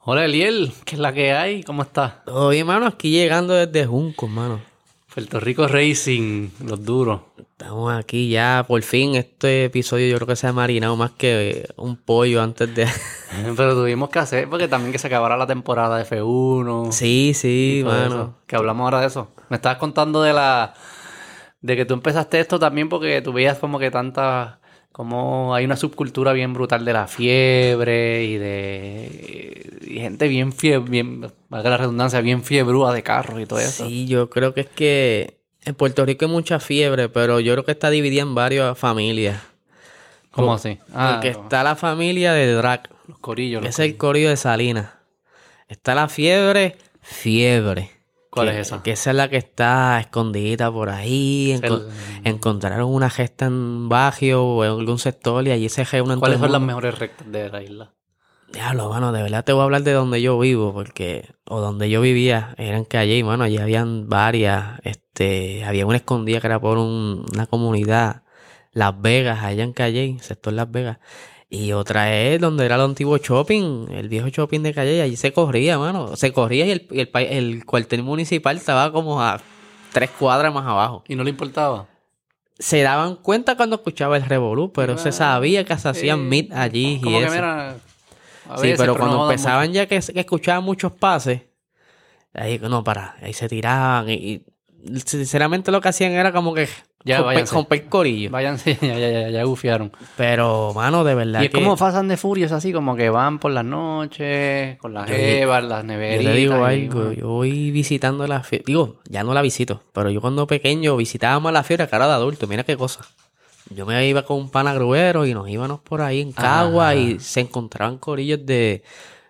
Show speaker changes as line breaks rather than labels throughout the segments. Hola Eliel, ¿qué es la que hay? ¿Cómo estás?
Todo bien, mano, aquí llegando desde Junco, mano.
Puerto Rico Racing, los duros.
Estamos aquí ya, por fin, este episodio yo creo que se ha marinado más que un pollo antes de...
Pero tuvimos que hacer porque también que se acabara la temporada de F1.
sí, sí,
todo eso.
mano.
Que hablamos ahora de eso. Me estabas contando de la de que tú empezaste esto también porque tú veías como que tanta como hay una subcultura bien brutal de la fiebre y de y gente bien fiebre, bien valga la redundancia, bien fiebrúa de carros y todo eso.
Sí, yo creo que es que en Puerto Rico hay mucha fiebre, pero yo creo que está dividida en varias familias.
¿Cómo así? Ah,
Porque está la familia de drag,
los corillos.
que
los
es el corillo de Salinas. Está la fiebre, fiebre.
corillos. ¿Cuál
que-
es esa?
Que esa es la que está escondida por ahí. Encon- Encontraron una gesta en Baggio o en algún sector y allí se reúnen
¿Cuáles
todo
son
el
las
mundo.
mejores rectas de la isla?
Diablo, mano, de verdad te voy a hablar de donde yo vivo, porque, o donde yo vivía, eran que allí, mano, allí habían varias, este, había una escondida que era por un- una comunidad, Las Vegas, allá en Calle, sector Las Vegas, y otra es donde era el antiguo shopping, el viejo shopping de Calle, y allí se corría, mano, se corría y el, y el, pa- el cuartel municipal estaba como a tres cuadras más abajo.
¿Y no le importaba?
Se daban cuenta cuando escuchaba el revolú, pero se
Ah,
sabía que se hacían
eh,
meet allí y
Como que
eso.
mira, a
Sí,
veces,
pero
no
cuando
jodan
empezaban ya que, que escuchaban muchos pases, ahí no, para, ahí se tiraban y, y sinceramente lo que hacían era como que
Ya,
romper,
váyanse.
romper
mucho.
corillo.
Váyanse, ya, ya, ya, ya gufiaron.
Pero, mano, de verdad
Y es
que
como Fast and the Furious, así como que van por las noches, con las
Yo-
jevas, las
yo
neveritas.
te digo
y-
algo, yo voy visitando la fiebre, digo, ya no la visito, pero yo cuando pequeño visitaba más la fiebre que ahora de adulto, mira qué cosa. Yo me iba con un pana gruero y nos íbamos por ahí en Cagua
Ah.
y se encontraban corillos de,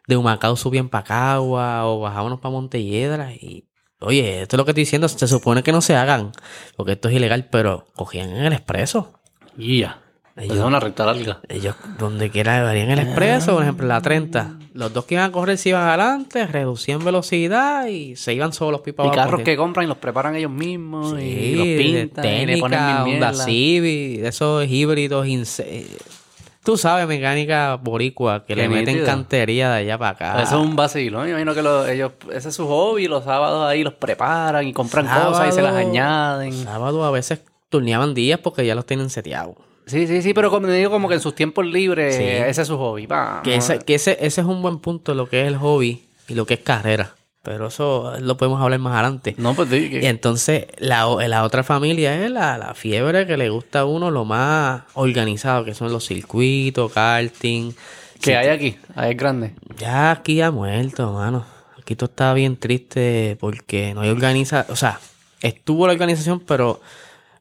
de Humacao subían para Cagua o bajábamos para Montelledra y... Oye, esto es lo que estoy diciendo, se supone que no se hagan, porque esto es ilegal, pero cogían en el expreso.
Y ya. Pues es una recta larga.
Ellos, donde quiera, verían el expreso, por ejemplo, la 30. Los dos que iban a correr se iban adelante, reducían velocidad y se iban solos pipa
Y
abajo,
carros
porque-
que compran y los preparan ellos mismos y
Sí,
los
de
pintan y le ponen
técnica,
mil
Honda
mierdas.
Civic, de esos híbridos. inse- Tú sabes, mecánica boricua, que
Qué
le meten
nítido.
cantería de allá para acá.
Eso es un vacilo. Me imagino que los- ellos, ese es su hobby. Los sábados ahí los preparan y compran cosas y se las
Sábado.
añaden.
Sábado a veces turneaban días porque ya los tienen seteados.
Sí, sí, sí, pero como digo, como que en sus tiempos libres,
Sí.
ese es su hobby. Vamos.
Que, ese, que ese, ese es un buen punto, lo que es el hobby y lo que es carrera. Pero eso eh, lo podemos hablar más adelante.
No, pues sí, que-
Y entonces la, o- la otra familia es la, la fiebre que le gusta a uno lo más organizado, que son los circuitos, karting.
que hay aquí, ahí es grande.
Ya aquí ha muerto, mano. Aquí todo está bien triste porque no hay organiza, o sea, estuvo la organización, pero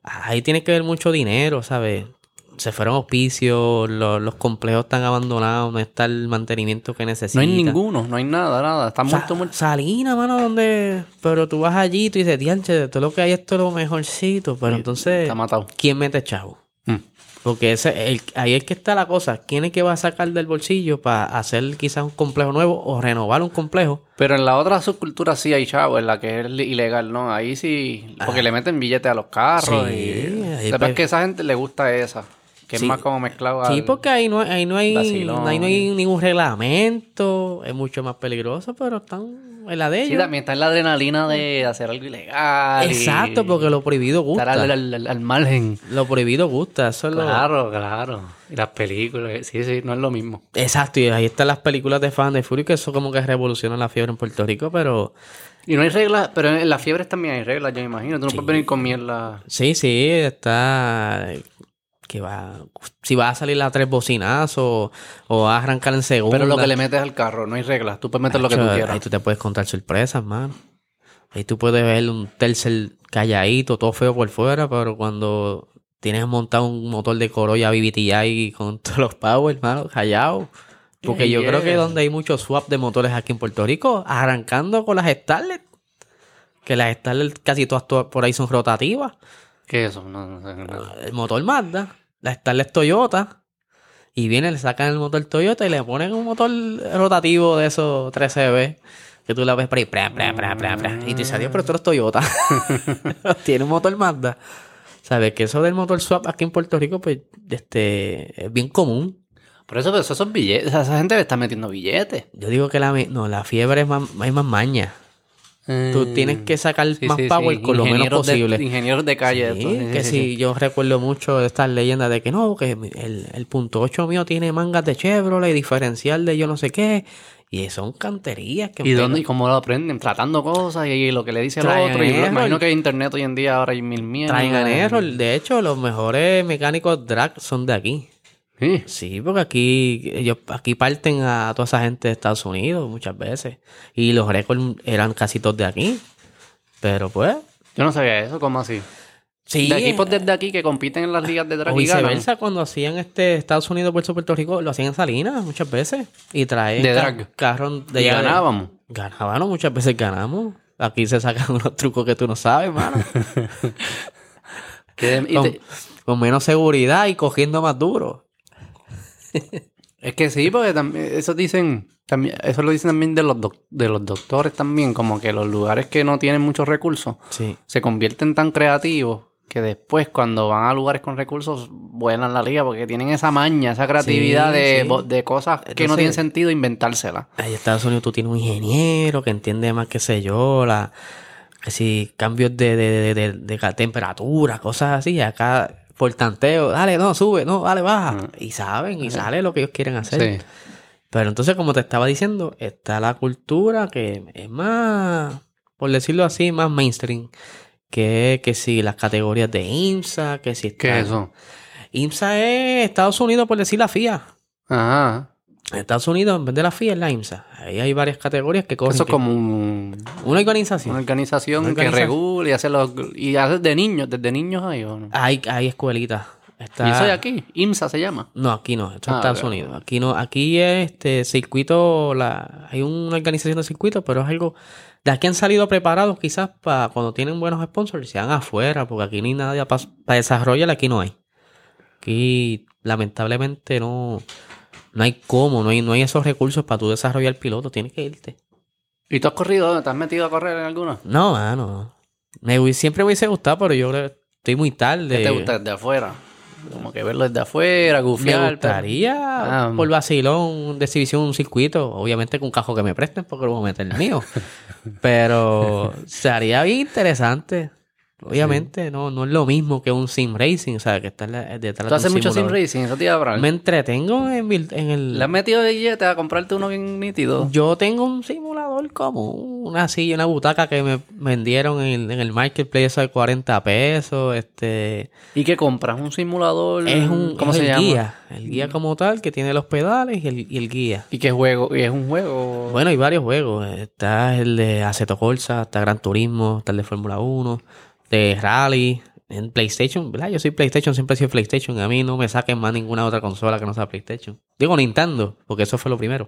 ahí tiene que ver mucho dinero, ¿sabes? Se fueron auspicios, lo- los complejos están abandonados, no está el mantenimiento que
No
necesitan.
hay ninguno, no hay nada, nada. Está muerto, muerto.
Salina, mano, donde. Pero tú vas allí y tú dices, dianche, de todo lo que hay, esto es lo mejorcito. Pero entonces,
Está matado.
¿quién mete chavo?
Mm.
Porque ese, el, ahí es que está la cosa. ¿Quién es que va a sacar del bolsillo para hacer quizás un complejo nuevo o renovar un complejo?
Pero en la otra subcultura sí hay chavo, en la que es li- ilegal, ¿no? Ahí sí, porque le meten billetes a los carros
Ah. Sí,
y...
ahí
Pero
pues-
es que a esa gente le gusta esa, que
Sí.
es más como mezclado al-
Sí, porque ahí no, ahí no, hay,
Vacilón.
ahí no hay ningún reglamento. Es mucho más peligroso, pero están en la de
Sí,
ellos.
también está en la adrenalina de hacer algo ilegal. y
Exacto, porque lo prohibido
Estar al,
gusta.
al- al- al margen.
Lo prohibido gusta. Eso es lo,
Claro, claro. Y las películas, sí, sí, no es lo mismo.
Exacto, y ahí están las películas de Fan de Fury, que eso como que revoluciona la fiebre en Puerto Rico, pero
Y no hay reglas, pero en las fiebres también hay reglas, yo me imagino. Tú no puedes venir con mierda.
sí, sí, está que va, si va a salir las tres bocinas o, o va a arrancar en segunda.
Pero lo que le metes al carro, no hay reglas. Tú puedes meter lo que tú
Chacho, Ahí
quieras.
tú te puedes contar sorpresas, mano. Ahí tú puedes ver un tercer calladito, todo feo por fuera, pero cuando tienes montado un motor de Corolla BBTI con todos los power, mano, callado. Porque yo
Yeah.
creo que donde hay muchos swap de motores aquí en Puerto Rico, arrancando con las Starlet. Que las Starlet casi todas, todas por ahí son rotativas.
¿Qué es eso? No, no sé. no.
El motor Mazda, la Starlet Toyota. Y viene, le sacan el motor Toyota y le ponen un motor rotativo de esos 13B. Que tú la ves por ahí, pra, pra, pra, pra, pra. Y te dices, adiós, pero esto es Toyota. Tiene un motor Mazda. ¿Sabes? Que eso del motor swap aquí en Puerto Rico, pues, este, es bien común.
Por eso, pero eso son billetes. Esa gente le está metiendo billetes.
Yo digo que la, mi- no, la fiebre es más, es más maña. Tú tienes que sacar
Eh, Mm. Sí,
más
sí,
power
sí.
con lo menos
Ingenieros de-
posible.
ingenieros de calle.
Sí,
esto, sí,
que
sí,
sí,
sí.
yo recuerdo mucho de estas leyendas de que no, que el, el punto 8 mío tiene mangas de Chevrolet, diferencial de yo no sé qué, y son canterías que
¿Y dónde y cómo lo aprenden? Tratando cosas y, y lo que le dice el
Trial
otro. Y
and
bro, imagino
error.
que hay internet hoy en día ahora hay mil mierdas.
traen a error. De hecho, los mejores mecánicos drag son de aquí.
Sí.
Sí, porque aquí ellos aquí parten a toda esa gente de Estados Unidos muchas veces y los récords eran casi todos de aquí. Pero pues
Yo no sabía eso, ¿cómo así?
sí,
de equipos desde aquí que compiten en las ligas de drag
O
y ganan.
viceversa, cuando hacían este Estados Unidos versus Puerto Rico, lo hacían en Salinas muchas veces. Y traían
De
ca-
drag.
carros de
Y ganábamos.
Ganaban, ¿no? muchas veces ganamos. Aquí se sacan unos trucos que tú no sabes, mano.
Que- y
con,
te-
con menos seguridad y cogiendo más duro.
es que sí, porque también, eso dicen, también, eso lo dicen también de los doc- de los doctores también, como que los lugares que no tienen muchos recursos
Sí.
se convierten tan creativos que después cuando van a lugares con recursos vuelan la liga porque tienen esa maña, esa creatividad
Sí,
de,
sí.
bo- de cosas que no
Entonces-
tienen sentido inventársela.
Ahí en Estados Unidos tú tienes un ingeniero que entiende más, qué sé yo, la, que si cambios de, de, de- de- de ca- temperatura, cosas así. Acá por tanteo, dale, no, sube, no, dale, baja. Y saben, y sale lo que ellos quieren hacer.
Sí.
Pero entonces, como te estaba diciendo, está la cultura que es más, por decirlo así, más mainstream. Que, que si las categorías de IMSA, que si
¿Qué
está-
es eso?
IMSA es Estados Unidos, por decir la FIA.
Ajá.
En Estados Unidos, en vez de la FIA, es la IMSA. Ahí hay varias categorías que cogen.
Eso es
que-
como un-
Una
una
organización.
organización
Una
que
organización.
regula y hace los y hace de niños, desde niños ahí o no.
Hay, hay escuelitas. Está...
Y eso de aquí, IMSA se llama.
No, aquí no, esto es
Ah,
Estados
ok.
Unidos. Aquí no, aquí es este circuito, la, hay una organización de circuitos, pero es algo, de aquí han salido preparados quizás para cuando tienen buenos sponsors, se van afuera, porque aquí ni nadie para desarrollar, aquí no hay. Aquí lamentablemente no, no hay cómo, no hay, no hay esos recursos para tú desarrollar piloto, tienes que irte.
¿Y tú has corrido? ¿Te has metido a correr en alguna?
No, mano, me, hubi- siempre me hubiese gustado, pero yo creo que estoy muy tarde.
¿Qué te gusta desde afuera? Como que verlo desde afuera, gufear.
Me
pero-
gustaría
Ah,
por vacilón de exhibición un circuito, obviamente con un cajo que me presten porque lo voy a meter el mío. Pero sería bien interesante. Obviamente, no, no es lo mismo que un sim racing, o sea, que está detrás de
Tú haces
un
mucho sim
simulador.
racing, eso te iba a hablar.
Me entretengo en, vir- en el.
¿Le has metido billete a comprarte uno bien nítido?
Yo tengo un simulador como una silla, una butaca que me vendieron en, en el marketplace eso de 40 pesos. Este.
¿Y qué compras? ¿Un simulador?
Es un.
¿Cómo
es
se
el
llama? Mm.
guía. El guía como tal, que tiene los pedales y el- y el guía.
¿Y qué juego? ¿Y es un juego?
Bueno, hay varios juegos. Está el de Aceto Corsa, está Gran Turismo, está el de Fórmula 1, de Rally, en PlayStation. ¿verdad? Yo soy PlayStation, siempre he sido PlayStation. A mí no me saquen más ninguna otra consola que no sea PlayStation. Digo Nintendo, porque eso fue lo primero.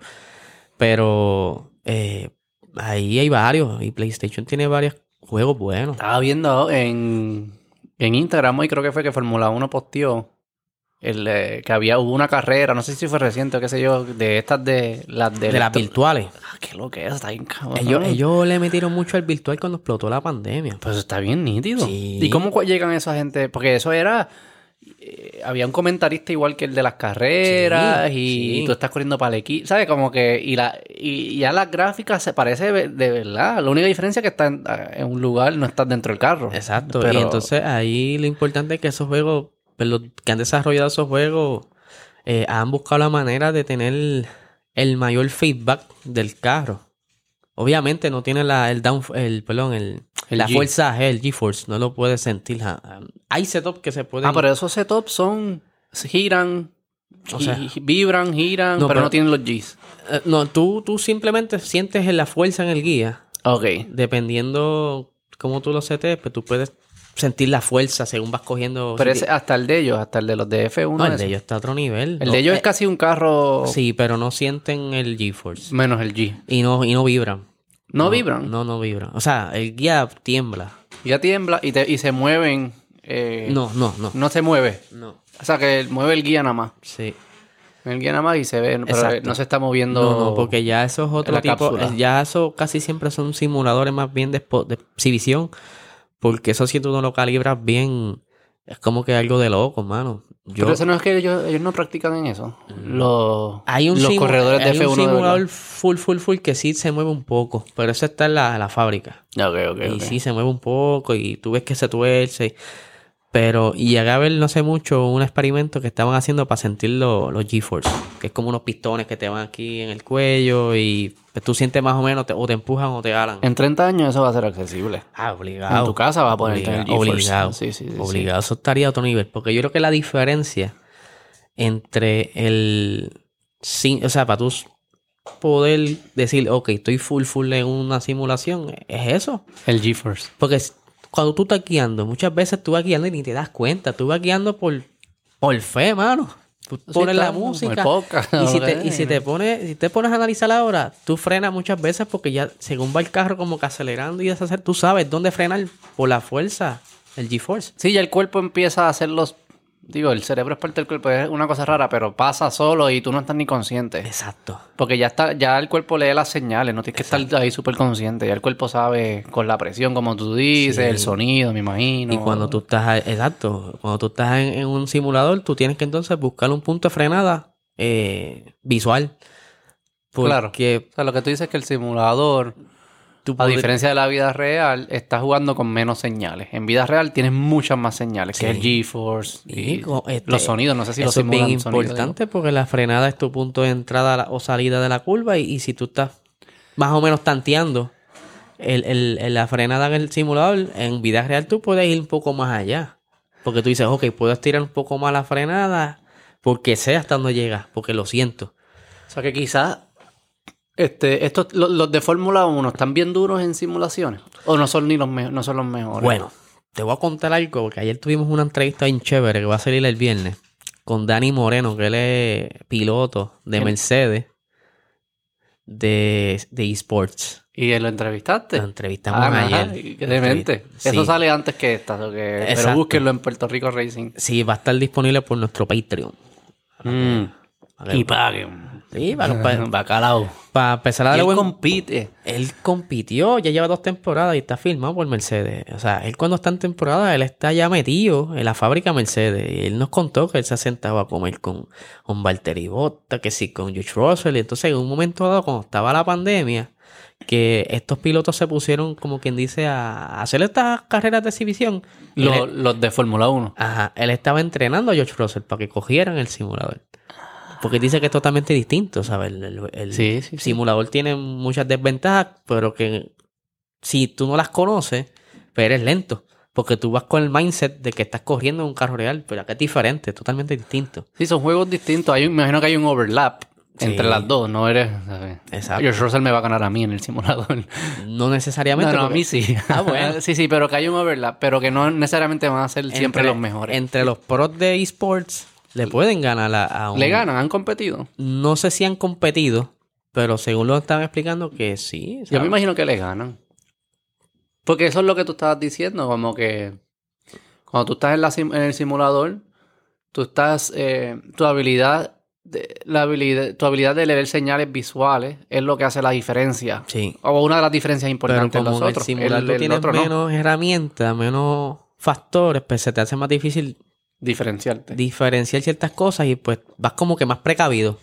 Pero eh, ahí hay varios. Y PlayStation tiene varios juegos buenos.
Estaba viendo en, en Instagram hoy, creo que fue que Fórmula 1 posteó el, eh, que había hubo una carrera, no sé si fue reciente o qué sé yo, de estas de las de,
De las
esto-
virtuales.
Ah, qué lo que es, está bien cabrón.
Ellos, ellos le metieron mucho al virtual cuando explotó la pandemia.
Pues está bien nítido.
Sí.
¿Y cómo cu- llegan esa gente? Porque eso era. eh, había un comentarista igual que el de las carreras
Sí,
y,
sí.
tú estás corriendo para el equipo, ¿sabes? Como que. Y, la, y ya las gráficas se parece ve- de verdad. La única diferencia es que estás en, en un lugar, no estás dentro del carro.
Exacto,
Pero-
y entonces ahí lo importante es que esos juegos, pues, los que han desarrollado esos juegos, eh, han buscado la manera de tener el mayor feedback del carro. Obviamente no tiene la, el down, el, perdón, el,
El
la
G.
fuerza G, el G-Force, no lo puedes sentir. ja- ah, Hay setup que se puede...
Ah, pero esos setups son. se giran.
O
gi-
sea-
gi- vibran, giran,
No,
pero,
pero-
no tienen los Gs.
Eh, no, tú, tú simplemente sientes la fuerza en el guía.
Ok.
Dependiendo cómo tú lo setes, pues tú puedes sentir la fuerza según vas cogiendo...
Pero ese- hasta el de ellos, hasta el de los de F1.
No, el
ese-
de ellos está a otro nivel.
el
No,
de ellos
eh,
es casi un carro
Sí, pero no sienten el GeForce.
menos el G.
Y no, y no vibran.
No, vibran.
No, no vibran. O sea, el guía tiembla.
Ya tiembla y, te- y se mueven. eh,
No, no, no.
No se mueve.
No.
O sea, que mueve el guía nada más.
Sí.
El guía nada más y se ve, pero
Exacto.
no se está moviendo.
No, no, porque ya eso es
la
otro tipo.
cápsula.
Ya eso casi siempre son simuladores más bien de, expo- de exhibición. Porque eso si tú no lo calibras bien, es como que algo de loco, mano. Yo,
Pero eso no es que ellos, ellos no practican en eso. Los,
hay un,
los
simu-
corredores de
hay un
F1. de
simulador
verdad.
full, full, full que sí se mueve un poco, pero eso está en la, la fábrica.
Ok, ok,
y
ok.
sí se mueve un poco y tú ves que se tuerce. Pero, y llegué a ver no sé mucho un experimento que estaban haciendo para sentir lo- los G-Force, que es como unos pistones que te van aquí en el cuello y pues, tú sientes más o menos, te- o te empujan o te jalan.
En 30 años eso va a ser accesible.
Ah, obligado.
En tu casa vas a poner
Obliga-
el GeForce.
Obligado.
Sí, sí, sí, sí.
obligado. Eso estaría a otro nivel. Porque yo creo que la diferencia entre el. sin- o sea, para tú poder decir, ok, estoy full, full en una simulación, es eso.
El GeForce.
Porque es- cuando tú estás guiando, muchas veces tú vas guiando y ni te das cuenta. Tú vas guiando por, por fe, mano. Tú pones la
estamos,
música.
el podcast,
y si
lo
te,
que
y si
es.
te pones, si te pones a analizar la hora, tú frenas muchas veces porque ya, según va el carro como que acelerando y deshacer, tú sabes dónde frenar por la fuerza, el G-Force.
Sí, ya el cuerpo empieza a hacer los... Digo, el cerebro es parte del cuerpo, es una cosa rara, pero pasa solo y tú no estás ni consciente.
Exacto.
Porque ya está, ya el cuerpo lee las señales, no tienes que estar ahí súper consciente. Ya el cuerpo sabe con la presión, como tú dices,
Sí.
el sonido, me imagino.
Y cuando tú estás, a- exacto, cuando tú estás en, en un simulador, tú tienes que entonces buscar un punto de frenada eh, visual.
Claro.
Porque
O sea, lo que tú dices es que el simulador,
tú
a
podr-
diferencia de la vida real, estás jugando con menos señales. En vida real tienes muchas más señales, que
Sí.
el GeForce, y
Y co- este,
los sonidos, no sé si los
Eso es bien
simulan sonidos, digo.
importante porque la frenada es tu punto de entrada a la- o salida de la curva y, y si tú estás más o menos tanteando el, el- el- la frenada en el simulador, en vida real tú puedes ir un poco más allá. Porque tú dices, ok, puedo estirar un poco más la frenada porque sé hasta dónde llegas, porque lo siento.
O sea que quizás este, estos, lo- los, de Fórmula 1 están bien duros en simulaciones. O no son ni los me- no son los mejores.
Bueno, te voy a contar algo, porque ayer tuvimos una entrevista bien chévere que va a salir el viernes con Dani Moreno, que él es piloto de
¿Quién?
Mercedes de, de eSports.
¿Y lo entrevistaste?
Lo entrevistamos
Ah, ajá,
ayer.
Qué demente.
Sí.
Eso sale antes que esta. so que- pero
Exacto.
búsquenlo en Puerto Rico Racing.
Sí, va a estar disponible por nuestro Patreon. Mm,
Y paguen.
Sí, para,
Bacalao.
empezar a
Y
darle
él
buen-
compite.
Él compitió, ya lleva dos temporadas y está firmado por Mercedes. O sea, él cuando está en temporada, él está ya metido en la fábrica Mercedes. Y él nos contó que él se ha sentado a comer con, con Valtteri Botta, que sí, con George Russell. Y entonces, en un momento dado, cuando estaba la pandemia, que estos pilotos se pusieron, como quien dice, a hacer estas carreras de exhibición.
Lo-
Él-
los de Fórmula 1.
Ajá, él estaba entrenando a George Russell para que cogieran el simulador. Porque dice que es totalmente distinto, ¿sabes? El, el- el
Sí, sí, sí.
simulador tiene muchas desventajas, pero que si tú no las conoces, pues eres lento. Porque tú vas con el mindset de que estás corriendo en un carro real, pero acá es diferente, totalmente distinto.
Sí, son juegos distintos. Hay un- me imagino que hay un overlap
Sí.
entre las dos. No eres. ¿sabes?
Exacto.
George Russell me va a ganar a mí en el simulador.
No
No,
necesariamente.
no, a
porque
mí sí.
Ah, bueno.
sí, sí, pero que hay un overlap, pero que no necesariamente van a ser siempre
entre-
los mejores.
Entre los pros de esports, le pueden ganar a, a un.
Le ganan, han competido.
No sé si han competido, pero según lo estaban explicando, que sí.
Yo
¿sabes?
me imagino que le ganan. Porque eso es lo que tú estabas diciendo, como que cuando tú estás en, la sim- en el simulador, tú estás, eh, tu habilidad, de- la habilidad, tu habilidad de leer señales visuales es lo que hace la diferencia.
Sí.
O una de las diferencias
Pero
importantes en
como
los
en el
otros.
simulador tú
el
tienes
otro no.
menos herramientas, menos factores, pues se te hace más difícil
Diferenciarte.
diferenciar ciertas cosas y pues vas como que más precavido.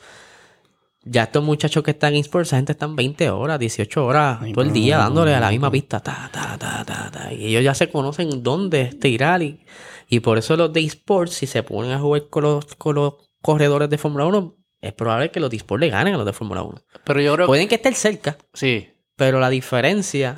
Ya estos muchachos que están en esports, esa gente están 20 horas, 18 horas
Ay,
todo el día
no.
dándole a la misma pista. Ta, ta, ta, ta, ta. Y ellos ya se conocen dónde tirar y, y por eso los de esports, si se ponen a jugar con los, con los corredores de Fórmula 1, es probable que los de esports le ganen a los de Fórmula 1.
Pero yo creo que...
Pueden que estén cerca,
Sí.
pero la diferencia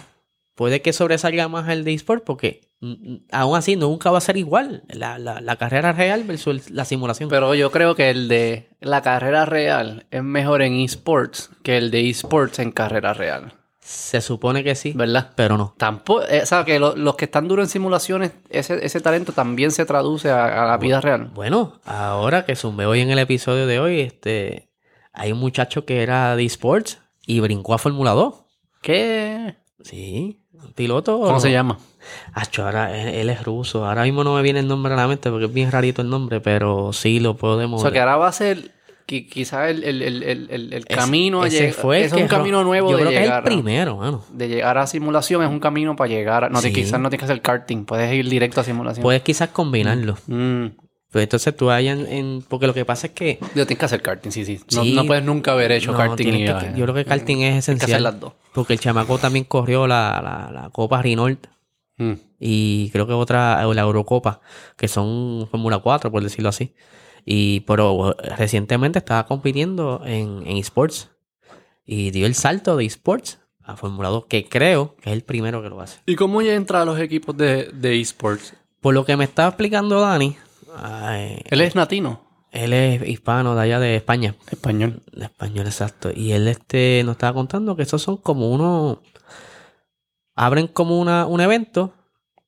puede que sobresalga más el de eSport porque mm, mm, aún así nunca va a ser igual la, la- la carrera real versus el- la simulación.
Pero yo creo que el de la carrera real es mejor en esports que el de esports en carrera real.
Se supone que sí,
¿Verdad?
pero no.
Tampoco, eh, o sea, que lo- los que están duros en simulaciones, ese, ese talento también se traduce a, a la vida real.
Bueno, ahora que sumé hoy en el episodio de hoy, este, hay un muchacho que era de eSports y brincó a Fórmula 2.
¿Qué?
Sí, un piloto.
¿Cómo se llama?
Acho, ahora él, él es ruso. Ahora mismo no me viene el nombre a la mente porque es bien rarito el nombre, pero sí lo podemos.
O sea, que ahora va a ser quizás el, el- el- el- el- el
Ese-
camino a
ese
lleg-
fue el
es un
que ro-
camino nuevo
Yo
de
creo que es el
llegar. a-
primero, mano.
de llegar a simulación es un camino para llegar. A, no te-
Sí.
quizás no tienes que hacer karting, puedes ir directo a simulación.
Puedes quizás combinarlo.
Mm.
Pues entonces tú vayan en... Porque lo que pasa es que...
Yo tienes que hacer karting, sí, sí. No,
Sí.
no puedes nunca haber hecho
no,
karting.
tienes
y-
que- yo creo que karting es
Tienes que hacer
esencial.
las dos.
Porque el chamaco también corrió la, la, la Copa Renault
Mm.
y creo que otra, o la Eurocopa, que son Fórmula 4, por decirlo así. Y pero eh, recientemente estaba compitiendo en, en esports y dio el salto de esports a Fórmula 2, que creo que es el primero que lo hace.
¿Y cómo ya entra a los equipos de, de esports?
Por lo que me estaba explicando Dani, ay,
Él es latino.
él es hispano de allá de España.
Español.
De Español, exacto. Y él este nos estaba contando que esos son como unos. Abren como una, un evento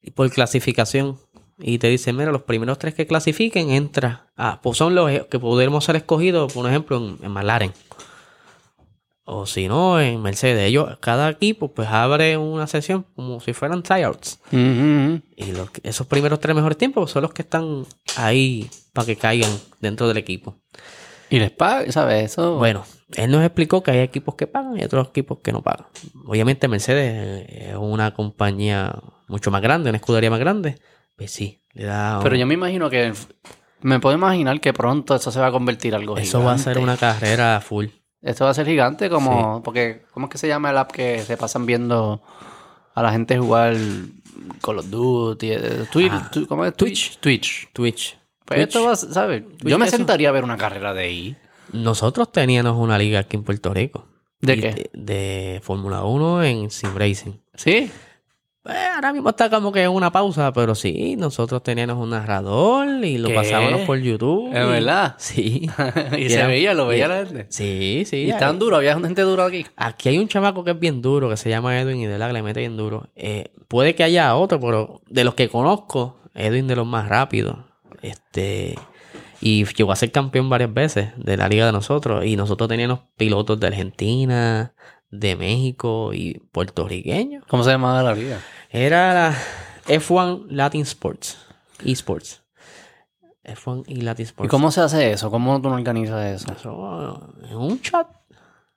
y por clasificación. Y te dicen, mira, los primeros tres que clasifiquen entra. Ah, pues son los que podremos ser escogidos, por ejemplo, en, en McLaren. O si no, en Mercedes. Ellos, cada equipo, pues abre una sesión como si fueran tryouts.
Mhm,
Y los que- esos primeros tres mejores tiempos son los que están ahí para que caigan dentro del equipo.
Y les paga, ¿sabes? Eso.
Bueno, él nos explicó que hay equipos que pagan y otros equipos que no pagan. Obviamente Mercedes eh, es una compañía mucho más grande, una escudería más grande. Pues sí, le da... un-
Pero yo me imagino que. Me puedo imaginar que pronto eso se va a convertir en algo
Eso va a ser
gigante.
una carrera full.
Esto va a ser gigante como... Porque, ¿cómo es que se llama el app que se pasan viendo a la gente jugar Call of Duty? eh, Twi-
Ah.
tu- ¿Cómo es? Twitch. Twitch.
Twitch.
Pues
Twitch.
esto va, a ser- ¿sabes?
Twitch,
Yo me
eso.
sentaría a ver una carrera de ahí.
Nosotros teníamos una liga aquí en Puerto Rico.
¿De
Y
qué?
De, de Fórmula 1 en Sim Racing.
¿Sí?
Pues, ahora mismo está como que en una pausa, pero sí, nosotros teníamos un narrador y lo
¿Qué?
pasábamos por YouTube.
¿Es verdad?
Sí.
y
Y
se
era-
veía, lo veía
y-
la gente.
Sí, sí.
Y tan duro, había gente dura aquí.
Aquí hay un chamaco que es bien duro, que se llama Edwin y de la que le mete bien duro. Eh, puede que haya otro, pero de los que conozco, Edwin de los más rápidos. Este, y llegó a ser campeón varias veces de la liga de nosotros. Y nosotros teníamos pilotos de Argentina, de México y puertorriqueños.
¿Cómo se llamaba la liga?
Era la F1 Latin Sports. Esports. F1 y Latin
¿Y
Sports.
cómo se hace eso? ¿Cómo tú no organizas eso?
Eso, en un chat.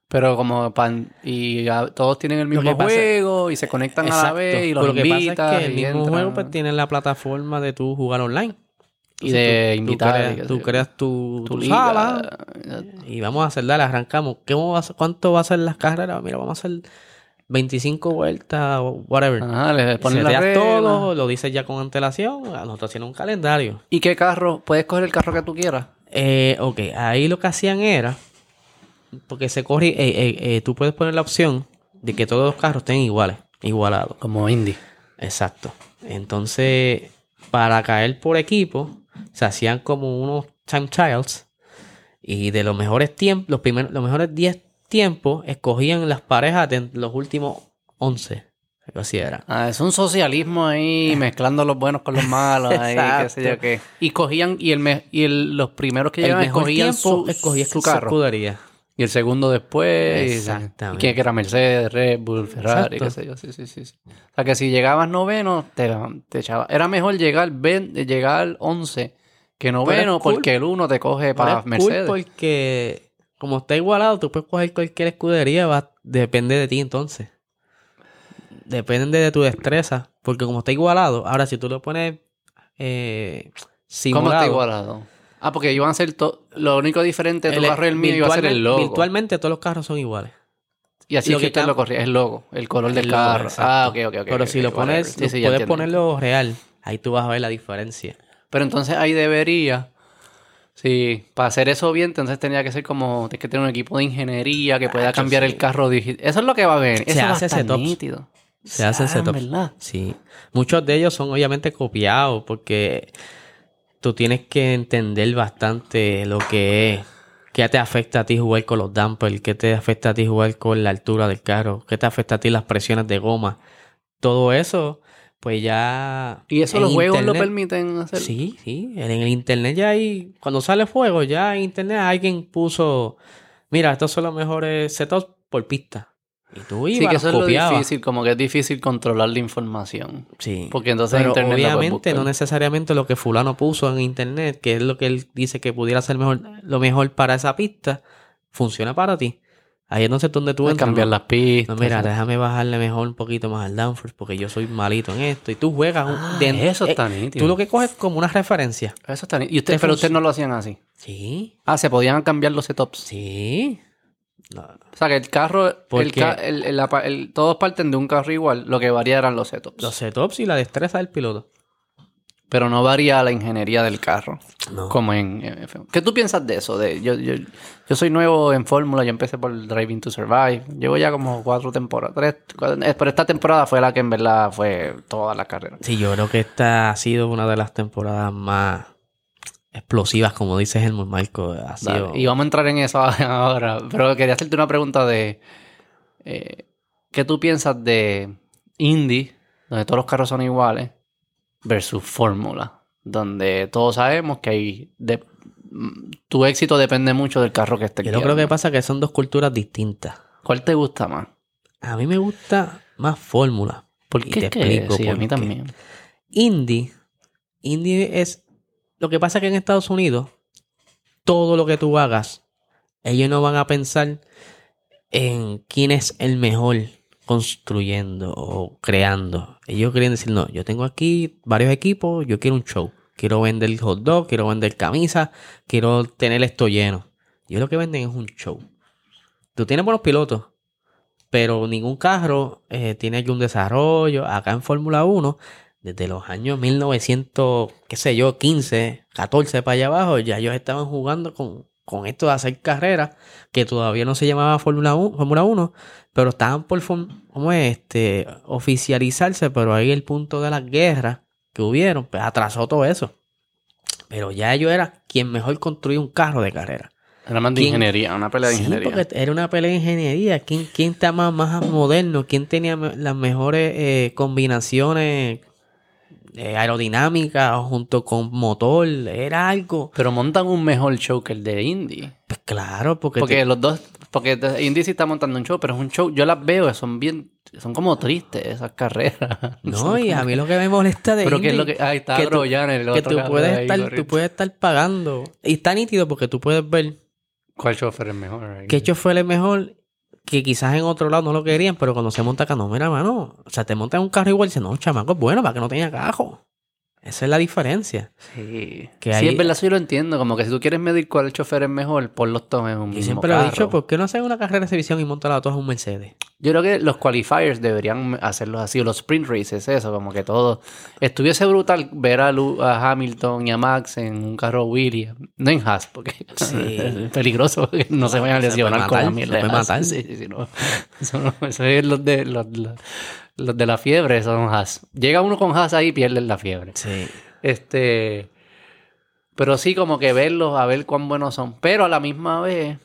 Pero como pan y a- todos tienen el mismo
que pasa-
juego y se conectan a la
Exacto.
vez y los
Pero lo que
invitas
pasa es que el
y
mismo
entran.
juego pues, tiene la plataforma de tú jugar online.
Y de
tú- tú
invitar,
creas-
y qué
Tú,
sé yo.
creas tu,
tu
tu
liga.
sala y vamos a hacer, dale, arrancamos. ¿Qué vamos a hacer? ¿Cuánto va a ser las carreras? Mira, vamos a hacer 25 vueltas o whatever.
Ajá, Ah, le ponen la
Seteas
regla.
todo, lo dices ya con antelación. ah, Nosotros haciendo un calendario.
¿Y qué carro? Puedes coger el carro que tú quieras.
Eh, ok, ahí lo que hacían era, porque se corre, eh, eh, eh, tú puedes poner la opción de que todos los carros estén iguales, igualados.
Como Indy.
Exacto. Entonces, para caer por equipo, se hacían como unos time trials. Y de los mejores tiempos, los primeros, los mejores 10 tiempos, escogían las parejas de los últimos 11. Algo así era.
Ah, es un socialismo ahí, mezclando los buenos con los malos, ahí, qué sé yo
Exacto.
qué. Y cogían, y el, me- y el- los primeros que
El
llegaban
mejor
escogían
tiempo
su,
escogía
su carro.
escudería.
Y el segundo después. y-
Exactamente.
Y quién era Mercedes, Red Bull, Ferrari,
Exacto.
qué sé yo. Sí, sí, sí, sí. O sea que si llegabas noveno, te, te echaba. Era mejor llegar, ven, llegar 11 que noveno,
es cool.
porque el uno te coge
Pero
para
es Ah, cool
Mercedes.
porque como está igualado, tú puedes coger cualquier escudería, va- depende de ti entonces. Depende de tu destreza, porque como está igualado, ahora si tú lo pones eh,
¿Cómo
simulado,
está igualado? Ah, porque iban a ser to- lo único diferente de tu
el-
carro y el mío iba a ser el
virtualmente-
logo.
Virtualmente todos los carros son iguales.
y así
lo
es que
que
usted
cam-
lo corría, el logo, el color del
El logo,
carro.
exacto.
Ah, ok, ok, ok.
Pero
ok,
si
ok,
lo
whatever.
pones,
Sí, sí, ya
puedes
entiendo.
ponerlo real, ahí tú vas a ver la diferencia.
Pero entonces ahí debería. Sí, para hacer eso bien, entonces tenía que ser como. Tienes que tener un equipo de ingeniería que pueda
Hacho,
cambiar el
sí.
carro digi- Eso es lo que va a ver.
Se
Eso va a
hace
estar
setups.
nítido.
Se hacen
Ah,
setups.
¿verdad?
Sí. Muchos de ellos son obviamente copiados porque tú tienes que entender bastante lo que es. ¿Qué te afecta a ti jugar con los dampers? ¿Qué te afecta a ti jugar con la altura del carro? ¿Qué te afecta a ti las presiones de goma? Todo eso, pues ya.
Y eso
en
los juegos lo
internet-
permiten hacer.
Sí, sí. En el internet ya hay. Cuando sale fuego, ya en internet alguien puso. Mira, estos son los mejores setups por pista. Y tú ibas,
Sí, que eso es lo
copiabas.
difícil, como que es difícil controlar la información.
Sí.
Porque entonces
Pero
internet la puedes
obviamente no
buscar.
necesariamente lo que fulano puso en internet, que es lo que él dice que pudiera ser mejor, lo mejor para esa pista, funciona para ti. Ahí entonces es donde tú
Puedes
entras,
cambiar
¿no?
las pistas.
No, mira, déjame bajarle mejor un poquito más al downforce porque yo soy malito en esto. Y tú juegas un-
Ah,
de-
eso
eh,
está nítido.
Tú lo que coges como una referencia.
Eso está ni- y usted,
Te
Pero
func-
ustedes no lo hacían así.
Sí,
Ah, se podían cambiar los setups.
sí. No,
O sea, que el carro,
¿Por
el
qué?
ca- el- el apa- el- todos parten de un carro igual, lo que varía eran los setups.
los setups y la destreza del piloto.
Pero no varía la ingeniería del carro,
No.
como en en F1. ¿Qué tú piensas de eso? De, yo, yo, yo soy nuevo en Fórmula, yo empecé por el Driving to Survive. Llevo ya como cuatro temporadas, tres, cuatro- eh, pero esta temporada fue la que en verdad fue toda la carrera.
Sí, yo creo que esta ha sido una de las temporadas más explosivas, como dice Helmut Marco. Ha
Dale,
sido...
Y vamos a entrar en eso ahora. Pero quería hacerte una pregunta de... eh, ¿Qué tú piensas de Indy, donde todos los carros son iguales, versus Fórmula? Donde todos sabemos que hay... de- mm, tu éxito depende mucho del carro que esté
Yo lo creo que pasa que son dos culturas distintas.
¿Cuál te gusta más?
A mí me gusta más fórmula.
¿Por
Y
qué
te
es que-
explico
sí, a
por
mí
qué.
también.
Indie. Indie es. Lo que pasa es que en Estados Unidos, todo lo que tú hagas, ellos no van a pensar en quién es el mejor construyendo o creando. Ellos quieren decir, no, yo tengo aquí varios equipos, yo quiero un show. Quiero vender hot dog, quiero vender camisas, quiero tener esto lleno. Yo lo que venden es un show. Tú tienes buenos pilotos, pero ningún carro eh, tiene aquí un desarrollo. Acá en Fórmula 1, desde los años 1900, qué sé yo, 15, 14 para allá abajo, ya ellos estaban jugando con, con esto de hacer carreras que todavía no se llamaba Fórmula 1, Fórmula 1, pero estaban por form- ¿cómo es? este oficializarse, pero ahí el punto de las guerras que hubieron, pues atrasó todo eso. Pero ya ellos eran quien mejor construía un carro de carrera.
Era más de
¿Quién?
ingeniería, una pelea de
Sí,
ingeniería.
porque era una pelea de ingeniería. ¿Quién, quién está más, más moderno? ¿Quién tenía me- las mejores eh, combinaciones eh, aerodinámicas junto con motor? Era algo.
Pero montan un mejor show que el de Indy.
Pues claro, porque.
Porque
te-
los dos, porque te- Indy sí está montando un show, pero es un show, yo las veo, son bien, son como tristes esas carreras.
no, y a mí lo que me molesta de
Pero que es
Indy
lo que, ahí está
que tú-
Groyan, el
que
otro
tú
cabrón
puedes
ahí
estar, tú
corriendo.
puedes estar pagando. Y está nítido porque tú puedes ver
¿Cuál chofer es mejor? ahí?
qué chofer es mejor. Que quizás en otro lado no lo querían, pero cuando se monta acá, no, mira, mano. O sea, te montas en un carro igual y dices, no, chamaco, es bueno para que no tenga cajo. Esa es la diferencia.
Sí, Sí,
que ahí-
es verdad, eso yo lo entiendo, como que si tú quieres medir cuál chofer es mejor, pon los dos en un
Yo
mismo
siempre lo he dicho,
carro.
¿por qué no hacen una carrera de exhibición y montan a todas un Mercedes?
Yo creo que los qualifiers deberían hacerlos así, o los sprint races, eso, como que todo. Estuviese brutal ver a, Lu- a Hamilton y a Max en un carro Williams, no en Haas, porque
Sí.
es peligroso, porque no se vayan a
Se
lesionar
puede
con la
matar,
mierda.
se
de
puede
Haas.
matar.
Sí, sí, sí, no. Eso, no- eso es los de, los, los- los de la fiebre, son Haas. Llega uno con Haas ahí y pierden la fiebre.
Sí.
Este. Pero sí, como que verlos, a ver cuán buenos son. Pero a la misma vez,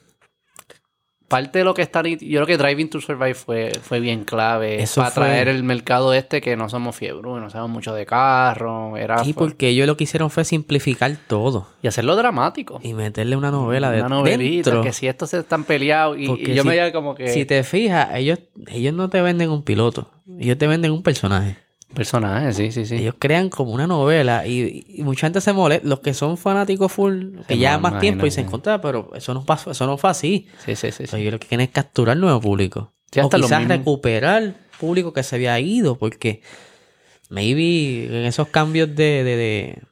parte de lo que está. nit- Yo creo que Driving to Survive fue, fue bien clave.
Eso
para
fue-
traer el mercado este que no somos fiebre, no sabemos mucho de carro. Era
Sí,
fue-
porque ellos lo que hicieron fue simplificar todo
Y hacerlo dramático.
y meterle una novela de
Una novelita,
dentro.
que si estos se están peleados. Y,
Porque
y yo
si-
me veía como que.
Si te fijas, ellos, ellos no te venden un piloto, ellos te venden un personaje.
Personajes, sí, sí, sí.
Ellos crean como una novela y, y mucha gente se molesta. Los que son fanáticos full, que
me
llevan más
imagino,
tiempo y se
sí.
encuentran, pero eso no pasó, eso no fue así.
Sí, sí, sí. sí.
Entonces, yo lo que quieren es capturar nuevo público.
Sí, hasta
o
lo
quizás
mismo.
recuperar público que se había ido, porque maybe en esos cambios de, de, de,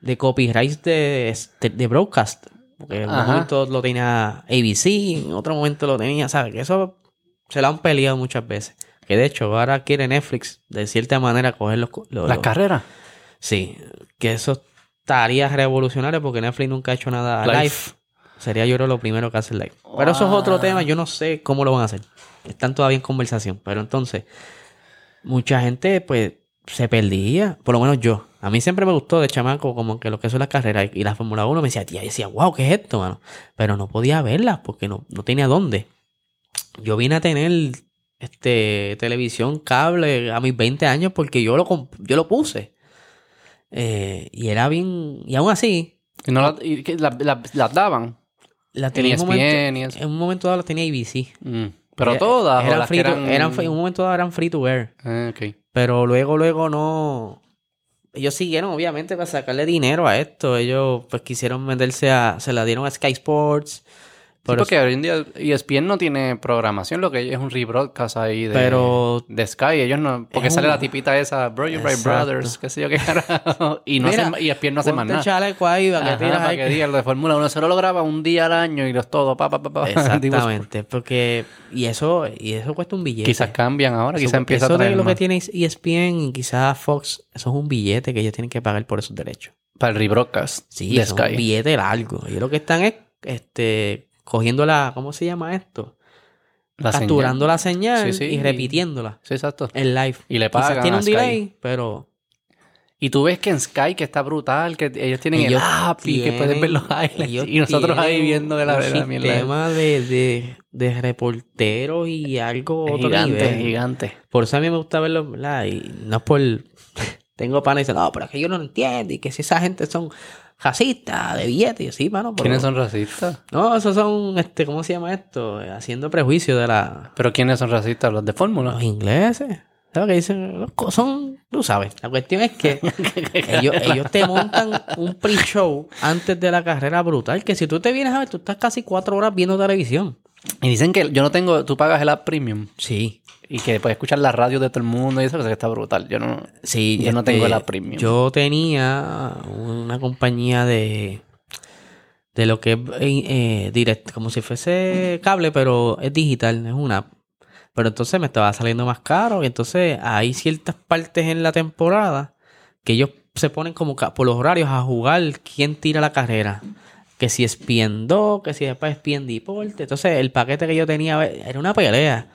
de copyright de, de, de broadcast, porque en un
Ajá.
momento lo tenía ABC, en otro momento lo tenía, ¿sabes? Que eso se lo han peleado muchas veces. Que de hecho ahora quiere Netflix, de cierta manera, coger los... co- los-
Las
los-
carreras.
Sí, que eso estaría revolucionario porque Netflix nunca ha hecho nada
Live.
live. Sería yo creo lo primero que hace live. Pero eso es otro
Wow.
tema, yo no sé cómo lo van a hacer. Están todavía en conversación, pero entonces mucha gente pues se perdía, por lo menos yo. A mí siempre me gustó de chamaco como que lo que son las carreras y la Fórmula 1 me decía, tía, yo decía, wow, ¿qué es esto, mano? Pero no podía verlas porque no, no tenía dónde. Yo vine a tener este televisión cable a mis 20 años porque yo lo comp- yo lo puse. Eh, y era bien, y aún así,
Y no las- y que las- las- las daban. E
la tenía
En
en un momento-
ESPN y eso.
en un momento dado la tenía ABC.
Mm. Pero
Era-
todas. o
Eran
las que
free to-
eran-
eran free- en un momento dado eran free to wear.
Ah, ok.
Pero luego, luego no. Ellos siguieron, obviamente, para sacarle dinero a esto. Ellos, pues, quisieron venderse a. Se la dieron a Sky Sports.
Sí,
Pero,
porque hoy en día E ESPN no tiene programación, lo que es un rebroadcast ahí de,
pero
de Sky. Ellos no... Porque
Es
sale
un-
la tipita esa, Bro, you Right
Exacto.
Brothers, qué sé yo qué carajo. Y E no
Mira,
hace- ESPN no hace más
ponte
nada.
chaleco ahí, para que
Ajá,
tiras
para
ahí
que
que-
diga, lo de Fórmula 1 solo lo graba un día al año y los todo, pa, pa, pa, pa.
Exactamente, porque y eso y eso cuesta un billete.
Quizás cambian ahora,
Eso-
quizás empieza
eso
a
de
traer
lo que
más.
tiene E ESPN y quizás Fox, eso es un billete que ellos tienen que pagar por esos derechos.
Para el rebroadcast
Sí,
de
eso es un
Sky.
billete largo. Ellos lo que están es este cogiendo la ¿cómo se llama esto?
La señal.
Capturando la señal
Sí, sí,
y
y-
repitiéndola
Sí, exacto.
en live.
Y le
Quizás
pagan
tiene
a
un
Sky.
delay, pero
Y tú ves que en Sky, que está brutal, que ellos tienen
Ellos
el app y que puedes ver los
tienen- ellos
highlights. Y nosotros ahí
tienen
viendo de la
un
verdad, mierda.
sistema de, de, de reporteros y algo otro
Gigante,
nivel.
gigante.
Por eso a mí me gusta verlo, ¿verdad? Y no es por... Tengo panas y dicen, no, pero es que yo no lo entiendo. Y que si esa gente son racistas, de billetes. Y yo, sí, mano, pero...
¿Quiénes son racistas?
No, esos son, este, ¿cómo se llama esto? Eh, Haciendo prejuicio de la...
¿Pero quiénes son racistas? ¿Los de Fórmula?
los ingleses. ¿Sabes qué dicen? Los co- Son, tú sabes. La cuestión es que ellos, ellos te montan un pre-show antes de la carrera brutal. Que si tú te vienes a ver, tú estás casi cuatro horas viendo televisión.
Y dicen que yo no tengo... Tú pagas el app premium
Sí.
y que puedes escuchar la radio de todo el mundo y eso que está brutal. Yo no...
Sí, este,
Yo no tengo la premium.
Yo tenía una compañía de de lo que es eh, eh, direct, como si fuese cable, pero es digital, es una app. Pero entonces me estaba saliendo más caro y entonces hay ciertas partes en la temporada que ellos se ponen como ca- por los horarios a jugar quién tira la carrera. Que si es 2, que si después es Deporte. Entonces el paquete que yo tenía eh, era una pelea.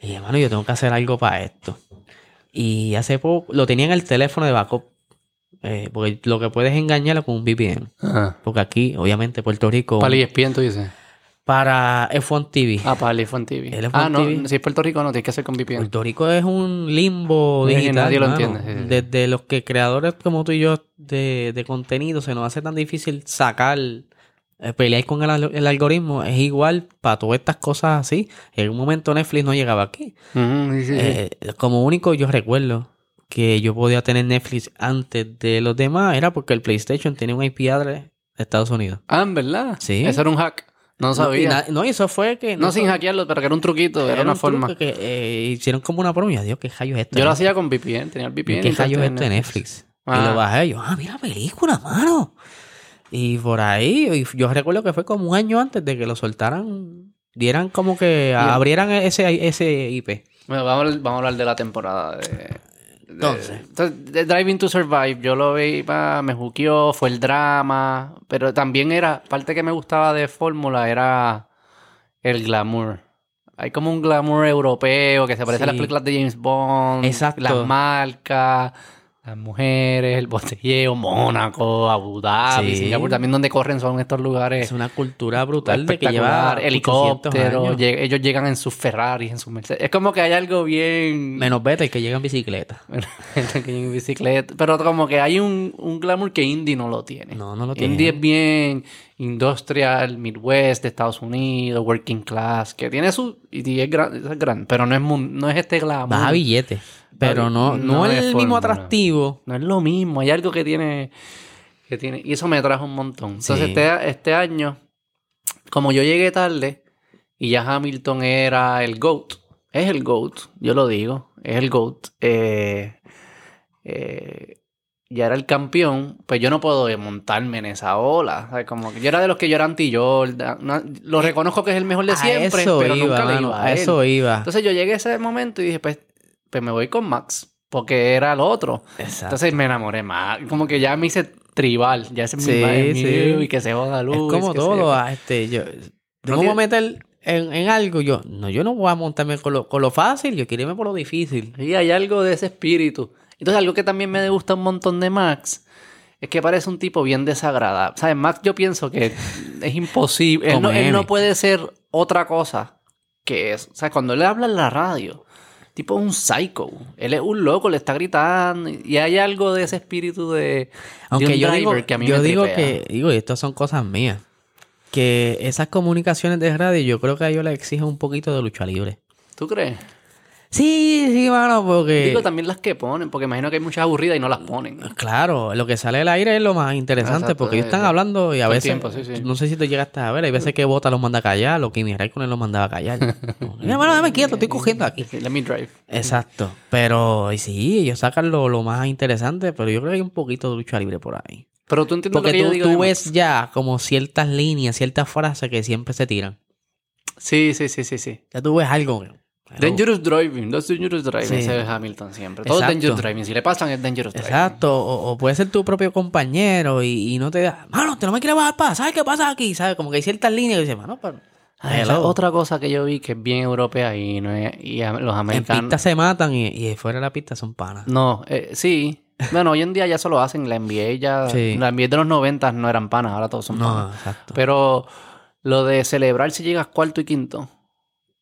Y hermano, yo tengo que hacer algo para esto. Y hace poco lo tenía en el teléfono de backup. Eh, porque lo que puedes engañarlo con un VPN.
Ajá.
Porque aquí, obviamente, Puerto Rico.
Para el ESPN tú dices.
Para F1 TV.
Ah, para el iPhone TV.
El iPhone
ah, no.
TV.
Si es Puerto Rico no, tienes que hacer con VPN.
Puerto Rico es un limbo
Sí,
digital.
nadie lo
mano.
entiende, sí, sí.
Desde los que creadores como tú y yo de, de contenido se nos hace tan difícil sacar, eh, pelear con el, al- el algoritmo. Es igual para todas estas cosas así. En un momento Netflix no llegaba aquí.
Ujú, sí, sí, sí.
Eh, como único yo recuerdo que yo podía tener Netflix antes de los demás era porque el PlayStation tenía un IP address de Estados Unidos.
Ah, ¿en verdad?
Sí.
Eso era un hack. No
y
sabía.
na- no, y eso fue que...
No
eso-
sin hackearlo, pero que era un truquito, era, una
un
forma.
truco que eh, hicieron como una broma. Dios, qué rayos es esto.
Yo lo
¿no?
hacía con VPN, tenía el VPN.
¿Qué
entonces
rayos es
tenía
esto de Netflix? Y
Ah.
lo bajé yo, ah, mira película, mano. Y por ahí, y yo recuerdo que fue como un año antes de que lo soltaran, dieran como que abrieran ese, ese IP.
Bueno, vamos, a hablar- vamos a hablar de la temporada de... de-
Entonces.
entonces, de Driving to Survive, yo lo vi, pa, me juqueó, fue el drama, pero también era, parte que me gustaba de Fórmula era el glamour. Hay como un glamour europeo que se parece a las
Sí.
películas de James Bond,
Exacto.
las marcas, las mujeres, el botelleo, Mónaco, Abu Dhabi,
Sí.
Singapur, también donde corren son estos lugares
Es una cultura brutal de que lleva
Eh, espectacular,
800
helicóptero,
años.
lleg- ellos llegan en sus Ferraris, en sus Mercedes. Es como que hay algo bien
Menos Vettel que llega en bicicleta.
que en bicicleta, pero como que hay un, un glamour que Indy no lo tiene.
No, no lo
Indy
tiene.
es bien industrial, Midwest de Estados Unidos, working class, que tiene su y es gran, es gran, pero no es mun- no es este glamour.
Baja billete. Pero no, no,
No
es
es
el mismo
fórmula.
atractivo.
No es lo mismo, hay algo que tiene, que tiene, y eso me trajo un montón. Entonces,
Sí.
este, este año, como yo llegué tarde y ya Hamilton era el GOAT, es el GOAT, yo lo digo, es el GOAT, eh, eh, ya era el campeón, pues yo no puedo eh, montarme en esa ola. ¿sabes? Como que yo era de los que yo era anti-Jordan, no- lo reconozco que es el mejor de siempre,
Eh, a eso
pero
iba,
nunca le
mano,
iba a
a
él.
eso iba.
Entonces yo llegué a ese momento y dije, pues, pues me voy con Max, porque era el otro.
Exacto.
Entonces me enamoré más. Como que ya me hice tribal. Ya se me
Sí, sí.
y que se joda luz.
es como
que
todo.
se-
ah, este, yo,
No
tengo que
tiene-
meter en, en algo. Yo no, yo no voy a montarme con lo, con lo fácil. Yo quiero irme por lo difícil.
Y hay algo de ese espíritu. Entonces, algo que también me gusta un montón de Max es que parece un tipo bien desagradable. ¿Sabes? Max, yo pienso que es imposible. Oh, él,
Como
no, él
M.
no puede ser otra cosa que eso. ¿Sabes? Cuando él habla en la radio, tipo es un psycho. Él es un loco, le está gritando. Y hay algo de ese espíritu de. de
Aunque
un
yo digo,
driver que a mí
yo
me
digo
tripea.
que, digo, y estas son cosas mías. que esas comunicaciones de radio yo creo que a ellos les exigen un poquito de lucha libre.
¿Tú crees?
Sí, sí, mano, porque...
Digo también las que ponen, porque imagino que hay muchas aburridas y no las ponen.
Claro, lo que sale del aire es lo más interesante
Exacto,
porque ellos
es
están
lo-
hablando y a
todo el
veces.
tiempo, sí, sí.
No sé si tú llegaste a ver, hay veces que Bota los manda a callar, o Kimi Raikkonen los mandaba a callar. No, hermano, dame quieto, estoy cogiendo aquí.
Let me drive.
Exacto, pero y sí, ellos sacan lo, lo más interesante, pero yo creo que hay un poquito de lucha libre por ahí.
Pero tú entiendes
Porque
lo que yo
tú,
digo.
tú
de-
ves ya como ciertas líneas, ciertas frases que siempre se tiran.
Sí, sí, sí, sí, sí.
Ya tú ves algo. Hello.
Dangerous driving, no es dangerous driving,
Ah, Sí.
ese es Hamilton siempre. Todo es
Exacto.
dangerous driving, si le pasan es dangerous driving.
Exacto, o, o puede ser tu propio compañero y, y no te da, mano, te no me quieres bajar para, ¿sabes qué pasa aquí? ¿Sabes? Como que hay ciertas líneas que dices, mano, pero.
Ah, esa es
Hello.
otra cosa que yo vi que es bien europea y, no es- y a- los
En pista
americanos.
se matan y, y fuera de la pista son panas.
No, eh, sí. Bueno, hoy en día ya se lo hacen. La NBA ya.
Sí.
La NBA de los 90 no eran panas, ahora todos son panas.
No, exacto.
Pero lo de celebrar si llegas cuarto y quinto,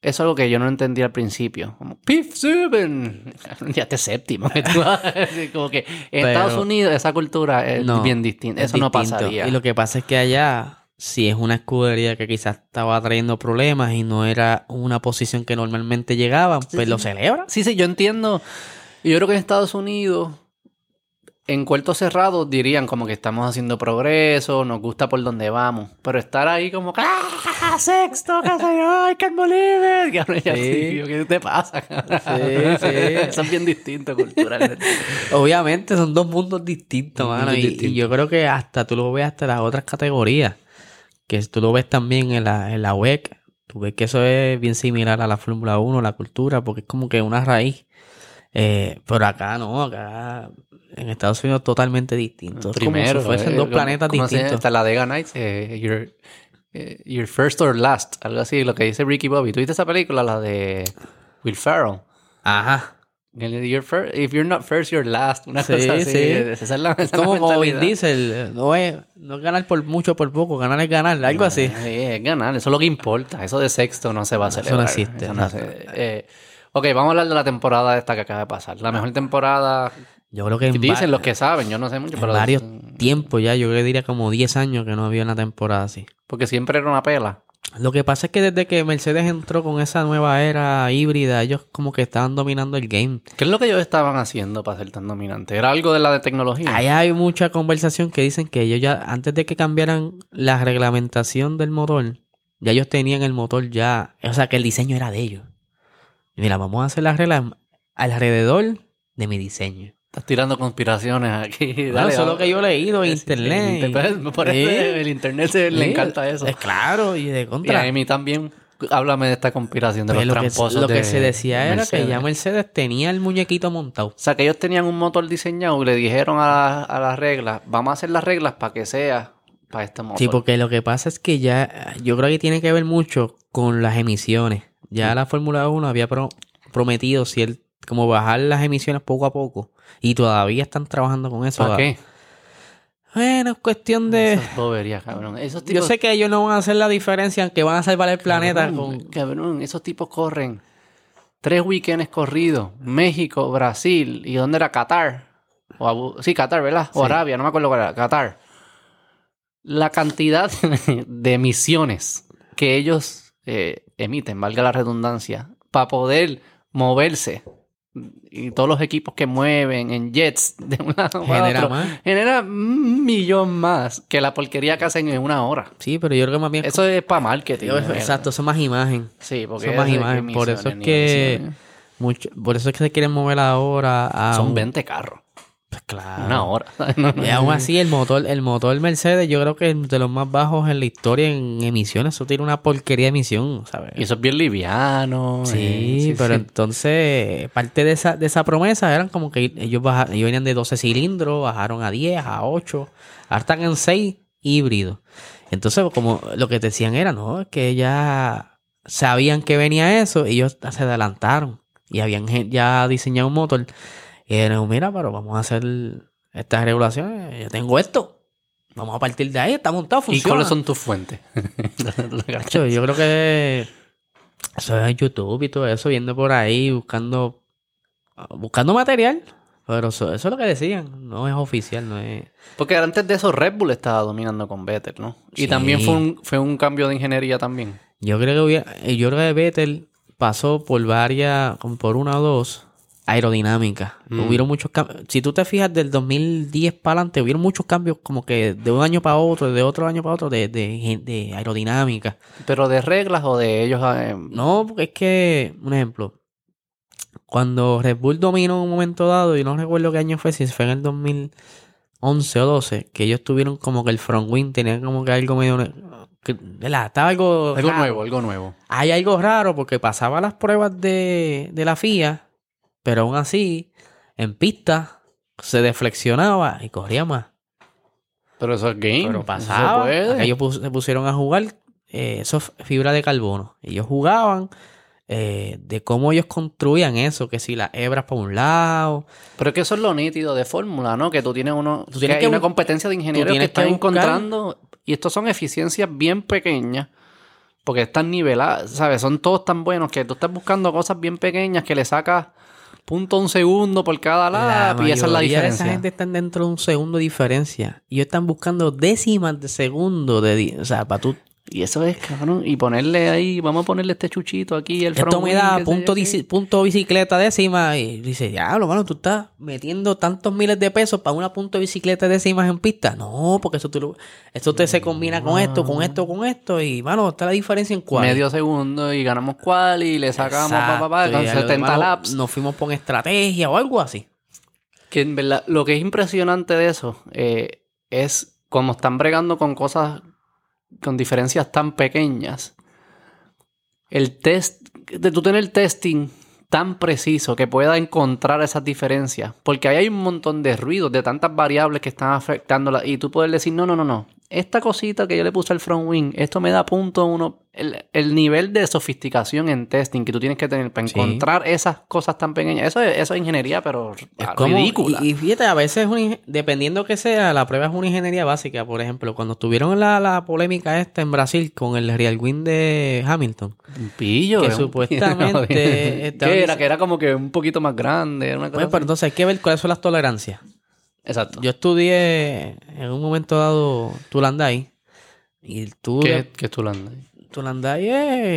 es algo que yo no entendí al principio. Como, ¡Pif, suben! Ya te séptimo. que tú vas. Sí, como que en
Pero-
Estados Unidos esa cultura es
No,
bien distinta.
es
Eso no
distinto.
pasaría.
Y lo que pasa es que allá, si es una escudería que quizás estaba trayendo problemas y no era una posición que normalmente llegaban, pues lo celebran.
Sí, sí, yo entiendo. Y Yo creo que en Estados Unidos, en cuartos cerrados, dirían como que estamos haciendo progreso, nos gusta por donde vamos. Pero estar ahí como, ¡ah! Sexto, casi, ¡ay, can't believe it! Cabrón, ya
Sí.
sí, tío, ¿Qué te pasa? cabrón?
Sí, sí.
Eso es bien distinto culturalmente.
Obviamente son dos mundos distintos,
Mundos
mano. y- Y,
distintos.
yo creo que hasta tú lo ves hasta las otras categorías. Que tú lo ves también en la, en la WEC. Tú ves que eso es bien similar a la Fórmula 1, la cultura, porque es como que una raíz. Eh, pero acá no, acá en Estados Unidos totalmente distinto. Es como si fuesen
eh,
dos
como-
planetas
como se-
distintos.
Hasta la de Nights, eh, your, eh, your first or last, algo así, lo que dice Ricky Bobby. ¿Tú viste esa película, la de Will Ferrell?
Ajá.
El- You're fir- if you're not first, you're last. Una
Sí,
cosa así.
sí.
Esa es la, esa es la
Como como Vin
mentalidad.
Diesel, eh, no es, no es ganar por mucho por poco, ganar es ganar, algo así.
Sí, es ganar. Eso es lo que importa. Eso de sexto no se va a
Eso no
celebrar.
existe,
no
exacto.
se- eh, ok, vamos a hablar de la temporada esta que acaba de pasar. La mejor temporada.
Yo creo que en va-
Dicen los que saben. Yo no sé mucho,
en
pero...
varios tiempos ya, yo diría como 10 años que no había una temporada así.
Porque siempre era una pela.
Lo que pasa es que desde que Mercedes entró con esa nueva era híbrida, ellos como que estaban dominando el game.
¿Qué es lo que ellos estaban haciendo para ser tan dominante? ¿Era algo de la de tecnología?
Ahí hay mucha conversación que dicen que ellos ya, antes de que cambiaran la reglamentación del motor, ya ellos tenían el motor ya, o sea que el diseño era de ellos. Y Mira, vamos a hacer las reglas alrededor de mi diseño.
Estás tirando conspiraciones aquí.
Claro,
Dale,
eso es lo
dale.
que yo he leído en
Sí,
internet.
el internet- por eso
Sí,
el internet se- le
sí.
encanta eso.
Eh, claro, y de
Y
contra.
a mí también, háblame de esta conspiración de
Pues
los
lo que,
tramposos.
lo que
de
se decía era
Mercedes.
que ya Mercedes tenía el muñequito montado.
O sea, que ellos tenían un motor diseñado y le dijeron a, la- a las reglas, vamos a hacer las reglas para que sea para este motor.
Sí, porque lo que pasa es que ya, yo creo que tiene que ver mucho con las emisiones.
Mm.
Ya la Fórmula 1 había pro- prometido cier- como bajar las emisiones poco a poco. Y todavía están trabajando con eso.
¿Para qué?
Bueno, es cuestión de...
Esas boberías, cabrón. Esos
Yo
tipos,
sé que ellos no van a hacer la diferencia, aunque van a salvar el planeta
cabrón,
con...
cabrón, esos tipos corren tres weekends corridos. México, Brasil, ¿y dónde era? Qatar. O Abu- sí, Qatar, ¿verdad? O
Sí.
Arabia, no me acuerdo cuál era. Qatar. La cantidad de emisiones que ellos eh, emiten, valga la redundancia, para poder moverse y todos los equipos que mueven en jets de un lado para
Genera
otro,
más.
genera un millón más que la porquería que hacen en una hora.
Sí, pero yo creo que más bien...
Eso eh, es para marketing.
Yo-
¿no?
Exacto, eso es más imagen.
Sí, porque
Son más
es de
imagen, por eso es
emisiones, ni
que-
emisiones.
Mucho- por eso es que se quieren mover ahora a...
son
un-
20 carros,
Pues claro.
una hora. No, no.
Y aún así, el motor, el motor Mercedes, yo creo que es de los más bajos en la historia en emisiones. Eso tiene una porquería de emisión, ¿sabes?
Y eso es bien liviano. eh,
Sí, pero
sí.
entonces parte de esa, de esa promesa eran como que ellos, baja- ellos venían de 12 cilindros, bajaron a 10, a 8, ahora están en 6 híbridos. Entonces, como lo que decían era, ¿no? Es que ya sabían que venía eso y ellos se adelantaron y habían gen- ya diseñado un motor. Y dijeron, mira, pero vamos a hacer estas regulaciones, yo tengo esto. Vamos a partir de ahí, está montado,
¿Y
funciona.
cuáles son tus fuentes?
Chacho, yo creo que eso es YouTube y todo eso, viendo por ahí, buscando, buscando material. Pero eso, eso es lo que decían. No es oficial, no es.
Porque antes de eso Red Bull estaba dominando con Vettel, ¿no? Y
Sí.
también fue un, fue un cambio de ingeniería también.
Yo creo que hubiera- eh, yo creo que Vettel pasó por varias, como por una o dos aerodinámicas. Hubieron muchos cambios. Si tú te fijas del 2010 para adelante, hubieron muchos cambios como que de un año para otro, de otro año para otro, de, de, gen- de aerodinámica.
Pero de reglas o de ellos. eh,
No, porque es que, un ejemplo, cuando Red Bull dominó en un momento dado, y no recuerdo qué año fue, si fue en el 2011 o 12, que ellos tuvieron como que el front wing tenía como que algo medio... que- ¿verdad? Estaba algo...
algo
raro.
nuevo, algo nuevo.
Hay algo raro porque pasaba las pruebas de, de la FIA, pero aún así, en pista, se deflexionaba y corría más.
Pero eso es game.
Pero
Eso se
pasaba.
puede.
Ellos se pusieron a jugar eh, eso es fibra de carbono. Ellos jugaban eh, de cómo ellos construían eso, que si las hebras para un lado.
Pero es que eso es lo nítido de fórmula, ¿no? Que tú tienes uno,
Tú
que
tienes
hay
que
una
bu-
competencia de ingenieros que
tienes que
están
buscar-
encontrando y estos son eficiencias bien pequeñas porque están niveladas, ¿sabes? Son todos tan buenos que tú estás buscando cosas bien pequeñas que le sacas punto un segundo por cada lap y esa es Ah, la
mayoría de
diferencia.
Esa gente están dentro de un segundo de diferencia. Y ellos están buscando décimas de segundo de... di- O sea, para tú...
Y eso es, cabrón. Y ponerle ahí, vamos a ponerle este chuchito aquí, el
Esto
front
me
wing,
da
qué sé
punto,
yo qué.
bici- punto bicicleta décima y dice, diablo, mano, tú estás metiendo tantos miles de pesos para una punto bicicleta décimas en pista. No, porque eso tú lo- esto te se combina con esto, con esto, con esto y, mano, está la diferencia en cuál.
Medio segundo y ganamos cual y le sacamos pa, pa, pa, con 70 laps.
Nos fuimos con estrategia o algo así.
Que en verdad, lo que es impresionante de eso eh, es como están bregando con cosas, con diferencias tan pequeñas. El test, de tú tener el testing tan preciso que pueda encontrar esas diferencias. Porque ahí hay un montón de ruidos, de tantas variables que están afectándola. Y tú puedes decir, no, no, no, no. Esta cosita que yo le puse al front wing, esto me da punto uno. El, el nivel de sofisticación en testing que tú tienes que tener para
Sí.
encontrar esas cosas tan pequeñas. Eso es, eso es ingeniería, pero
Es
Ah,
como-
ridícula.
Y, y fíjate, a veces, es una ing- dependiendo que sea, la prueba es una ingeniería básica. Por ejemplo, cuando tuvieron la, la polémica esta en Brasil con el Real Win de Hamilton.
Un pillo.
que
es un pillo.
supuestamente estaba
que era
diciendo-
que era como que un poquito más grande, era una cosa
Pues, pero
así.
entonces hay que ver cuáles son las tolerancias.
Exacto.
Yo estudié en un momento dado Tulanday. Y tú,
¿Qué, qué es tu landa?
Tulanday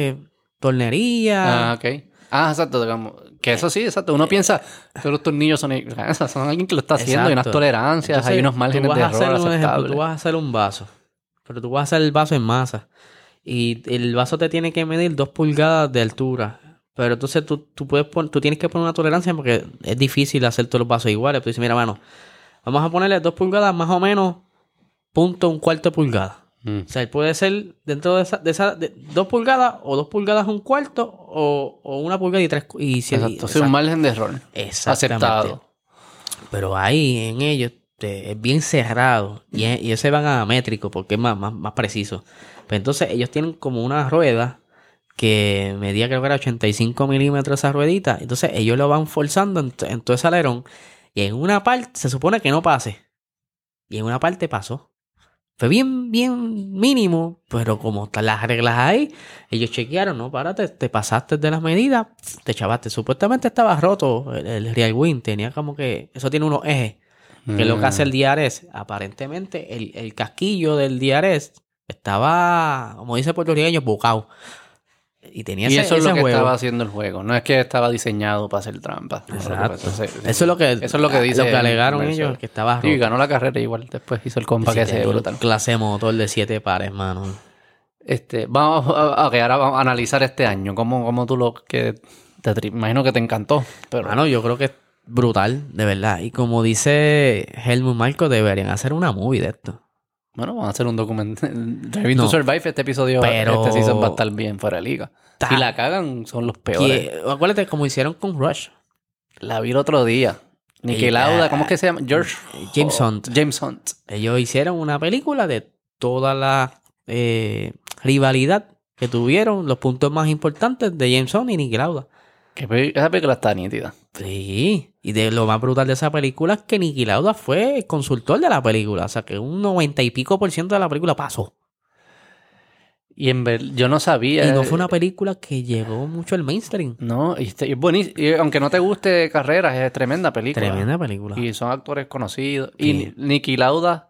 es tornería.
Ah, ok. Ah, exacto. digamos, Que eso sí, exacto. Uno piensa que los tornillos son, son alguien que lo está haciendo, hay unas
Exacto.
tolerancias,
Entonces,
hay unos márgenes
tú vas
de
a hacer
error
un ejemplo,
aceptables.
tú vas a hacer un vaso. Pero tú vas a hacer el vaso en masa. Y el vaso te tiene que medir dos pulgadas de altura. Pero entonces tú, tú puedes pon- tú tienes que poner una tolerancia porque es difícil hacer todos los vasos iguales. Tú dices, mira, mano, vamos a ponerle dos pulgadas más o menos, punto un cuarto de pulgada.
Mm.
O sea, puede ser dentro de esa, de esa de dos pulgadas o dos pulgadas un cuarto o, o una pulgada y tres cu- y si-
Exacto. sí, un
exact-
margen de error.
Exactamente.
Aceptado.
Pero ahí en ellos te- es bien cerrado y, es- y ese van a métrico porque es más, más, más preciso. Pero entonces ellos tienen como una rueda que medía creo que era 85 milímetros esa ruedita. Entonces ellos lo van forzando en, t- en todo ese alerón y en una parte se supone que no pase. Y en una parte pasó. Fue bien, bien mínimo, pero como están las reglas ahí, ellos chequearon, no, párate, te pasaste de las medidas, te chavaste. Supuestamente estaba roto el, el real wing, tenía como que, eso tiene unos ejes, que es lo que hace
Mm.
el diares. Aparentemente el, el casquillo del diares estaba, como dice puertorriqueño, bocado. Y tenía
Y
ese,
eso es lo
ese
que
juego.
estaba haciendo el juego. No es que estaba diseñado para hacer trampa.
Exacto.
Eso
Eso es lo que,
Eso es lo que dice
que
el
alegaron
comercial.
ellos, que estaba roto.
Y ganó la carrera igual. Después hizo el compa que
Sí,
se
tenía un
brutal.
Clase de motor de siete pares, mano.
Este, vamos a, ok, ahora vamos a analizar este año. ¿Cómo, cómo tú lo que te tri- imagino que te encantó? Pero
Mano, yo creo que es brutal, de verdad. Y como dice Helmut Marco, deberían hacer una movie de esto.
bueno, vamos a hacer un documental. Driving to
No.
Survive, este episodio,
Pero-
este season va a estar bien fuera de liga.
Ta-
Si la eh. cagan, son los peores.
Que- acuérdate, como hicieron con Rush.
La vi el otro día. Niki
Ella-
Lauda, ¿cómo es que se llama? George
James
oh,
Hunt.
James Hunt.
Ellos hicieron una película de toda la eh, rivalidad que tuvieron, los puntos más importantes de James Bond y Nicky Lauda.
Que pe- esa película está nítida.
Sí, y de lo más brutal de esa película es que Nicky Lauda fue el consultor de la película. O sea, que un noventa y pico por ciento de la película pasó.
Y en ver, yo no sabía.
Y no fue una película que llegó mucho al mainstream.
No, y este- y es buenísimo. aunque no te guste carreras, es tremenda película.
Tremenda película.
Y son actores conocidos. Y
Sí.
Ni- Niki Lauda.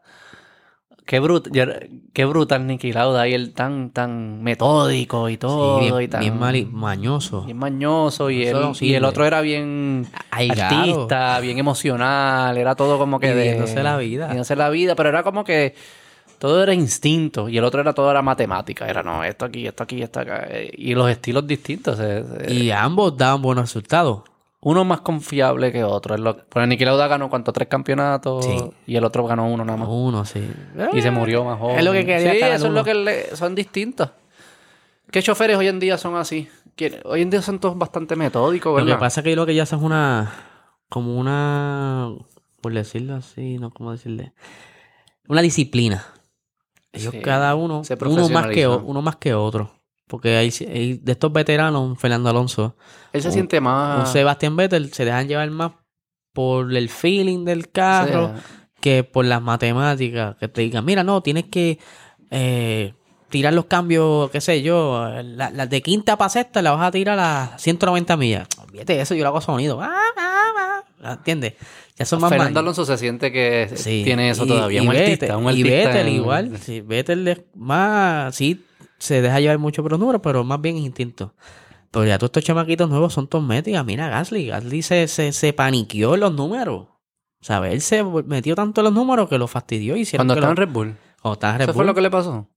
Qué, brut, ya- qué brutal Niki Lauda. Y él tan, tan metódico y todo.
Sí, bien,
y tan,
bien mali- mañoso.
bien mañoso. Y,
Eso
él-
no
y el
sirve.
otro era bien
Airado.
artista, bien emocional. Era todo como que
Viviéndose
de...
la vida.
Viviéndose la vida. Pero era como que... Todo era instinto y el otro era todo era matemática. Era no, esto aquí, esto aquí, esto acá. eh, Y los estilos distintos. se- se-
Y ambos daban buenos resultados.
uno más confiable que otro. Es lo- Porque Niki Lauda ganó cuánto, tres campeonatos
Sí.
y el otro ganó uno nada más.
Uno, sí. Eh,
Y se murió más joven.
Es lo que quería
Sí,
cada
eso es
uno.
lo que le- son distintos. ¿Qué choferes hoy en día son así? ¿Quién- Hoy en día son todos bastante metódicos,
Lo
¿verdad?
que pasa es que yo creo que ya esa es una. Como una. Por decirlo así, no cómo decirle. Una disciplina. Ellos
Sí,
cada uno.
se
uno más, que, o-
profesionalizan.
uno más que otro. Porque hay, hay de estos veteranos, un Fernando Alonso,
Él se
un-
siente
un
más...
Sebastián Vettel, se dejan llevar más por el feeling del
o
carro.
sea,
que por las matemáticas, que te digan, mira, no, tienes que eh, tirar los cambios, qué sé yo, las de quinta para sexta la vas a tirar a 190 millas. Olvídate de eso, yo lo hago sonido. Ah, ah, ah. ¿Entiendes? Ya son más
Fernando
mañas.
Alonso se siente que
Sí.
tiene eso
Y-
todavía.
y
un
Vettel-
artista, un artista.
Y Vettel
en-
igual, sí, Vettel es más, sí, se deja llevar mucho por los números, pero más bien instinto. Pero ya todos estos chamaquitos nuevos son tosméticas. Mira, Gasly, Gasly se, se, se paniqueó en los números. O sea, él se metió tanto en los números que lo fastidió y hicieron
Cuando
que
estaba
lo-
en Red Bull.
cuando estaba en Red
Eso fue
Bull.
lo que le pasó.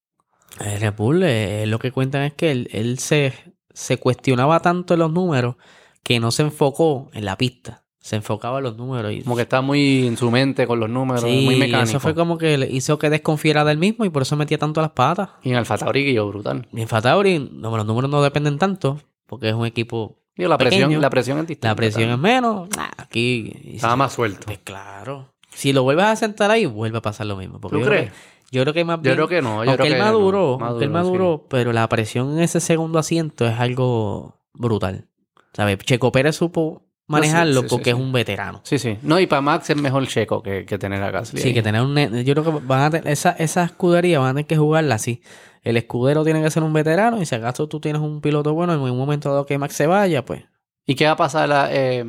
Eh, Red Bull, eh, eh, lo que cuentan es que él, él se, se cuestionaba tanto en los números que no se enfocó en la pista. Se enfocaba en los números. Y,
Como que estaba muy en su mente con los números,
Sí,
muy mecánico.
eso fue como que le hizo que desconfiara del mismo y por eso metía tanto las patas.
Y en Alfa Tauri guilló brutal.
Y en Fatauri, no, los números no dependen tanto porque es un equipo.
Digo, la
Pequeño.
presión, la presión es distinta.
La presión es menos. ah, Aquí. y
Estaba
si-
más suelto.
pues claro. Si lo vuelves a sentar ahí, vuelve a pasar lo mismo. porque
¿Tú
yo creo
crees?
que- yo creo que más
Yo
bien.
creo que no. Yo
aunque
creo
él
que no.
maduró, aunque él
sí.
maduró, pero la presión en ese segundo asiento es algo brutal. ¿Sabes? Checo Pérez supo manejarlo
sí, sí, sí.
porque es un veterano.
Sí, sí. No, y para Max es mejor Checo que, que tener a Gasly.
Sí,
ahí.
que tener un. ne- Yo creo que van a tener. Esa, esa escudería van a tener que jugarla así. El escudero tiene que ser un veterano y si acaso tú tienes un piloto bueno, en un momento dado que Max se vaya, pues.
¿Y qué va a pasar? a, eh,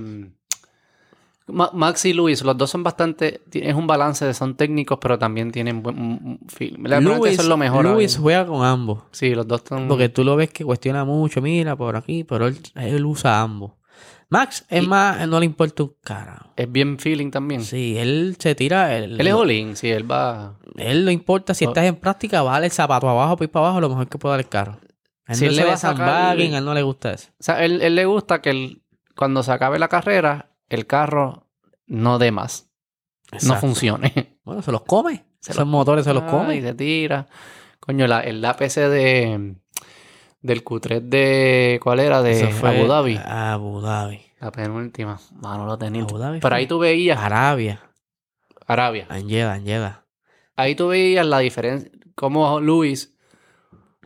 Ma- Max y Luis, los dos son bastante. ti- Es un balance, de son técnicos, pero también tienen buen un- un film. La verdad es que eso es lo mejor. ahora
Lewis
mismo. Mm.
juega con ambos.
Sí, los dos son.
Porque tú lo ves que cuestiona mucho, mira, por aquí, pero él, él usa ambos. Max es más, no le importa un cara.
Es bien feeling también.
Sí, él se tira. Él,
Mm. Él es Olin, sí, él va.
él no importa si estás en práctica, vale el zapato abajo, para ir para abajo, lo mejor que pueda el carro. Él
Si
no
él
se
le va
va
a
a
sacar-
sandbagging, a él no le gusta eso.
O sea, él, él le gusta que él, cuando se acabe la carrera, el carro no dé más. No
Exacto.
funcione.
Bueno, se los come.
Se
Esos motores se los
come y
come.
se tira. Coño, la, el APC de del Q3 de ¿cuál era? De
Eso fue
Abu Dhabi.
Abu Dhabi.
La penúltima. Ah, no lo tenía.
Abu Dhabi
Pero
fue. Ah.
ahí tú veías
Arabia.
Arabia.
Angela, Angela.
Ahí tú veías la diferencia. Cómo Luis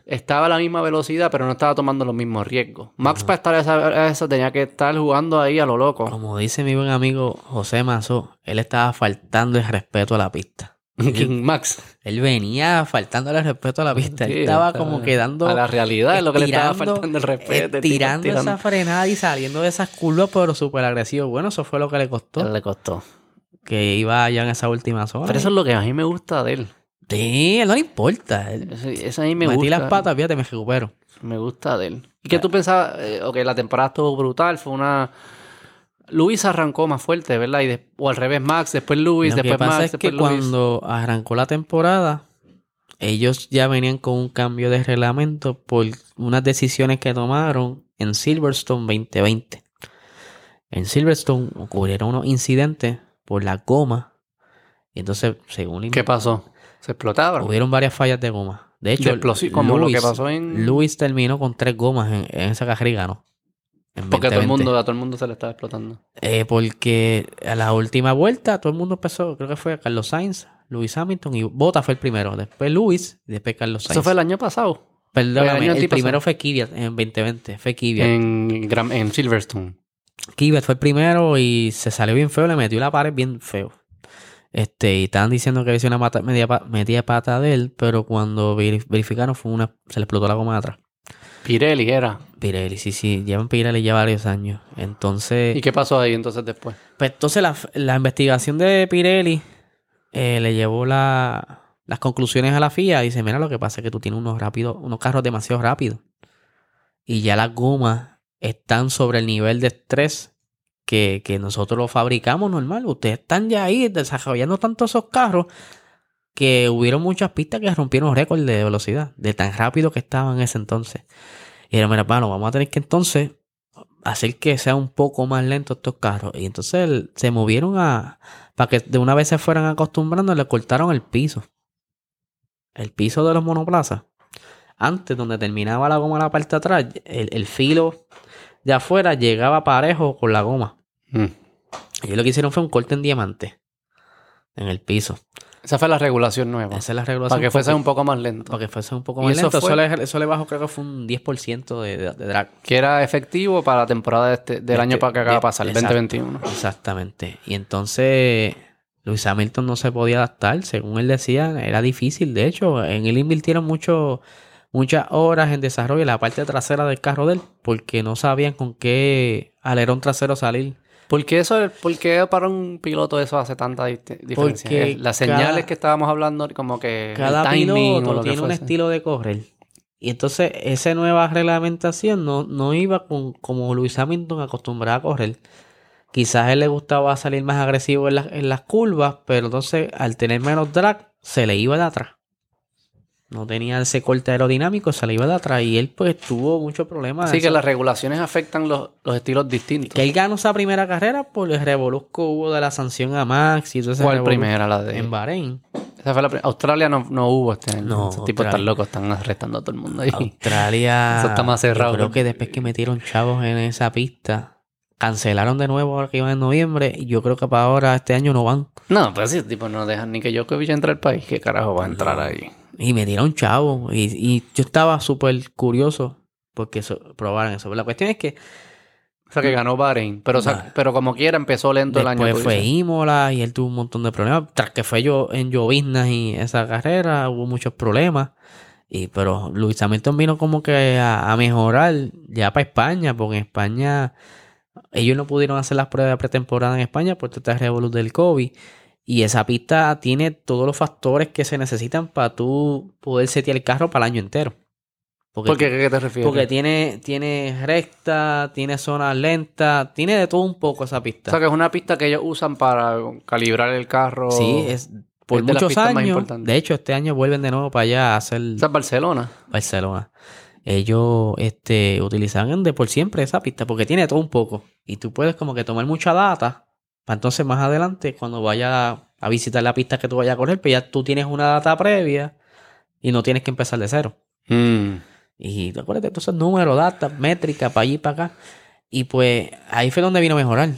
estaba a la misma velocidad, pero no estaba tomando los mismos riesgos. Max para estar a esa- a eso tenía que estar jugando ahí a lo loco.
Como dice mi buen amigo José Mazó, él estaba faltando el respeto a la pista.
King Max.
Él venía faltándole el respeto a la pista.
Sí,
él estaba
estaba-
como quedando
A la realidad es lo que le estaba
estirando-
faltando el respeto. el tipo
tirando
estirando.
esa frenada y saliendo de esas curvas, pero súper agresivo. Bueno, eso fue lo que le costó.
Le costó.
Que iba allá en esa última zona.
Pero eso es lo que a mí me gusta de él.
Sí, no le importa.
Eso, eso a mí me
Me Metí
gusta.
las patas, fíjate, me recupero.
Me gusta de él. ¿Y qué tú pensabas? Eh, ok, la temporada estuvo brutal, fue una... Luis arrancó más fuerte, ¿verdad? Y de- O al revés, Max, después Luis,
lo que
después
pasa
Max,
es
después
que
Luis.
cuando arrancó la temporada, ellos ya venían con un cambio de reglamento por unas decisiones que tomaron en Silverstone 2020. En Silverstone ocurrieron unos incidentes por la goma. Y entonces, según la
¿Qué pasó? Se explotaron.
Hubieron varias fallas de goma. De hecho,
De explosi- como lo que pasó en-
Luis terminó con tres gomas en, en esa carrera y ganó. En
Porque a todo el
2020.
mundo, a todo el mundo se le estaba explotando.
Eh, porque a la última vuelta todo el mundo empezó, creo que fue Carlos Sainz, Luis Hamilton y Bota fue el primero. Después Luis y después Carlos Sainz.
Eso fue el año pasado.
Perdóname,
el año Eh.
el,
antipasado.
primero fue Kvyat en 2020. Fue Kvyat.
En, Gran- en Silverstone.
Kvyat fue el primero y se salió bien feo, le metió la pared bien feo. Este, y estaban diciendo que había una mata, media, pa- media pata de él, pero cuando veri- verificaron fue una, se le explotó la goma de atrás.
Pirelli era.
Pirelli, sí, sí, llevan Pirelli ya varios años. Entonces,
¿Y qué pasó ahí entonces después?
pues entonces la, la investigación de Pirelli eh, le llevó la- las conclusiones a la FIA y dice, mira lo que pasa es que tú tienes unos rápidos, unos carros demasiado rápidos. Y ya las gomas están sobre el nivel de estrés que, que nosotros lo fabricamos normal. Ustedes están ya ahí desarrollando tanto esos carros que hubieron muchas pistas que rompieron récord de velocidad, de tan rápido que estaban en ese entonces. Y era, mira, bueno, vamos a tener que entonces hacer que sea un poco más lento estos carros. Y entonces el- se movieron a. Para que de una vez se fueran acostumbrando, le cortaron el piso. El piso de los monoplazas. Antes, donde terminaba la goma en la parte de atrás, el, el filo de afuera llegaba parejo con la goma. Ellos lo que hicieron fue un corte en diamante. En el piso.
Esa fue la regulación nueva.
Esa es la regulación.
Para que fuese
poco-
un poco más lento.
para que fuese un poco
Y
más
eso
lento. Eso,
fue-
le, eso le bajó, creo que fue un 10% de, de, de drag.
Que era efectivo para la temporada de este- del
Este-
año para que acaba de pasar, el
exacto.
2021.
Exactamente. Y entonces Luis Hamilton no se podía adaptar, según él decía, era difícil. De hecho, en él invirtieron mucho, muchas horas en desarrollo en la parte trasera del carro de él, porque no sabían con qué alerón trasero salir.
¿Por qué, eso, ¿Por qué para un piloto eso hace tanta dif- diferencia?
Porque
Eh, Las
cada-
señales que estábamos hablando, como que el
Cada
timing o
piloto
lo que
tiene un
fuese.
estilo de correr. Y entonces esa nueva reglamentación no, no iba con, como Luis Hamilton acostumbraba a correr. Quizás a él le gustaba salir más agresivo en, las- en las curvas, pero entonces al tener menos drag se le iba de atrás. No tenía ese corte aerodinámico, se le iba de atrás. Y él pues tuvo muchos problemas.
Así que
Eso-
las regulaciones afectan los, los estilos distintos.
que él ganó esa primera carrera por el revolusco hubo de la sanción a Max y todo ese
¿Cuál
revolú-
primera? La de...
En Bahrein.
Esa fue la prim- Australia no, no hubo este año.
No,
Esos tipos
Australia.
están locos, están arrestando a todo el mundo ahí.
Australia.
Eso está más
yo
cerrado.
creo que después que metieron chavos en esa pista, cancelaron de nuevo ahora que iban en noviembre. Y yo creo que para ahora, este año no van.
No, pues sí, tipo, no dejan ni que Djokovic entre al país. ¿Qué carajo va a entrar ahí?
Y metieron chavos. Y, y yo estaba súper curioso porque eso, probaran eso. Pero la cuestión es que
O sea, que ganó Bahrein. Pero, o sea,
Nah.
pero como quiera, empezó lento el año. pues,
después
tú
fue
dices.
Imola y él tuvo un montón de problemas. Tras que fue yo en lloviznas y esa carrera, hubo muchos problemas. Y, pero Luis Hamilton vino como que a, a mejorar ya para España, porque en España ellos no pudieron hacer las pruebas de pretemporada en España por esta revolución del COVID. Y esa pista tiene todos los factores que se necesitan para tú poder setear el carro para el año entero.
¿Por qué? ¿A ¿Qué te refieres?
Porque tiene, tiene recta, tiene zonas lentas, tiene de todo un poco esa
o
pista.
sea, que es una pista que ellos usan para calibrar el carro.
Sí, es por
es de las
muchos
pistas más
años.
importantes.
De hecho, este año vuelven de nuevo para allá a hacer
O sea, Barcelona.
Barcelona. Ellos este, utilizaban de por siempre esa pista porque tiene todo un poco. Y tú puedes como que tomar mucha data para entonces más adelante cuando vayas a visitar la pista que tú vayas a correr, pues ya tú tienes una data previa y no tienes que empezar de cero. Mm. Y acuérdate, entonces números, data, métrica, para allí, para acá. Y pues ahí fue donde vino a mejorar.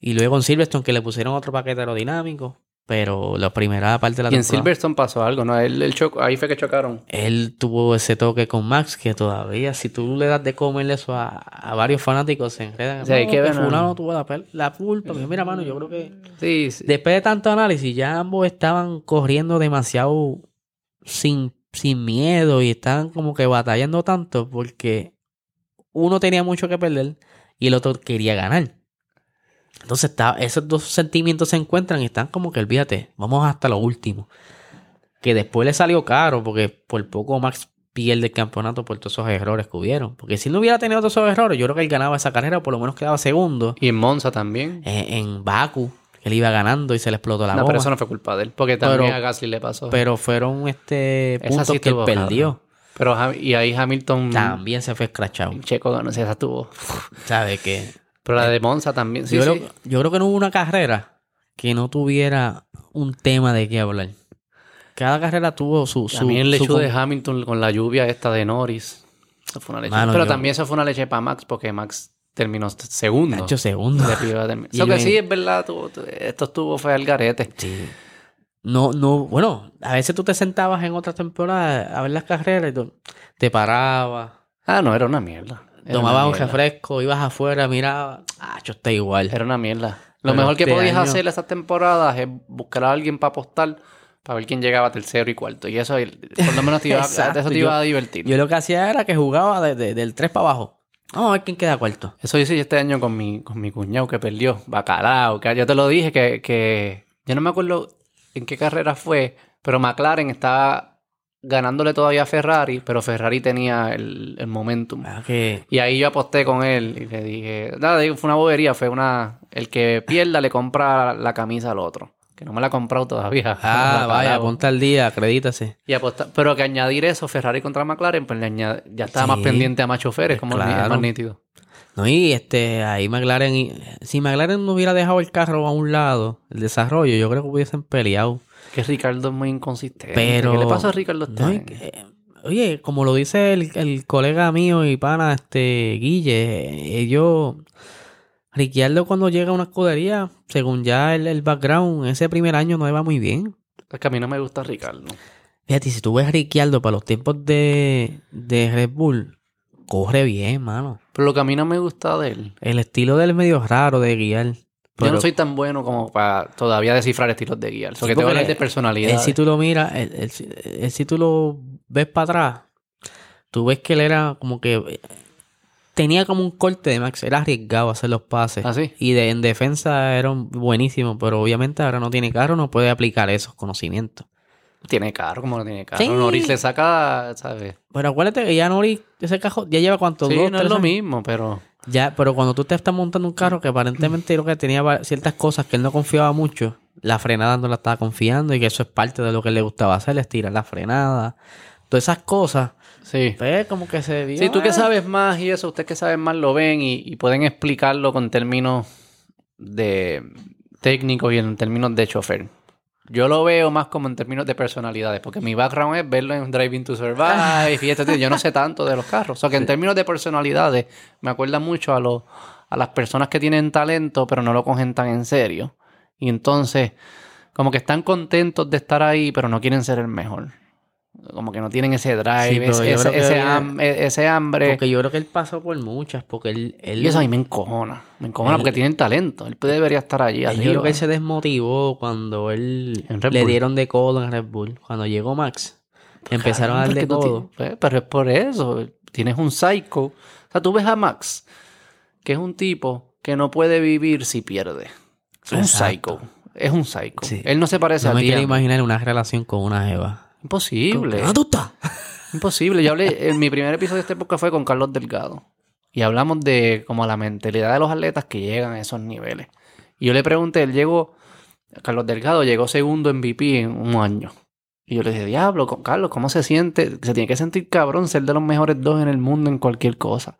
Y luego en Silverstone que le pusieron otro paquete aerodinámico, pero la primera parte de la
Y en
temporada,
Silverstone pasó algo, ¿no? Él- él chocó- ahí fue que chocaron.
él tuvo ese toque con Max que todavía, si tú le das de comer eso a, a varios fanáticos, se enredan.
Sí, hay
no,
que
que
ver, ¿no?
fulano tuvo la, pel- la culpa. Pero pues mira, mano, yo creo que
Sí, sí.
después de tanto análisis, ya ambos estaban corriendo demasiado sin, sin miedo y estaban como que batallando tanto porque uno tenía mucho que perder y el otro quería ganar. Entonces está- esos dos sentimientos se encuentran y están como que olvídate, vamos hasta lo último. Que después le salió caro porque por poco Max pierde el campeonato por todos esos errores que hubieron. Porque si él no hubiera tenido todos esos errores, yo creo que él ganaba esa carrera o por lo menos quedaba segundo
Y en Monza también.
en, eh, en Baku, que él iba ganando y se le explotó la
no,
goma.
pero eso no fue culpa de él. Porque también
Pero-
a Gasly le pasó.
Pero fueron este
Esa
puntos
sí
que él
estuvo cabrón. Mm.
perdió.
Pero Ham- y ahí Hamilton
También se fue escrachado.
Checo ganó, sí, esa tuvo.
¿Sabes qué?
Pero la de Monza también. Sí,
yo,
sí.
Creo, yo creo que no hubo una carrera que no tuviera un tema de qué hablar. Cada carrera tuvo su... su
también el
su
hecho
con-
de Hamilton con la lluvia esta de Norris. Eso fue una leche.
Mano,
pero
yo-
también eso fue una leche para Max porque Max terminó st- segundo.
ocho segundos.
De piba termi-
Y
So que
ven-
sí, es verdad, tuvo- tu- esto estuvo fue al garete.
Sí. No, no, bueno, a veces tú te sentabas en otra temporada a ver las carreras y tú te parabas,
Ah, no, era una mierda. Era una
tomabas un
mierda.
refresco, ibas afuera, mirabas, ah, yo estoy igual.
Era una mierda. Lo
Pero
mejor que
este
podías
año-
hacer esas temporadas es buscar a alguien para apostar para ver quién llegaba tercero y cuarto. Y eso, por lo menos, te iba,
Exacto,
eso te
yo-
iba a divertir.
Yo lo que hacía era que jugaba de- de- del 3 para abajo. Vamos a ver quién queda cuarto.
Eso hice yo este año con mi, con mi cuñado que perdió, bacalao. Que yo te lo dije que, que yo no me acuerdo en qué carrera fue, pero McLaren estaba ganándole todavía a Ferrari, pero Ferrari tenía el, el momentum.
Ah, que-
Y ahí yo aposté con él y le dije, nada, digo, fue una bobería, fue una... El que pierda le compra la camisa al otro, que no me la ha comprado todavía.
Ah, vaya,
Bacalao.
ponte al día, acredítase.
Y apostar, pero que añadir eso, Ferrari contra McLaren, pues le añade- ya estaba más
Sí. Pues
pendiente a Macho Férez, como el- el
Claro.
más nítido.
No, y este, ahí McLaren, y- si McLaren no hubiera dejado el carro a un lado, el desarrollo, yo creo que hubiesen peleado.
Que Ricardo es muy inconsistente.
Pero-
¿Qué le pasó a Ricardo este
No, y
año?
que- eh, oye, como lo dice el, el colega mío y pana, este, Guille, eh, ellos, Ricciardo cuando llega a una escudería, según ya el, el background, ese primer año no le va muy bien.
Es que a mí no me gusta Ricardo.
Fíjate, si tú ves a Ricciardo para los tiempos de, de Red Bull, corre bien, mano.
Pero lo que a mí no me gusta de él.
El estilo de él es medio raro de guiar.
yo no
pero-
soy tan bueno como para todavía descifrar estilos de guía.
Sí,
Porque te voy a
porque
hablar de personalidad.
Él, si tú lo miras, él, él si- él, si tú lo ves para atrás, tú ves que él era como que eh, tenía como un corte de Max, era arriesgado a hacer los pases.
¿Ah, sí?
Y de- en defensa era un- buenísimo, pero obviamente ahora no tiene carro, no puede aplicar esos conocimientos.
Tiene carro, como no tiene carro.
Sí.
Norris le saca, ¿sabes?
Pero acuérdate que ya Norris, ese cajón, ya lleva cuánto,
Sí,
dos,
no es
tres
lo
años?
mismo, pero...
Ya, pero cuando tú te estás montando un carro que aparentemente creo que tenía va- ciertas cosas que él no confiaba mucho, la frenada no la estaba confiando y que eso es parte de lo que le gustaba hacer, estirar la frenada, todas esas cosas,
Sí.
pues como que se vio.
Sí, tú
eh,
que sabes más y eso, ustedes que saben más lo ven y, y pueden explicarlo con términos de técnico y en términos de chofer. Yo lo veo más como en términos de personalidades, porque mi background es verlo en Driving to Survive y este tipo. Yo no sé tanto de los carros. O sea, que en términos de personalidades me acuerda mucho a, los a las personas que tienen talento, pero no lo cogen tan en serio. Y entonces, como que están contentos de estar ahí, pero no quieren ser el mejor. Como que no tienen ese drive,
Sí, pero
ese,
yo creo
ese-
que-
ese ham- e- ese hambre.
Porque yo creo que él pasó por muchas, porque él, él,
Y eso a mí me encojona. Me encojona
Él-
porque tiene el talento. Él debería estar allí
él- yo creo
arriba.
que él se desmotivó cuando él
En Red
le
Bull.
dieron de codo en Red Bull, cuando llegó Max, empezaron a
Caramba,
darle
es que tú
codo.
ti- pues, pero es por eso. Tienes un psycho. O sea, tú ves a Max, que es un tipo que no puede vivir si pierde. Es un
Exacto.
psycho. Es un psycho.
Sí.
Él no se parece
No
a
me
ti.
quiero
a mí.
imaginar una relación con una jeva.
Imposible.
¿Dónde tú estás?
Imposible. Yo hablé, en mi primer episodio de este podcast fue con Carlos Delgado. Y hablamos de como la mentalidad de los atletas que llegan a esos niveles. Y yo le pregunté, él llegó, Carlos Delgado llegó segundo MVP en un año. Y yo le dije, diablo, con Carlos, ¿cómo se siente? Se tiene que sentir cabrón ser de los mejores dos en el mundo en cualquier cosa.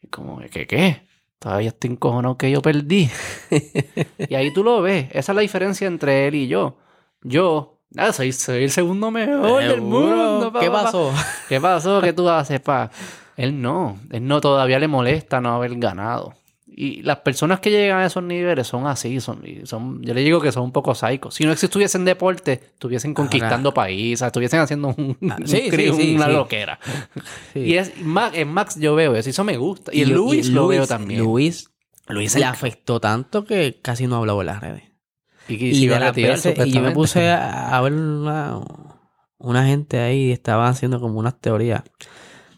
Y como, ¿qué qué? Todavía estoy encojonado que yo perdí. y ahí tú lo ves. Esa es la diferencia entre él y yo. Yo, ah, soy, soy el segundo mejor del mundo. pa,
¿Qué
pa, pa.
pasó?
¿Qué pasó? ¿Qué tú haces, pa? Él no. Él no todavía le molesta no haber ganado. Y las personas que llegan a esos niveles son así. Son, son, yo le digo que son un poco psicos. Si no existiesen deporte, estuviesen conquistando países, estuviesen haciendo un,
Ah, sí,
un cri-
sí, sí,
una
sí.
loquera.
Sí.
Y es, Ma- en Max yo veo eso. y Eso me gusta. Y, en
Lu-
Luis lo
Luis-
veo también.
Luis,
Luis
le
el-
afectó tanto que casi no hablaba en las redes.
y,
Y,
se iba
de
a
las
retirar,
veces- y yo me
supuestamente.
puse a, a ver una, una gente ahí y estaban haciendo como unas teorías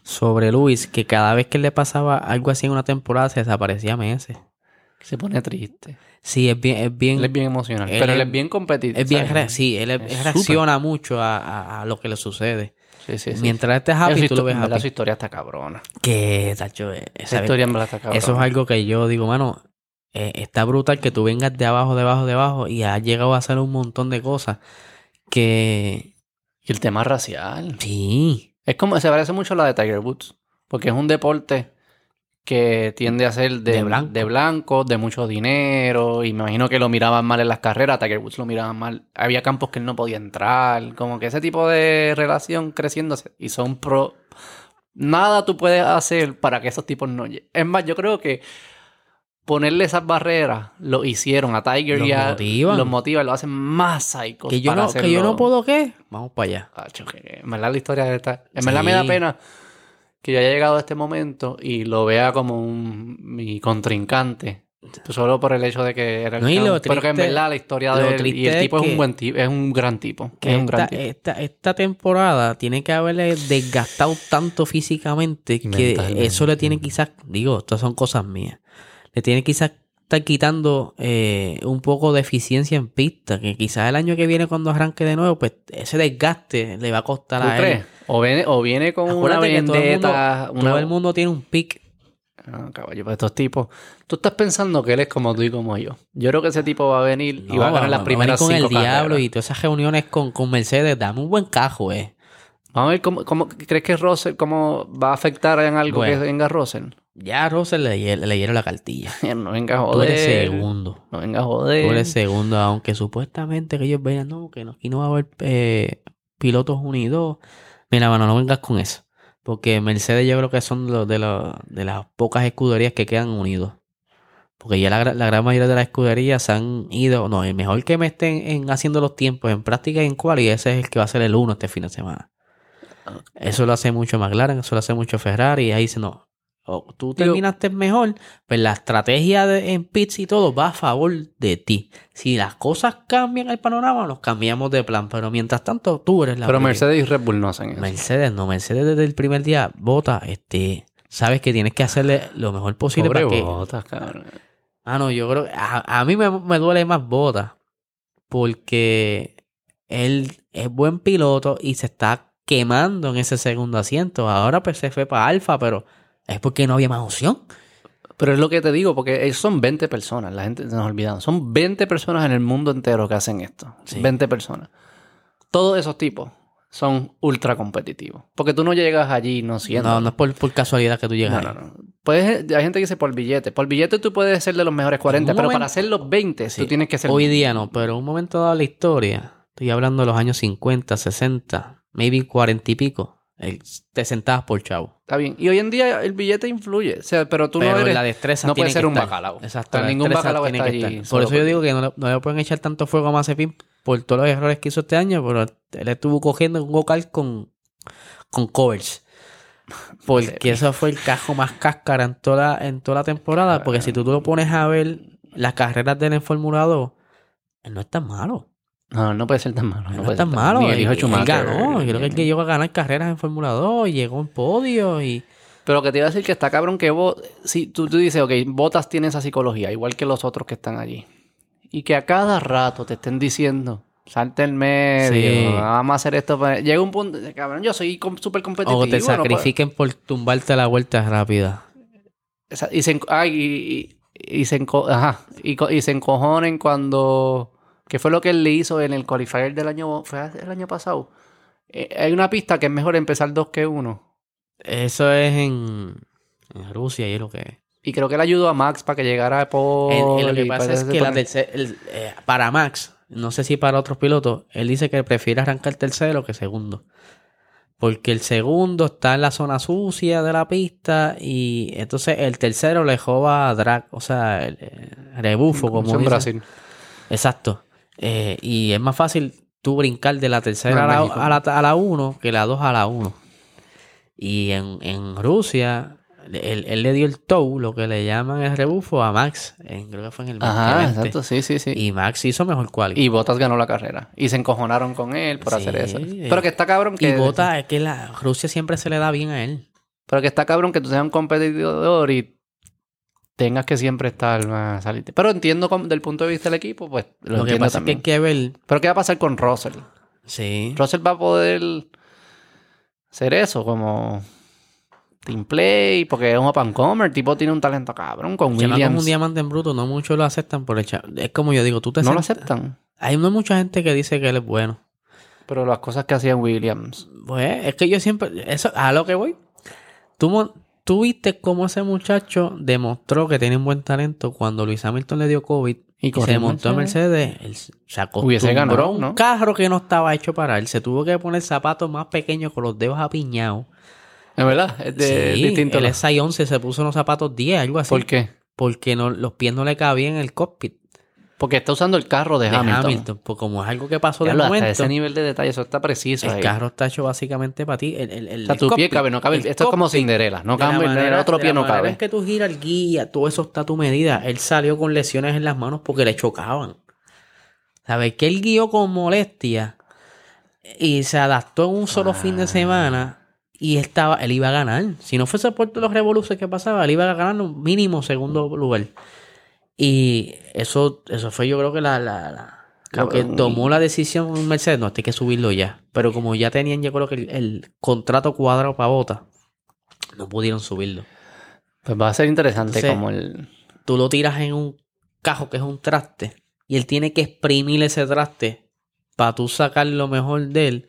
sobre Luis que cada vez que le pasaba algo así en una temporada se desaparecía meses.
Se pone triste.
Sí, es bien, es bien,
Él es bien emocional.
Él
pero él
es-
es bien competitivo.
es bien,
¿sabes?
re- sí, él,
Es
es- él
súper.
reacciona mucho a, a- a lo que le sucede.
Sí, sí, sí.
Mientras estés
Pero su
happy, tú lo
histo-
ves
en verdad,
happy.
su historia está cabrona.
Que, tacho, eh,
Esa
¿sabes?
historia en verdad está cabrona.
Eso es algo que yo digo, mano, eh, está brutal que tú vengas de abajo, de abajo, de abajo y has llegado a hacer un montón de cosas que...
Y el tema racial.
Sí,
Es como, se parece mucho a la de Tiger Woods, porque es un deporte que tiende a ser de,
De blanco.
de blanco, de mucho dinero, y me imagino que lo miraban mal en las carreras, a Tiger Woods lo miraban mal, había campos que él no podía entrar, como que ese tipo de relación creciéndose, y son pro... Nada tú puedes hacer para que esos tipos no lleguen. Es más, yo creo que ponerle esas barreras lo hicieron a Tiger
Los
y a...
motivan.
Los motivan, lo hacen más psicos
que yo,
Pues para
no, que yo
hacerlo-
no puedo qué. Vamos para allá.
Acho, que en verdad la historia de esta. En verdad me da
Sí.
pena que yo haya llegado a este momento y lo vea como un, mi contrincante Solo por el hecho de que era el
No, y lo
canon. Pero que en
triste-
verdad la historia
lo
de él y
triste
el
es
tipo es,
que-
un buen tipo, es un gran tipo.
que
es un
esta,
gran tipo.
esta- esta temporada tiene que haberle desgastado tanto físicamente que
Mentalmente.
eso le tiene quizás, digo, estas son cosas mías, le tiene quizás estar quitando eh, un poco de eficiencia en pista, que quizás el año que viene cuando arranque de nuevo, pues ese desgaste le va a costar
¿Tú
a él.
crees? O viene, o viene con
Acuérdate
una
que todo el
vendetta.
mundo-
una...
Todo el mundo tiene un pick.
Ah, caballo, pero estos tipos. Tú estás pensando que él es como tú y como yo. Yo creo que ese tipo va a venir y va a
No,
ganar las
a
primeras
venir con
cinco
el diablo
carreras.
y todas esas reuniones con, con Mercedes, dame un buen cajo, eh.
Vamos a ver cómo, cómo- crees que Russell cómo va a afectar en algo que
Bueno.
venga Russell.
Ya a Russell le, le leyeron la cartilla.
No venga a
Tú eres
joder.
segundo.
No venga a
Tú eres
joder.
segundo, aunque supuestamente que ellos vean, no, que no, aquí no va a haber eh, pilotos unidos. Mira, mano, no vengas con eso. Porque Mercedes yo creo que son los de, los- de las pocas escuderías que quedan unidos. Porque ya la, gra- la gran mayoría de las escuderías se han ido. No, el mejor que me estén en haciendo los tiempos en práctica y en cual, y ese es el que va a ser el uno este fin de semana. Eso lo hace mucho McLaren, eso lo hace mucho Ferrari, y ahí dice, no, o tú
Pero-
terminaste mejor, pues la estrategia de- en pits y todo va a favor de ti. Si las cosas cambian el panorama, nos cambiamos de plan, pero mientras tanto tú eres la
Pero
prioridad.
Mercedes y Red Bull no hacen eso.
Mercedes, no, Mercedes desde el primer día, vota, este, sabes que tienes que hacerle lo mejor posible
Pobre
para que...
botas, cabrón.
Ah, no, yo creo que a, a mí me, me duele más Bota porque él es buen piloto y se está quemando en ese segundo asiento. Ahora pues se fue para Alfa, pero es porque no había más opción.
Pero es lo que te digo, porque ellos son 20 personas, la gente se nos ha olvidado. Son 20 personas en el mundo entero que hacen esto.
Sí.
20 personas. Todos esos tipos son ultra competitivos. Porque tú no llegas allí no siendo.
No, no es por, por casualidad que tú
No,
llegas.
no,
ahí.
no. Puedes- hay gente que dice por billete. Por billete tú puedes ser de los mejores 40,
Un
pero
momento-
para ser los 20
Sí.
tú tienes que ser.
Hoy día no, pero un momento dado de la historia, estoy hablando de los años 50, 60, maybe 40 y pico, el- te sentabas por chavo.
Está bien. Y hoy en día el billete influye. O sea, pero tú
pero
no eres.
la destreza
no puede
tiene
ser
que
un
estar.
bacalao.
Exacto,
Pero
la
ningún
destreza
bacalao
tiene
está
que
allí
estar. Por
solo
eso yo
porque-
digo que no le, no le pueden echar tanto fuego a Mazepin por todos los errores que hizo este año, pero él estuvo cogiendo un vocal con, con covers. Porque eso fue el cajo más cáscara en toda, la- en toda la temporada. Porque si tú, tú lo pones a ver las carreras de él en Fórmula 2, él no es tan malo.
No, no puede ser tan malo. No,
Él No,
puede
es tan
ser malo.
malo.
Ni el hijo de
él, él
Schumacher,
ganó. Yo creo que
ni-
él que llegó a ganar carreras en Fórmula 2 y llegó en podio y...
Pero lo que te iba a decir que está cabrón que vos, si tú, tú dices, ok, Botas tiene esa psicología, igual que los otros que están allí. Y que a cada rato te estén diciendo, salte el medio,
Sí.
vamos a hacer esto. Para... Llega un punto, de, cabrón, yo soy com- súper competitivo.
O te
Pues, no puedo-".
sacrifiquen por tumbarte la vuelta rápida.
Esa- y, se, enco- ay, y, y- y se enco- ajá, y, co- y se encojonen cuando... ¿Qué fue lo que él le hizo en el qualifier del año... Fue hace- el año pasado. Eh, hay una pista que es mejor empezar dos que uno.
Eso es en, en Rusia y es lo que es.
Y creo que él ayudó a Max para que llegara a
En-
Paul.
en lo que
y
pasa es
parece
que la
poner-
terce- el- eh, para Max, no sé si para otros pilotos, él dice que prefiere arrancar tercero que segundo. Porque el segundo está en la zona sucia de la pista y entonces el tercero le joba a drag, o sea, el, eh, rebufo como
Eso en
dicen.
Brasil.
Exacto. Eh, y es más fácil tú brincar de la
No,
tercera a
en
la,
México.
a la, a la uno que la dos a la uno. Y en, en Rusia, él, él le dio el tow, lo que le llaman el rebufo, a Max. En- creo que fue en el
Ajá,
2020.
exacto, sí, sí, sí.
Y Max hizo mejor cual.
Y, Botas ganó la carrera. Y se encojonaron con él por
Sí. eh.
hacer eso. Pero que está cabrón que.
Y Bota es que la Rusia siempre se le da bien a él.
Pero que está cabrón que tú seas un competidor y tengas que siempre estar más salite. Pero entiendo como- del punto de vista del equipo, pues lo,
Lo, que
entiendo
pasa
también.
es que ¿Eh? hay que ver.
Pero ¿qué va a pasar con Russell?
Sí.
Russell va a poder ser eso, como team play, porque es un up and comer. El tipo tiene un talento cabrón con
Chamaco es un
Williams.
diamante en bruto, no muchos lo aceptan por el cha- Es como yo digo, tú te
No lo
sent-
aceptan.
Hay no hay mucha gente que dice que él es bueno.
Pero las cosas que hacían Williams.
Pues es que yo siempre, eso, a lo que voy. Tú, mo- tú viste cómo ese muchacho demostró que tiene un buen talento cuando Luis Hamilton le dio COVID
Y
y,
corrió
se
en
montó en Mercedes. Él se
Hubiese
acostumbró
ganado,
a un
¿no?
carro que no estaba hecho para él. Se tuvo que poner zapatos más pequeños con los dedos apiñados.
Es verdad, es de,
sí,
distinto.
el
¿no?
SI 11 se puso unos zapatos 10, algo así.
¿Por qué?
Porque no, los pies no le cabían en el cockpit.
Porque está usando el carro de,
de
Hamilton.
Hamilton. pues como es algo que pasó de
Diablo, hasta
momento,
ese nivel de detalle, eso está preciso.
el
ahí.
carro está hecho básicamente para ti. El, el, el-
o sea,
el
tu pie
cockpit,
cabe, no cabe.
el
Esto es como
cockpit.
Cinderela. No
De la
cabe, el
manera-
otro
de
pie
la
no
manera en
cabe.
que tú giras el guía, todo eso está a tu medida. Él salió con lesiones en las manos porque le chocaban. ¿Sabes? Que él guió con molestia y se adaptó en un solo fin
Ah.
de semana y estaba, él iba a ganar. Si no fuese por todos los revoluciones que pasaba, él iba a ganar un mínimo segundo lugar. Y eso, eso fue yo creo que la, la- la- lo que
Cabrón.
tomó la decisión Mercedes, no, este hay que subirlo ya. Pero como ya tenían, yo creo que el, el contrato cuadrado para bota, no pudieron subirlo.
Pues va a ser interesante
Entonces-
como el...
Tú lo tiras en un cajo que es un traste y él tiene que exprimir ese traste para tú sacar lo mejor de él.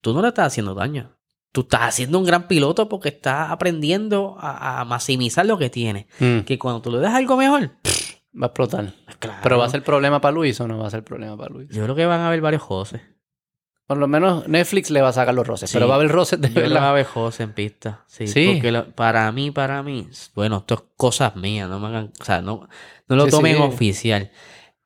Tú no le estás haciendo daño. Tú estás haciendo un gran piloto porque estás aprendiendo a, a maximizar lo que tiene.
Mm,
Que cuando tú le das algo mejor, pues
va a explotar.
claro.
Pero va a ser problema para Luis o no va a ser problema para Luis.
Yo creo que van a haber varios José.
Por lo menos Netflix le va a sacar los roces.
Sí.
Pero va a haber roces de
Yo creo que va a
verdad.
haber José en pista. Sí.
Sí.
Porque lo- para mí, para mí, bueno, esto es cosas mías, no me hagan, o sea, no, no lo
Sí,
tomen
sí.
oficial.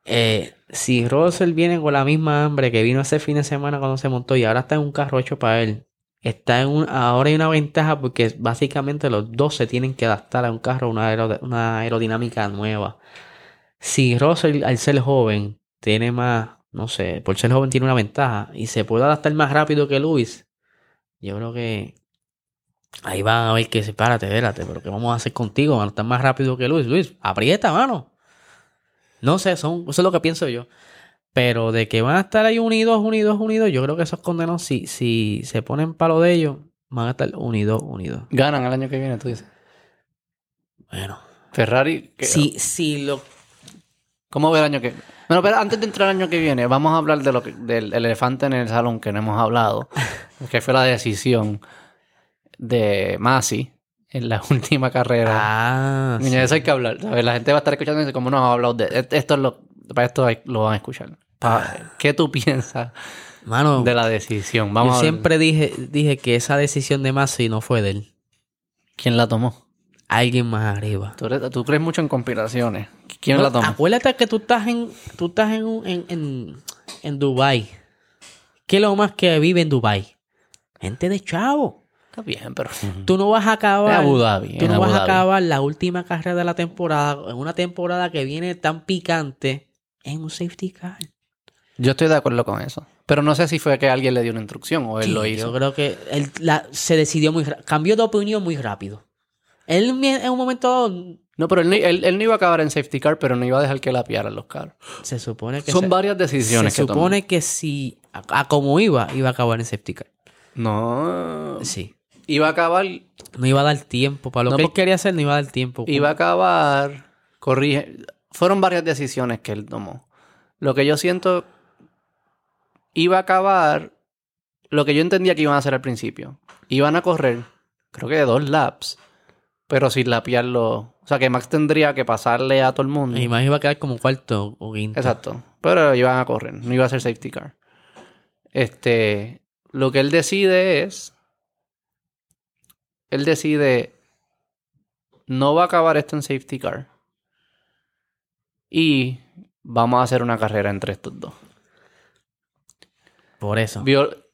Eh, si Russell viene con la misma hambre que vino ese fin de semana cuando se montó y ahora está en un carro hecho para él, está en un, ahora hay una ventaja porque básicamente los dos se tienen que adaptar a un carro, una, aerod- una aerodinámica nueva. Si Russell, al ser joven, tiene más, no sé, por ser joven tiene una ventaja y se puede adaptar más rápido que Luis, yo creo que ahí van a ver que se párate, espérate, pero ¿qué vamos a hacer contigo? Mano? Estás más rápido que Luis. Luis, aprieta, mano. No sé, son, eso es lo que pienso yo. Pero de que van a estar ahí unidos, unidos, unidos, yo creo que esos condenados, si, si se ponen palo de ellos, van a estar unidos, unidos.
Ganan el año que viene, tú dices.
Bueno,
Ferrari... que-
si, si lo
¿Cómo ve el año que viene? Bueno, pero antes de entrar al año que viene, vamos a hablar de lo que- del elefante en el salón que no hemos hablado, que fue la decisión de Masi en la última carrera.
Ah,
Niña,
sí.
eso hay que hablar. ¿sabes? La gente va a estar escuchando y dice, ¿cómo no hemos hablado de et- esto? Es lo, para esto hay- lo van a escuchar. Pa- ¿Qué tú piensas
Mano,
ah, de la decisión? Vamos
yo
a ver.
siempre dije, dije que esa decisión de Masi no fue de él.
¿Quién la tomó?
Alguien más arriba.
Tú, eres- tú crees mucho en conspiraciones. ¿Quién
No, ah,
la tomó?
Acuérdate que tú estás en, tú estás en, un- en, en, en Dubai. ¿Qué es lo más que vive en Dubai? Gente de chavo.
Está bien, pero...
Tú no vas a acabar.
En Abu Dhabi,
Tú
en
no
Abu
vas a
Dhabi.
acabar la última carrera de la temporada. En una temporada que viene tan picante. En un safety car.
Yo estoy de acuerdo con eso. Pero no sé si fue que alguien le dio una instrucción o él Pues lo
Sí,
hizo.
Yo creo que él la- se decidió muy ra- Cambió de opinión muy rápido. Él mi- en un momento dado,
No, pero él, ni- él- él no iba a acabar en safety car, pero no iba a dejar que la piaran los carros.
se supone que
Son
se,
varias decisiones
se
que tomó.
supone que si a, a como iba, iba a acabar en safety car.
No.
Sí.
Iba a acabar.
No iba a dar tiempo. Para lo
No,
que él
porque-
quería hacer, no iba a dar tiempo.
Iba a acabar. Corrige. Fueron varias decisiones que él tomó. Lo que yo siento. Iba a acabar. Lo que yo entendía que iban a hacer al principio. Iban a correr. Creo que de dos laps. Pero sin lapiarlo. O sea que Max tendría que pasarle a todo el mundo.
Y más iba a quedar como cuarto o quinto.
Exacto. Pero iban a correr, no iba a ser safety car. Este, lo que él decide es, él decide, no va a acabar esto en safety car. Y vamos a hacer una carrera entre estos dos.
Por eso.
Viol-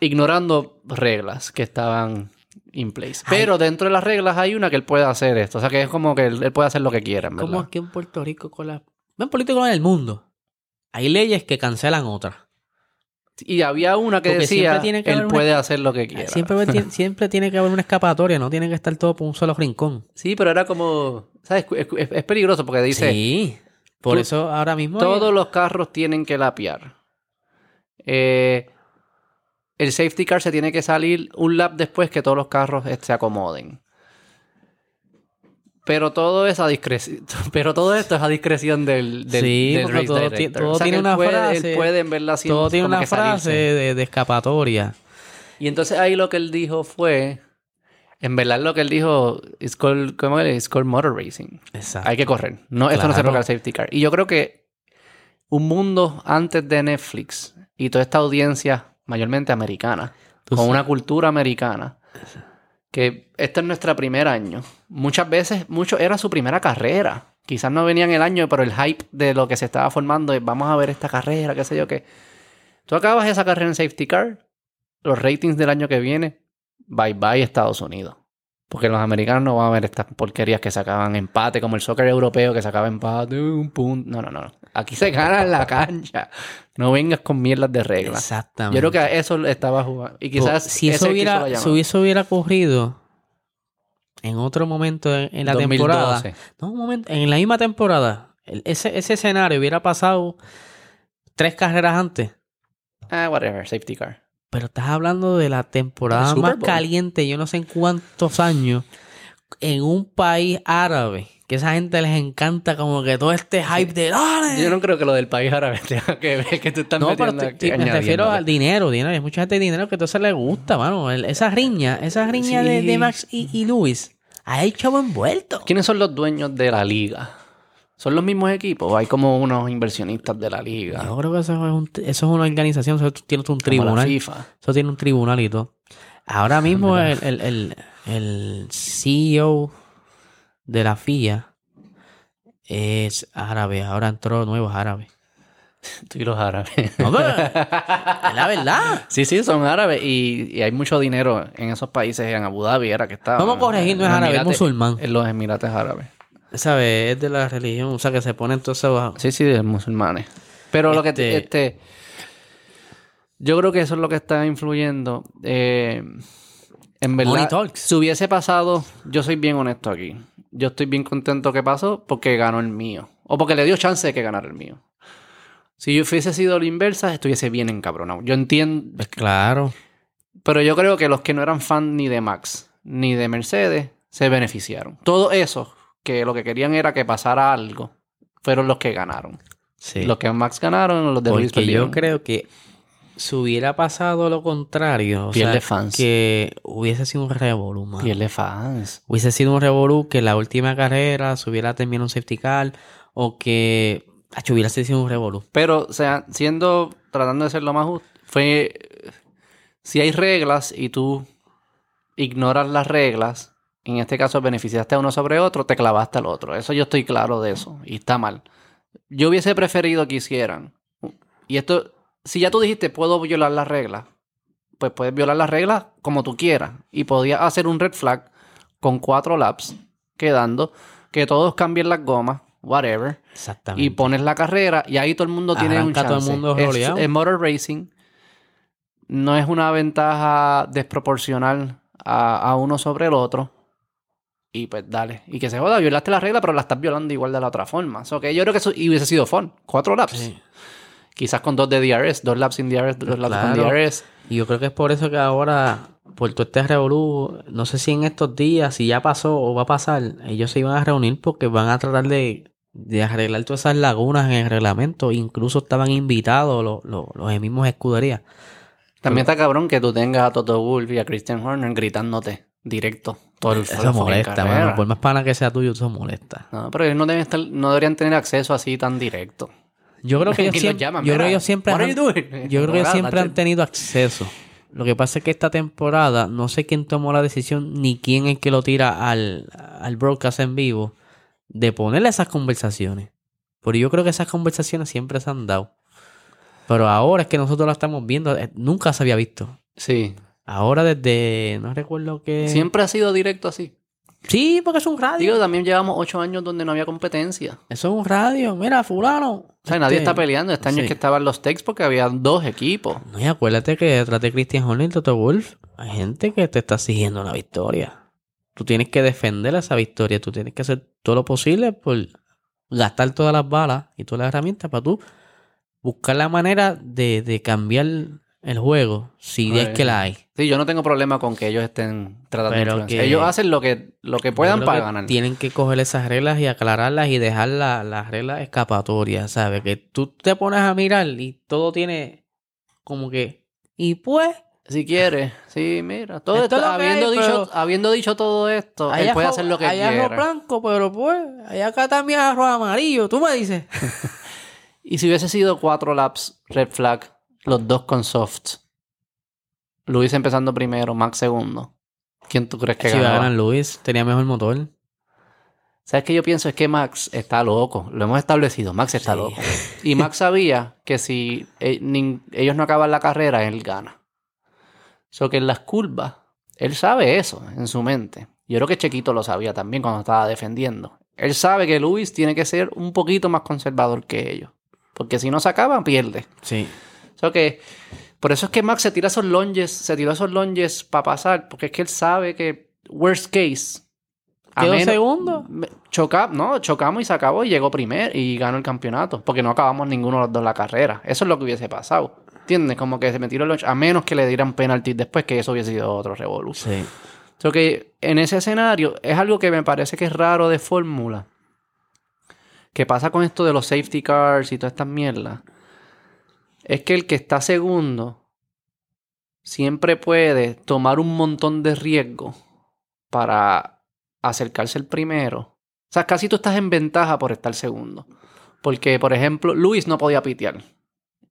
ignorando reglas que estaban in place. Pero dentro de las reglas hay una que él puede hacer esto. O sea que es como que él, él puede hacer lo que quiera, en ¿verdad?
Como aquí en Puerto Rico con la... No en Puerto Rico, en el mundo. Hay leyes que cancelan otras.
Y había una que
Porque
decía,
siempre tiene que haber
él
una-
puede hacer lo que quiera.
Siempre, va- ti- siempre tiene que haber una escapatoria. No tiene que estar todo por un solo rincón.
Sí, pero era como, ¿sabes? Es, es- es peligroso porque dice,
sí. Por
tú-
eso ahora mismo...
todos los carros tienen que lapear. Eh, el safety car se tiene que salir un lap después que todos los carros eh, se acomoden. Pero todo es a discreción. Pero todo esto es a discreción del, del,
Sí,
del
porque
race
todo ti-
director.
todo
O sea, que
tiene
él
una
puede-
frase,
Él puede en verdad sin-
todo tiene
como
una
que
frase
salirse.
de, de escapatoria.
Y entonces ahí lo que él dijo fue. En verdad lo que él dijo. It's called, ¿Cómo es? It's called motor racing.
Exacto.
Hay que correr. No, Esto no se
Claro.
toca el safety car. Y yo creo que un mundo antes de Netflix y toda esta audiencia mayormente americana,
Tú
con
sabes.
una cultura americana, que este es nuestro primer año. Muchas veces, mucho era su primera carrera. quizás no venían el año, pero el hype de lo que se estaba formando, es, vamos a ver esta carrera, qué sé yo, qué. Tú acabas esa carrera en safety car, los ratings del año que viene, bye bye Estados Unidos. Porque los americanos no van a ver estas porquerías que sacaban empate, como el soccer europeo que sacaba empate, un punto. No, no, no. Aquí se gana en la cancha. No vengas con mierdas de reglas.
Exactamente.
Yo creo que a eso estaba jugando. Y quizás
Pues, si eso hubiera, si eso hubiera ocurrido en otro momento en, en la temporada, no, un momento, en la misma temporada, el- ese, ese escenario hubiera pasado tres carreras antes.
Ah, whatever, safety car.
Pero estás hablando de la temporada
El Super
más
Bowl.
caliente, yo no sé en cuántos años, en un país árabe, que esa gente les encanta como que todo este hype de dale.
Yo no creo que lo del país árabe tenga que ver que te están
No, pero
metiendo
te-
aquí,
te- me
añadiendo.
refiero al dinero, dinero. Hay mucha gente de dinero que entonces le gusta, mano. El- esa riña, esa riña de,
Sí.
de Max y, y Luis. Hay chavo envuelto.
¿Quiénes son los dueños de la liga? ¿Son los mismos equipos? ¿Hay como unos inversionistas de la liga?
Yo creo que eso es, un- eso es una organización, eso tiene un
Como la
tribunal.
FIFA.
Eso tiene un tribunal y todo. Ahora mismo el, el, el, el CEO de la FIA es árabe. Ahora entró nuevos árabes.
Tú y los árabes.
No, pero es la verdad.
Sí, sí, son árabes y, y hay mucho dinero en esos países, en Abu Dhabi era que estaba.
Vamos a corregir, no es
En
árabe, es
Emirates-
musulmán.
En los Emirates Árabes.
¿Sabes? Es de la religión. O sea, que se pone entonces bajo.
Sí, sí, de musulmanes. Pero lo que te-
Este-
este, yo creo que eso es lo que está influyendo. eh, en verdad,
Money talks.
si hubiese pasado, yo soy bien honesto aquí. Yo estoy bien contento que pasó porque ganó el mío. O porque le dio chance de que ganara el mío. Si yo hubiese sido la inversa, estuviese bien encabronado. Yo entiendo,
Pues claro.
Pero yo creo que los que no eran fan ni de Max ni de Mercedes se beneficiaron. Todos esos que lo que querían era que pasara algo fueron los que ganaron.
Sí.
Los que Max ganaron, los de Luis
Porque
perdieron.
yo creo que si hubiera pasado lo contrario, o
Piel
sea,
de fans.
que hubiese sido un revolú, mano.
Pierde fans.
Hubiese sido un revolú que la última carrera se hubiera terminado un safety car o que ach, hubiera sido un revolú.
Pero, o sea, siendo, tratando de ser lo más justo, fue. Si hay reglas y tú ignoras las reglas, en este caso beneficiaste a uno sobre otro, te clavaste al otro. Eso yo estoy claro de eso. Y está mal. Yo hubiese preferido que hicieran. Y esto, si ya tú dijiste, puedo violar las reglas, pues puedes violar las reglas como tú quieras. Y podías hacer un red flag con cuatro laps quedando, que todos cambien las gomas, whatever
Exactamente.
y pones la carrera y ahí todo el mundo tiene un
Arranca
chance.
todo el mundo
Es-
roleado.
es motor racing no es una ventaja desproporcional a, a uno sobre el otro. Y pues dale. Y que se joda, violaste la regla, pero la estás violando igual de la otra forma. So, que yo creo que eso y hubiese sido fun. Cuatro laps.
Sí.
Quizás con dos de DRS, dos laps sin DRS, dos
Pues
laps
claro.
con DRS.
Y yo creo que es por eso que ahora, por todo este revolú, no sé si en estos días, si ya pasó o va a pasar, ellos se iban a reunir porque van a tratar de, de arreglar todas esas lagunas en el reglamento. Incluso estaban invitados los, los, los mismos escuderías.
También
Pues
está cabrón que tú tengas a Toto Wolff y a Christian Horner gritándote directo. Todo el
Eso
fucking
molesta,
carrera.
mano. Por más pana que sea tuyo, eso molesta.
No, pero ellos no deben estar, no deberían tener acceso así tan directo.
Yo creo que
Y
ellos
los
siempre,
llaman,
yo creo
mira,
que ellos siempre
"What
han,
are you doing?"
yo creo que ellos
Hola,
siempre han
Nacho.
tenido acceso. Lo que pasa es que esta temporada no sé quién tomó la decisión ni quién es que lo tira al, al broadcast en vivo de ponerle esas conversaciones. Pero yo creo que esas conversaciones siempre se han dado. Pero ahora es que nosotros las estamos viendo, eh, nunca se había visto.
Sí.
Ahora desde, no recuerdo qué...
Siempre ha sido directo así.
Sí, porque es un radio.
Digo, también llevamos ocho años donde no había competencia.
Eso es un radio. Mira, fulano.
O sea, nadie está
peleando.
peleando. Este año
sí.
es que estaban los takes porque había dos equipos.
No, y acuérdate que detrás de Christian Horner y Toto Wolf hay gente que te está exigiendo una victoria. Tú tienes que defender esa victoria. Tú tienes que hacer todo lo posible por gastar todas las balas y todas las herramientas para tú buscar la manera de, de cambiar el juego si
Ay.
es que la hay.
Sí, yo no tengo problema con que ellos estén tratando de
Pero
influenciar.
que-
Ellos hacen lo que, lo que puedan
Yo creo
para
que
ganar.
Tienen que coger esas reglas y aclararlas y dejar la- las reglas escapatorias, ¿sabes? Que tú te pones a mirar y todo tiene como que... Y pues...
Si quiere. Sí, mira. Todo esto,
Esto es lo que
habiendo,
hay,
dicho,
pero-
habiendo dicho todo esto, él
Allá
puede
es
hacer
ro-
lo que
allá es
quiera.
arroz blanco, pero pues, allá acá también es arroz amarillo, tú me dices.
Y si hubiese sido cuatro laps, red flag, los dos con softs. Luis empezando primero, Max segundo. ¿Quién tú crees que
Si va a
ganaba?
ganar Luis, tenía mejor motor.
¿Sabes qué yo pienso? Es que Max está loco. Lo hemos establecido. Max está
Sí.
loco. Y Max sabía que si eh, nin- ellos no acaban la carrera, él gana. So que en las curvas, él sabe eso en su mente. Yo creo que Chequito lo sabía también cuando estaba defendiendo. Él sabe que Luis tiene que ser un poquito más conservador que ellos. Porque si no se acaba, pierde.
Sí.
So que por eso es que Max se tira esos longes, se tiró esos longes para pasar, porque es que él sabe que worst case. a
¿Quedó
menos-
segundo?
me- Choca, no, chocamos y se acabó y llegó primero y ganó el campeonato. Porque no acabamos ninguno de los dos la carrera. Eso es lo que hubiese pasado. ¿Entiendes? Como que se me tiró el lunch, a menos que le dieran penalti después, que eso hubiese sido otro revolución.
Sí.
So que en ese escenario es algo que me parece que es raro de fórmula. Que pasa con esto de los safety cars y todas estas mierdas. Es que el que está segundo siempre puede tomar un montón de riesgo para acercarse el primero. O sea, casi tú estás en ventaja por estar segundo. Porque, por ejemplo, Luis no podía pitear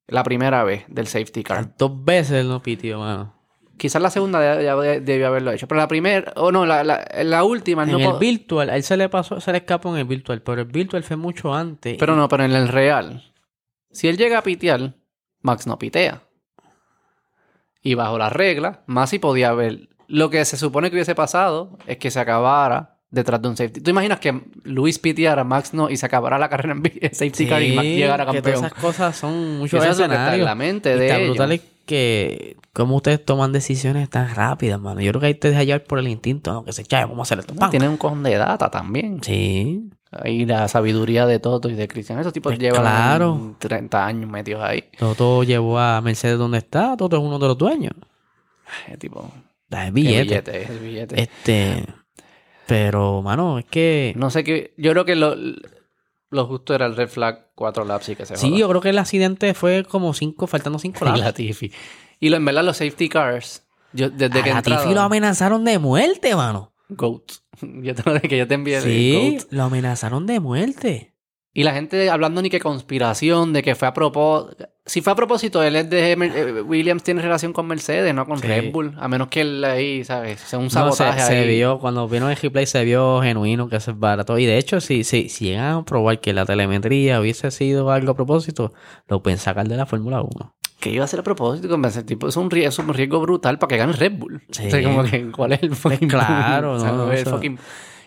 la primera vez del safety car.
Dos veces no pitió, mano.
Quizás la segunda de- ya de- debió haberlo hecho. Pero la primera, o no, la, la, la última.
En
Ah, no
el
pod-
virtual, a él se le pasó, se le escapó en el virtual, pero el virtual fue mucho antes.
pero no, pero en el real. Si él llega a pitear, Max no pitea. Y bajo la regla, Masi podía haber. Lo que se supone que hubiese pasado es que se acabara detrás de un safety. ¿Tú imaginas que Luis piteara, Max no, y se acabara la carrera en en safety car y Max llegara
que todas
campeón?
esas cosas son
Eso
muchos
es lo que está en
escenarios.
la mente
Y
de
tan
ellos.
brutal es que cómo ustedes toman decisiones tan rápidas, mano. Yo creo que ahí te deja llevar por el instinto, ¿no? Que se chave, vamos a hacer esto. ¡pam!
Tienen un cojón de data también.
Sí,
Y la sabiduría de Toto y de Cristian. Esos tipos
Pues
llevan
claro.
30 años metidos ahí.
Toto llevó a Mercedes donde está, Toto es uno de los dueños.
Es tipo,
Da el
el
billete.
billete, el billete.
Este, pero, mano, es que...
No sé qué. Yo creo que lo, lo justo era el red flag 4 laps y que se
sí,
joda.
yo creo que el accidente fue como cinco, faltando cinco
Y
laps.
Latifi. Y lo, en verdad, los safety cars. Yo, desde
A
que
Latifi
entraron-
lo amenazaron de muerte, mano.
Goat. Yo te lo dije, que yo te envié el
Sí,
Goat.
lo amenazaron de muerte.
Y la gente hablando ni que conspiración, de que fue a propósito. Si fue a propósito, él es de Mer- eh, Williams tiene relación con Mercedes, no con
Sí.
Red Bull. A menos que él ahí, ¿sabes? Sea un
No, se,
sabotaje
se
ahí.
vio, cuando vieron el replay se vio genuino que eso es barato. Y de hecho, si, si, si llegan a probar que la telemetría hubiese sido algo a propósito, lo pueden sacar de la Fórmula 1.
que iba a hacer a propósito con ese tipo? Es un, rie- es un riesgo brutal para que gane Red Bull.
Sí.
O sea, como que, ¿cuál es el fucking
claro,
o sea,
no,
¿cuál es el
eso-
fucking-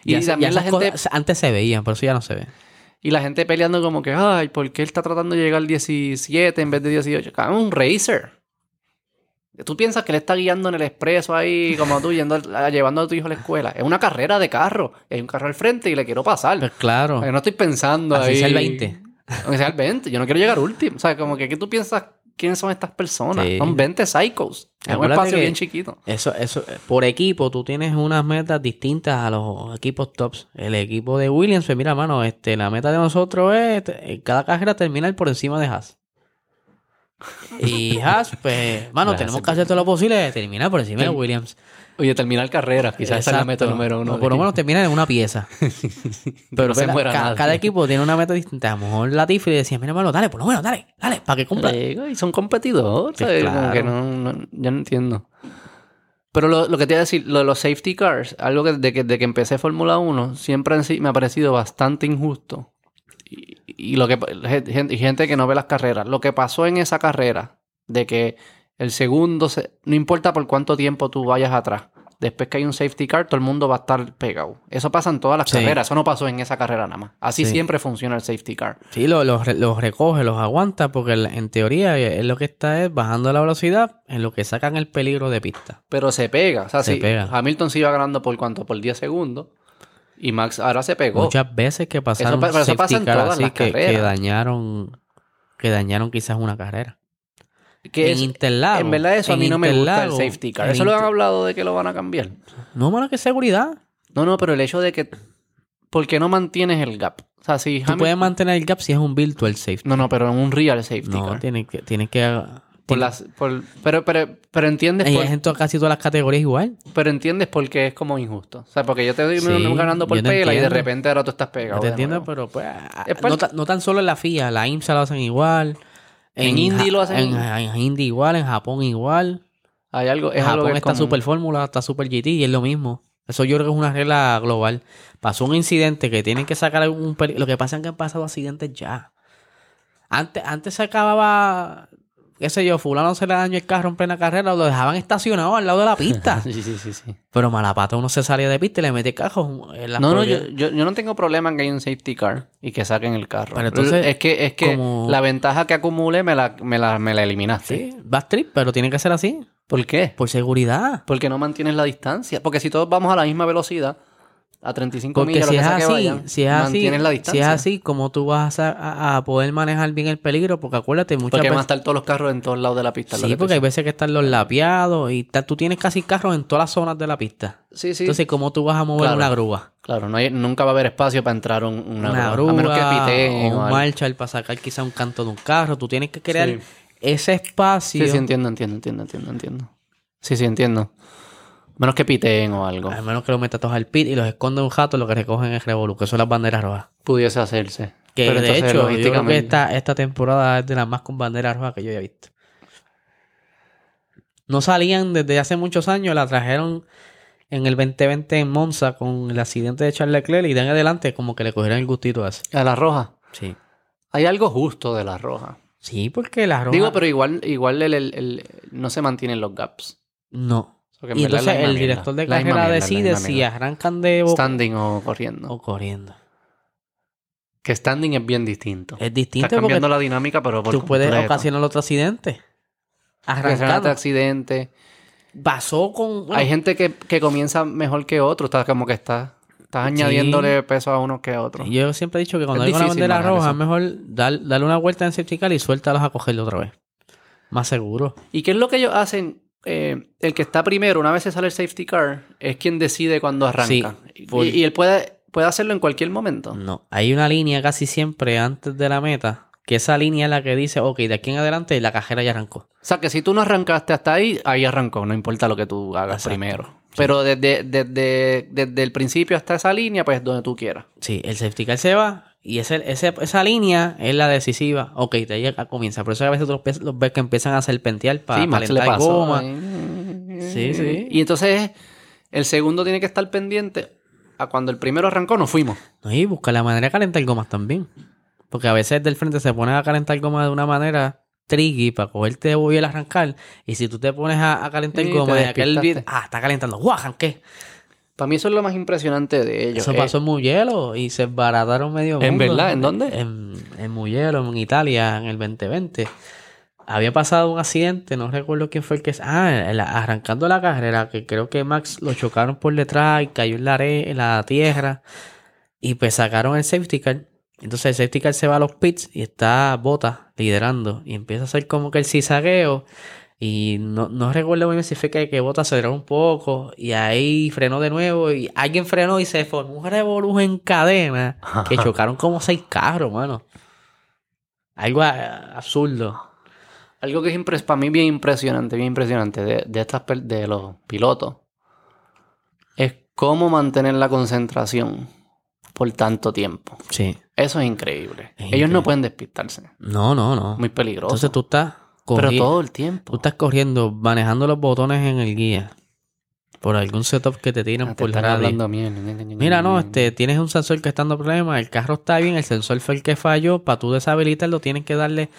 Y, también la
esas
gente,
cosas antes se veían, por eso ya no se ve.
y la gente peleando como que, ay, ¿por qué él está tratando de llegar al 17 en vez de 18? Cabrón, un racer. Tú piensas que él está guiando en el expreso ahí, como tú, yendo al- a- llevando a tu hijo a la escuela. Es una carrera de carro. Y hay un carro al frente y le quiero pasar.
Pues claro,
O sea, Yo no estoy pensando
así
ahí.
es el 20.
Aunque sea el 20. Yo no quiero llegar último. O sea, como que ¿qué tú piensas quiénes son estas personas?
Sí.
Son 20 psychos. Es un
Acuérdate
espacio
que-
bien chiquito.
Eso, eso, por equipo, tú tienes unas metas distintas a los equipos tops. El equipo de Williams, pues mira, mano, este, la meta de nosotros es te- en cada carrera terminar por encima de Haas. Y Haas, pues, mano,
Haas
tenemos
es
que hacer todo lo posible de terminar por encima de Williams.
Oye, terminar carrera. Quizás esa es la meta
Exacto.
número uno.
O por lo menos terminar en una pieza.
pero
Pero
se
cada-
muera
ca-
nadie.
cada equipo tiene una meta distinta. A lo mejor Latifi le decía, mira, mano, dale, por lo menos, dale, dale, para que cumpla.
Digo, Y son competidores.
Sí,
¿sabes? Como
claro.
que no, no- yo no entiendo. Pero lo, lo que te iba a decir, lo de los safety cars, algo que de que, de que empecé Fórmula 1, siempre han si- me ha parecido bastante injusto. Y, y lo que gente, gente que no ve las carreras, lo que pasó en esa carrera, de que el segundo, se- no importa por cuánto tiempo tú vayas atrás, después que hay un safety car, todo el mundo va a estar pegado. Eso pasa en todas las
Sí.
carreras, eso no pasó en esa carrera nada más. Así
Sí.
siempre funciona el safety car.
Sí, lo- los re- los recoge, los aguanta, porque el- en teoría eh, él lo que está es bajando la velocidad en lo que sacan el peligro de pista.
Pero se pega. O sea,
Se
si
pega.
Hamilton se iba ganando por cuánto, por 10 segundos. Y Max ahora se pegó.
Muchas veces que pasaron
pa- pero eso
safety
pasa en
car
todas
así
las
que, que
carreras.
dañaron que dañaron quizás una carrera.
que
en
es-
Interlagos.
en verdad eso a
en
mí no me gusta el
Interlagos,
safety car.
en
Eso lo han
Inter-
hablado de que lo van a cambiar.
No, mano, que seguridad.
No, no, pero el hecho de que... ¿Por qué no mantienes el gap? O sea, si
Tú
Hamilton...
puedes mantener el gap si es un virtual safety.
No, no, pero en un real safety
No,
car.
tienes que... Tienes que
Por las, por- pero, pero, pero entiendes
Y
por,
es en to- casi todas las categorías igual.
pero entiendes por qué es como injusto. O sea, porque yo te doy
Sí,
ganando por
yo te
pela y de
entiendo.
repente ahora tú estás pegado.
Yo te
de
entiendo,
nuevo.
pero pues. a-
Es parte-
No, ta- no tan solo en la FIA, la IMSA lo hacen igual.
En Indy
Ja-
lo hacen
En,
igual.
en Indy igual, en Japón igual.
Hay algo, es
en
algo
Japón
que es
está
común.
Super Fórmula, está Super GT y es lo mismo. Eso yo creo que es una regla global. Pasó un incidente que tienen que sacar algún peli- Lo que pasa es que han pasado accidentes ya. Antes, antes se acababa, qué sé yo, fulano se le dañó el carro en plena carrera, lo dejaban estacionado al lado de la pista.
Sí, sí, sí, sí.
Pero malapata uno se salía de pista y le mete el carro en la
No, no, yo,
propia-
yo, yo no tengo problema en que haya un safety car y que saquen el carro.
Pero entonces,
es que, es que
como-
la ventaja que acumule me la, me la, me la eliminaste.
Sí, vas trip, pero tiene que ser así.
¿Por qué?
Por seguridad.
Porque no mantienes la distancia. Porque si todos vamos a la misma velocidad, a 35
Porque
millas,
si
lo que
es
sea que
así,
vayan,
si es así,
mantienes la
si
distancia.
es así, ¿cómo tú vas a, a- a poder manejar bien el peligro? Porque acuérdate, muchas
porque van a
veces...
estar todos los carros en todos lados de la pista. es lo
Sí,
que tú
porque hay
dices.
veces que están los lapiados y tal. tú tienes casi carros en todas las zonas de la pista.
Sí, sí.
Entonces, ¿cómo tú vas a mover
Claro.
una grúa?
claro, no hay- nunca va a haber espacio para entrar un- una,
Una
grúa.
grúa,
A menos que piteen
o
o
un
algo.
marshal para sacar quizá un canto de un carro. Tú tienes que crear
Sí.
ese espacio.
Sí, sí, entiendo, entiendo, entiendo, entiendo, entiendo. Sí, sí, entiendo. A menos que piteen o algo.
Al menos que los metas todos al pit y los esconde un jato, lo que recogen es revolú, que son las banderas rojas.
Pudiese hacerse.
Que
Pero
de
entonces,
hecho, yo creo que
logísticamente-
esta, esta temporada es de las más con banderas rojas que yo haya visto. No salían desde hace muchos años, la trajeron en el 2020 en Monza con el accidente de Charles Leclerc y de en adelante como que le cogieron el gustito a eso.
A la roja.
Sí.
Hay algo justo de la roja.
Sí, porque la roja...
Digo, pero igual, igual el, el- el- no se mantienen los gaps.
No.
O sea, que en
Y
verdad es la
entonces el
misma mierda.
director de
La misma
carrera
mierda, la
decide
misma
si
mierda.
arrancan de boca
Standing o corriendo.
o corriendo.
Que standing es bien distinto.
Es
Estás
distinto porque
cambiando la dinámica, pero por
tú puedes
completo.
ocasionar otro accidente.
Ocasionarte
Arrancando.
accidente.
Pasó con... bueno,
Hay gente que, que comienza mejor que otro. Estás como que estás, estás
Sí.
añadiéndole peso a unos que a otros.
Yo siempre he dicho que cuando
Es
hay una
difícil
bandera
manejar
roja,
eso.
es mejor dar- darle una vuelta en safety car y suéltalos a cogerlo otra vez. Más seguro.
¿Y qué es lo que ellos hacen? Eh, el que está primero, una vez se sale el safety car, es quien decide cuándo arranca.
Sí, Mm. por-
Y, y él puede, puede hacerlo en cualquier momento.
No, hay una línea casi siempre antes de la meta, que esa línea es la que dice, ok, de aquí en adelante la cajera ya arrancó.
O sea, que si tú no arrancaste hasta ahí, ahí arrancó, no importa lo que tú hagas
Exacto.
primero. Pero desde, desde, desde el principio hasta esa línea, pues donde tú quieras.
Sí, el safety car se va y ese, ese- esa línea es la decisiva. Ok, de ahí ya comienza. Por eso a veces tú los, pe- los ves que empiezan a serpentear para
sí, Max le
calentar
pasó.
goma.
Ay.
Sí, ¿eh? sí.
Y entonces el segundo tiene que estar pendiente a cuando el primero arrancó, nos fuimos.
No, y busca la manera de calentar gomas también. Porque a veces del frente se ponen a calentar gomas de una manera tricky para cogerte de bobo y el arrancar. Y si tú te pones a, a calentar
Sí,
gomas
te
y aquel
despistaste.
bien- ah, está calentando, ¡guau, arranqué!
Para mí eso es lo más impresionante de ellos.
Eso
Eh,
pasó en Mugello y se barataron medio
¿En
mundo.
verdad? ¿En dónde?
En, en Mugello, en Italia, en el 2020. Había pasado un accidente, no recuerdo quién fue el que... Ah, el- arrancando la carrera, que creo que Max lo chocaron por detrás y cayó en la, are- en la tierra. Y pues sacaron el safety car. Entonces el safety car se va a los pits y está Bota liderando. Y empieza a hacer como que el cizagueo. Y no, no recuerdo muy bien si fue que, que Bota aceleró un poco. Y ahí frenó de nuevo. Y alguien frenó y se formó un revolú en cadena. Que chocaron como seis carros, mano. Algo a- absurdo.
Algo que es impres- para mí bien impresionante, bien impresionante de, de estas per- de los pilotos es cómo mantener la concentración por tanto tiempo.
Sí.
Eso es increíble. Ellos
Es
no
increíble.
pueden despistarse.
No, no, no.
Muy peligroso.
Entonces tú estás
Pero
corri-
todo el
tú
tiempo.
estás corriendo, manejando los botones en el guía. Por algún setup que te tiran
Ah, te
por la
están
radio.
hablando bien.
Mira, no, este, tienes un sensor que está dando problemas, el carro está bien, el sensor fue el que falló, para tú deshabilitarlo tienes que darle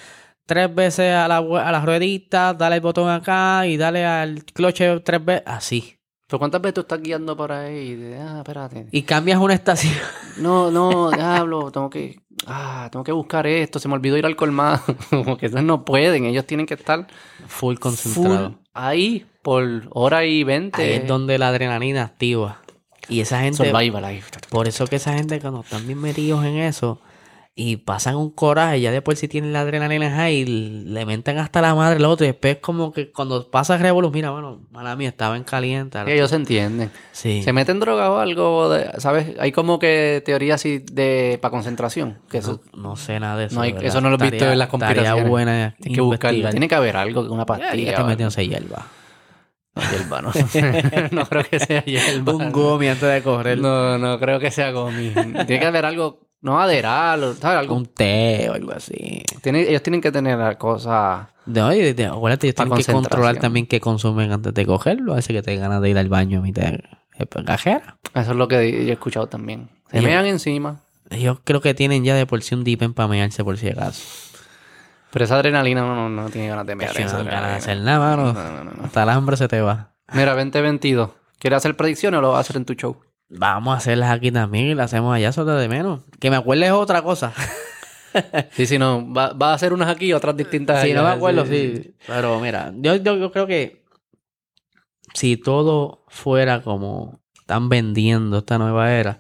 tres veces a la, vue- a la ruedita, dale el botón acá y dale al cloche tres veces, así.
¿Pero cuántas veces tú estás guiando por ahí? Y de, ah, espérate.
Y cambias una estación.
No, no, diablo, tengo que. Ah, tengo que buscar esto. Se me olvidó ir al colmado. Como que ellos no pueden. Ellos tienen que estar
Full concentrado.
full ahí por hora y veinte.
Ahí es donde la adrenalina activa. Y esa gente...
Survival ahí.
Por eso que esa gente cuando están bien metidos en eso y pasan un coraje, ya después si tienen la adrenalina high, le mentan hasta la madre al otro. Y después como que cuando pasa Revolu, mira, bueno, mala mía, estaba en caliente. ahora-
Ellos se entienden.
Sí.
¿Se meten droga o algo? de- ¿Sabes? Hay como que teorías así de. para concentración. Que eso
No sé nada de eso.
No hay-
¿verdad?
eso no lo he visto
Estaría-
en las
estaría
conspiraciones.
buena
Tienes que buscarlo.
investigar.
Tiene que haber algo, una
Ya, ya
pastilla.
te
o algo.
metiéndose hierba.
No, hierba, no. no creo que sea hierba.
Un gomi antes de correr.
No, no creo que sea gomi. Tiene que haber algo, no aderal, o, ¿sabes? Algo.
Un té o algo así.
Tiene- ellos tienen que tener la cosa.
No, y de- acuérdate, ellos
Pa'
tienen que controlar
concentración.
también qué consumen antes de cogerlo. Así que te ganas de ir al baño a mitad. eh, cajera.
Eso es lo que di- yo he escuchado también. Se
Yo-
mean encima.
Ellos creo que tienen ya de por sí un dipen para mearse por si acaso.
Pero esa adrenalina no, no, no tiene ganas de mear.
Si no
esa
dan ganas
adrenalina.
de hacer nada, mano.
No, no, no, no.
Hasta el hambre se te va.
Mira, 2022. ¿Quieres hacer predicciones o lo vas a hacer en tu show?
Vamos a hacerlas aquí también y las hacemos allá, solo de menos. Que me acuerdes es otra cosa.
Sí, sí, no. Va, va a hacer unas aquí y otras distintas.
Si
allá,
no me acuerdo, Ah, sí. Pero mira, yo, yo, yo creo que si todo fuera como están vendiendo esta nueva era,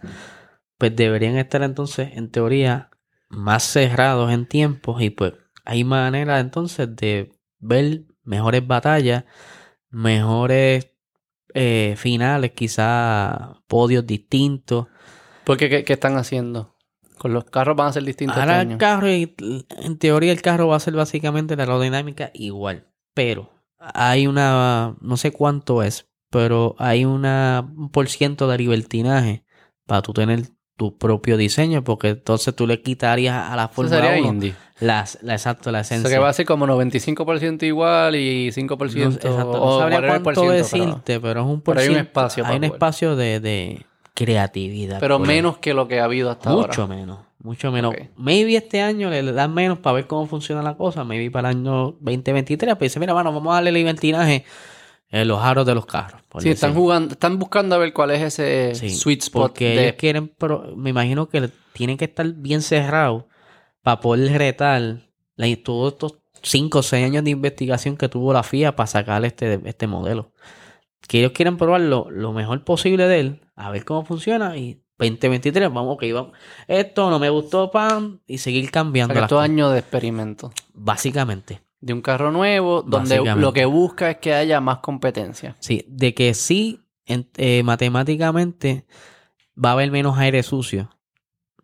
pues deberían estar entonces, en teoría, más cerrados en tiempos y pues hay manera entonces de ver mejores batallas, mejores eh, finales, quizás podios distintos.
Porque, ¿qué, qué están haciendo? Con los carros van a ser distintos este
Ahora
año.
el carro, y- en teoría el carro va a ser básicamente la aerodinámica igual, pero hay una, no sé cuánto es, pero hay una, un por ciento de libertinaje para tú tener tu propio diseño, porque entonces tú le quitarías a la
Eso
Fórmula
sería
1
indie.
las, la, exacto, la
Eso
esencia.
que va a ser como 95% igual y 5%
No- exacto, no
o
sabría
40%,
cuánto
pero-
decirte, pero, es un por
pero hay un
ciento-
espacio
hay
para
un
jugar.
espacio de, de creatividad.
Pero
por ahí.
menos que lo que ha habido hasta
Mucho
ahora.
menos, mucho menos.
Ok.
Maybe este año le le dan menos para ver cómo funciona la cosa. Maybe para el año 2023. Pues dice, mira, mano, vamos a darle libertinaje en los aros de los carros. por
Sí, están
decir.
jugando, están buscando a ver cuál es ese
Sí,
sweet spot
Porque
de
ellos quieren, pro- me imagino que le- tienen que estar bien cerrados para poder retar la- todos estos 5 o 6 años de investigación que tuvo la FIA para sacar este, este modelo. Que ellos quieren probarlo lo mejor posible de él, a ver cómo funciona y 2023, vamos, ok, vamos. Esto no me gustó, pam, y seguir
o
cambiando
sea, que
las
estos
cosas.
años de experimento.
Básicamente.
De un carro nuevo, donde
Básicamente.
lo que busca es que haya más competencia.
Sí, de que sí, en- eh, matemáticamente va a haber menos aire sucio.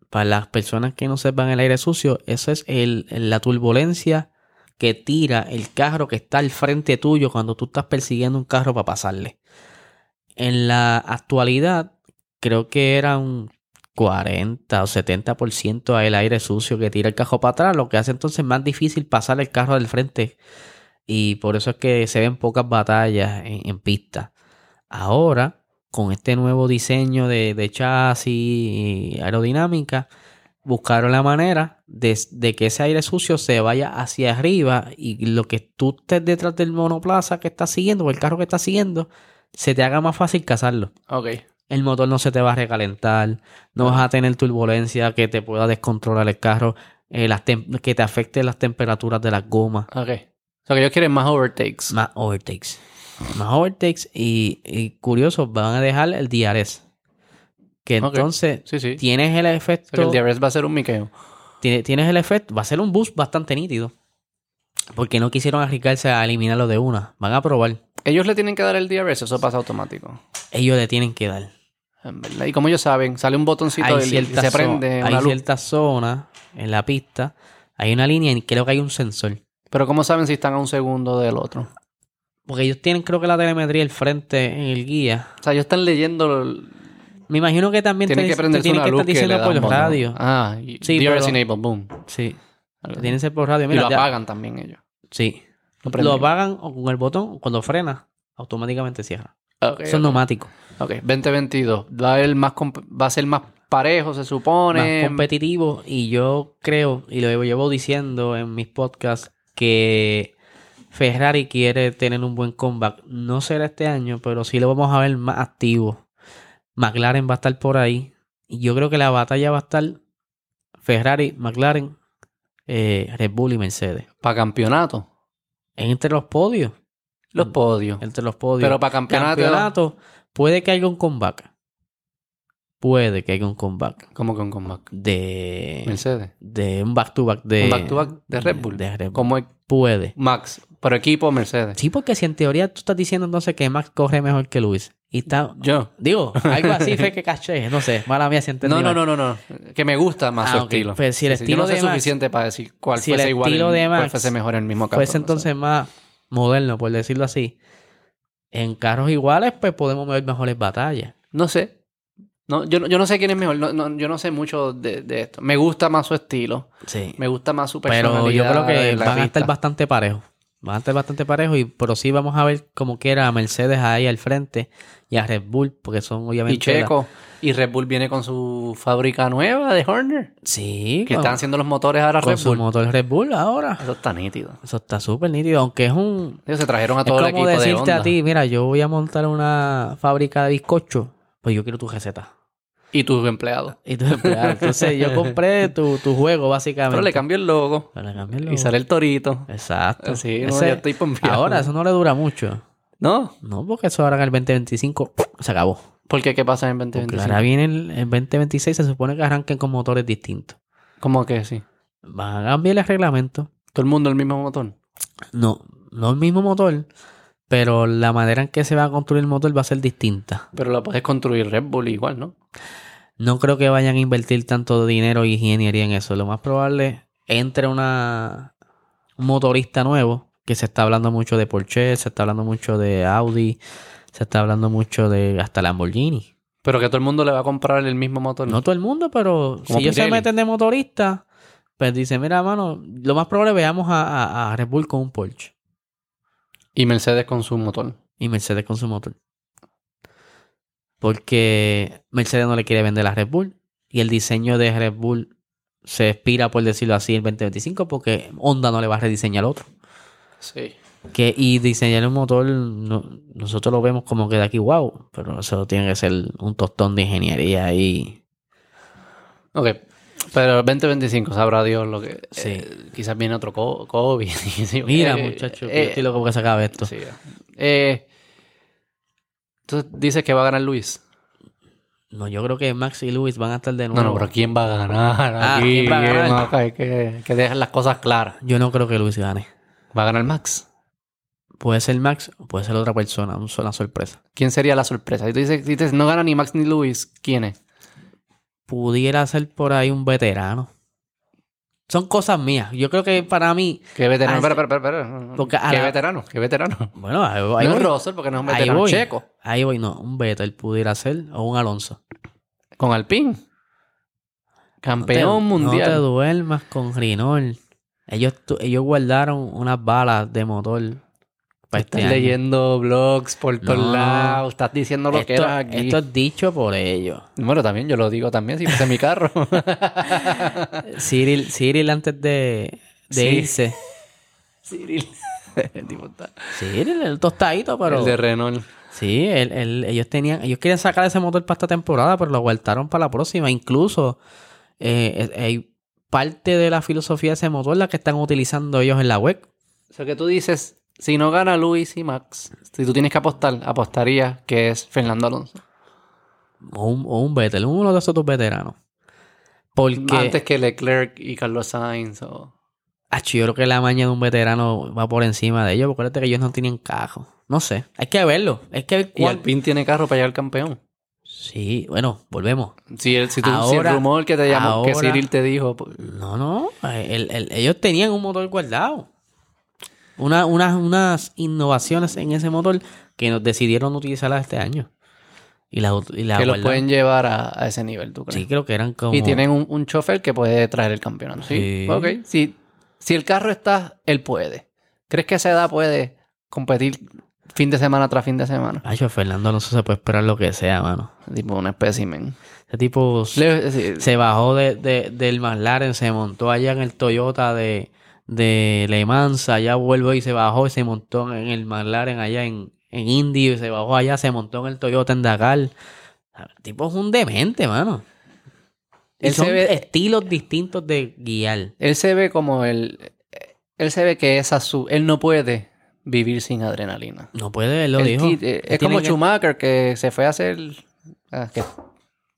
Para las personas que no sepan el aire sucio, esa es el, el- la turbulencia que tira el carro que está al frente tuyo cuando tú estás persiguiendo un carro para pasarle. En la actualidad, creo que era un 40 o 70% el aire sucio que tira el carro para atrás, lo que hace entonces más difícil pasar el carro del frente y por eso es que se ven pocas batallas en, en pista. Ahora, con este nuevo diseño de, de chasis y aerodinámica, buscaron la manera de, de que ese aire sucio se vaya hacia arriba y lo que tú estés detrás del monoplaza que estás siguiendo o el carro que estás siguiendo, se te haga más fácil cazarlo.
Ok.
El motor no se te va a recalentar, no vas a tener turbulencia que te pueda descontrolar el carro, eh, las tem- que te afecte las temperaturas de las gomas
Ok. O sea, que ellos quieren más overtakes.
más overtakes. Más overtakes y, y curioso, van a dejar el DRS. Que
Ok.
entonces
Sí, sí.
tienes el
O sea, que
efecto.
el DRS va a ser un miqueo.
tiene- Tienes el efecto. Va a ser un boost bastante nítido. Porque no quisieron arriesgarse a eliminarlo de una. Van a probar.
Ellos le tienen que dar el DRS, eso pasa automático.
Ellos le tienen que dar.
En verdad. Y como ellos saben, sale un botoncito
Hay
del- y
ciertas
se prende
zo-
una
hay
luz.
ciertas zonas en la pista. Hay una línea y creo que hay un sensor.
Pero ¿cómo saben si están a un segundo del otro?
Porque ellos tienen, creo que la telemetría el frente en el guía.
O sea, ellos están leyendo... el-
Me imagino que también
Tienen
te,
que
te
prenderse
tienen
una
que
luz
estar
que, le
diciendo
da
por
un botón.
radio.
Ah, y
Sí,
DRS
pero-
enable, boom.
Sí.
Algo
Lo
así.
tienen ser por radio.
Y
Mira,
lo
ya-
apagan también ellos.
Sí.
Lo
Lo
prenden.
apagan o con el botón, cuando frena, automáticamente cierra.
Ok,
Son neumáticos.
ok. 2022. Va a, haber más comp- va a ser más parejo, se supone.
Más competitivos. Y yo creo, y lo llevo diciendo en mis podcasts, que Ferrari quiere tener un buen comeback. No será este año, pero sí lo vamos a ver más activo. McLaren va a estar por ahí. Y yo creo que la batalla va a estar Ferrari, McLaren, eh, Red Bull y Mercedes.
Para campeonato.
Entre los podios.
Los
Mm.
podios.
Entre los podios.
Pero para campeonato,
campeonato, puede que haya un comeback. Puede que haya un comeback
¿Cómo que un comeback?
de,
Mercedes.
de un back to back de
un back-to-back de Red Bull.
de Red Bull.
Como e-
Puede.
Max, por equipo Mercedes.
Sí, porque si en teoría tú estás diciendo entonces que Max corre mejor que Luis y está
Yo.
digo, algo así fue que caché, no sé, mala mía si entendí.
No, no,
mal.
no, no, no. Que me gusta más
Ah,
su
ok.
estilo.
Pues si el
Sí, sí, yo
estilo
no sé
de Max-
suficiente para decir cuál
si el
fuese igual,
estilo
en-
de
cuál
Max
fuese mejor en el mismo caso.
Fuese
no sé.
entonces más moderno, por decirlo así. En carros iguales, pues podemos ver mejores batallas.
No sé. No, yo, no- yo no sé quién es mejor. No, no, yo no sé mucho de, de esto. Me gusta más su estilo.
Sí.
Me gusta más su personalidad.
Pero yo creo que
en la
van a
pista.
estar bastante parejos. Van a estar bastante parejos, y, pero sí vamos a ver como quiera a Mercedes ahí al frente y a Red Bull, porque son obviamente.
Y Checo. Y Red Bull viene con su fábrica nueva de Horner.
la- Sí,
Que
con-
están haciendo los motores ahora
con
Red
su
Bull.
motor Red Bull ahora.
Eso está nítido.
Eso está súper nítido, aunque es un.
Ellos se trajeron a
Es
todo el
como
equipo de
decirte
Honda.
a ti, mira, yo voy a montar una fábrica de bizcocho, pues yo quiero tu receta.
Y tus empleados.
Y tú, empleado. Entonces yo compré tu, tu juego, básicamente.
Pero le cambio el logo.
Pero le cambié el
Y
logo.
sale el torito.
Exacto.
Así, no,
Ese-
ya estoy pompeado.
Ahora, eso no le dura mucho.
¿No?
No, porque eso ahora en el 2025 se acabó.
Porque ¿qué pasa en
Porque
2025?
ahora viene el, el 2026, se supone que arranquen con motores distintos.
¿Cómo que sí?
Van a cambiar el reglamento.
¿Todo el mundo el mismo motor?
No, no el mismo motor, pero la manera en que se va a construir el motor va a ser distinta.
Pero la puedes construir Red Bull igual, ¿no?
No creo que vayan a invertir tanto dinero y ingeniería en eso. Lo más probable, entre una un motorista nuevo, que se está hablando mucho de Porsche, se está hablando mucho de Audi, se está hablando mucho de hasta Lamborghini.
Pero que todo el mundo le va a comprar el mismo motor.
No todo el mundo, pero si
Como
ellos se
Pirelli.
meten de motorista, pues dicen, mira, mano, lo más probable veamos a, a- a Red Bull con un Porsche
Y Mercedes con su motor.
y Mercedes con su motor. Porque Mercedes no le quiere vender a Red Bull y el diseño de Red Bull se expira, por decirlo así, en 2025 porque Honda no le va a rediseñar otro.
Sí.
Que, y diseñar un motor, no- nosotros lo vemos como que de aquí, wow, pero eso tiene que ser un tostón de ingeniería y...
Ok. Pero el 2025 sabrá Dios lo que...
Sí.
eh, quizás viene otro co- COVID. Y sí,
Mira,
eh,
muchachos,
eh,
yo estoy loco porque se acabe esto.
sí, ya. Eh, entonces dices que va a ganar Luis.
No, yo creo que Max y Luis van a estar de
No,
nuevo.
no, pero ¿quién va a ganar?
Ah,
aquí?
¿quién va a ganar?
No, hay que, hay que dejar las cosas claras.
Yo no creo que Luis gane.
¿Va a ganar Max?
Puede ser Max o puede ser otra persona, un- una sorpresa.
¿Quién sería la sorpresa? Si tú dices, dices, no gana ni Max ni Luis, ¿quién es?
Pudiera ser por ahí un veterano. Son cosas mías. Yo creo que para mí.
¿Qué veterano?
Ah,
Espera, espera, espera, espera.
Porque a
¿Qué
la-
veterano? ¿Qué veterano?
Bueno, ahí, ahí
no es
voy.
Russell porque no es un
Ahí
veterano
voy.
checo.
Ahí voy, no. Un Vettel pudiera ser o un Alonso.
Con Alpine.
No te-
Campeón
No te
mundial.
duermas con Rinol. Ellos, tu- ellos guardaron unas balas de motor. para este
estás
año.
leyendo blogs por todos
No.
lados. Estás diciendo lo que
Esto-
eras aquí.
esto es dicho por ellos.
Bueno, también yo lo digo también si fuese mi carro.
Cyril, Cyril antes de, de
Sí.
irse.
Cyril. El tipo está-
Cyril, el tostadito, pero.
El de Renault.
Sí, el- el- ellos tenían, ellos querían sacar ese motor para esta temporada, pero lo guardaron para la próxima. Incluso eh, eh, hay parte de la filosofía de ese motor la que están utilizando ellos en la web.
O sea que tú dices, si no gana Luis y Max, si tú tienes que apostar, apostaría que es Fernando Alonso.
O un, o un Vettel, uno de esos dos veteranos. Porque
Antes que Leclerc y Carlos Sainz. o-
acho, yo creo que la maña de un veterano va por encima de ellos. porque Acuérdate que ellos no tienen cajo. No sé, hay que verlo. Hay que ver
Y
cuál.
Alpine tiene carro para llegar campeón.
Sí, bueno, volvemos.
Si el, si tú- si el
Ahora-
rumor que te llamó, que
ahora-
Cyril te dijo, pues,
No, no. Eh, el- el- ellos tenían un motor guardado. Una- unas, unas innovaciones en ese motor que nos decidieron utilizarlas este año. Y la, ut- y la
que lo
guardaron.
pueden llevar a, a ese nivel, ¿tú crees?
Sí, creo que eran como...
Y tienen un, un chofer que puede traer el campeonato. Sí. Pues,
Sí.
Ok. Si, si el carro está, él puede. ¿Crees que a esa edad puede competir fin de semana tras fin de semana?
Ay, yo, Fernando Alonso se puede esperar lo que sea, mano.
Tipo un espécimen.
Ese tipo s-
Le- sí,
se bajó de, de- del McLaren, se montó allá en el Toyota de, de Le Mans, allá vuelve y se bajó y se montó en el McLaren allá en, en Indy, y se bajó allá, se montó en el Toyota en Dakar. El tipo es un demente, mano. Y
Él se
son
ve-
estilos distintos de guiar.
Él se ve como el. Él se ve que esa su. Él no puede vivir sin adrenalina.
No puede, él lo
Él
dijo.
ti- eh,
Él
Es
tiene
como
que-
Schumacher que se fue a hacer. ah, que-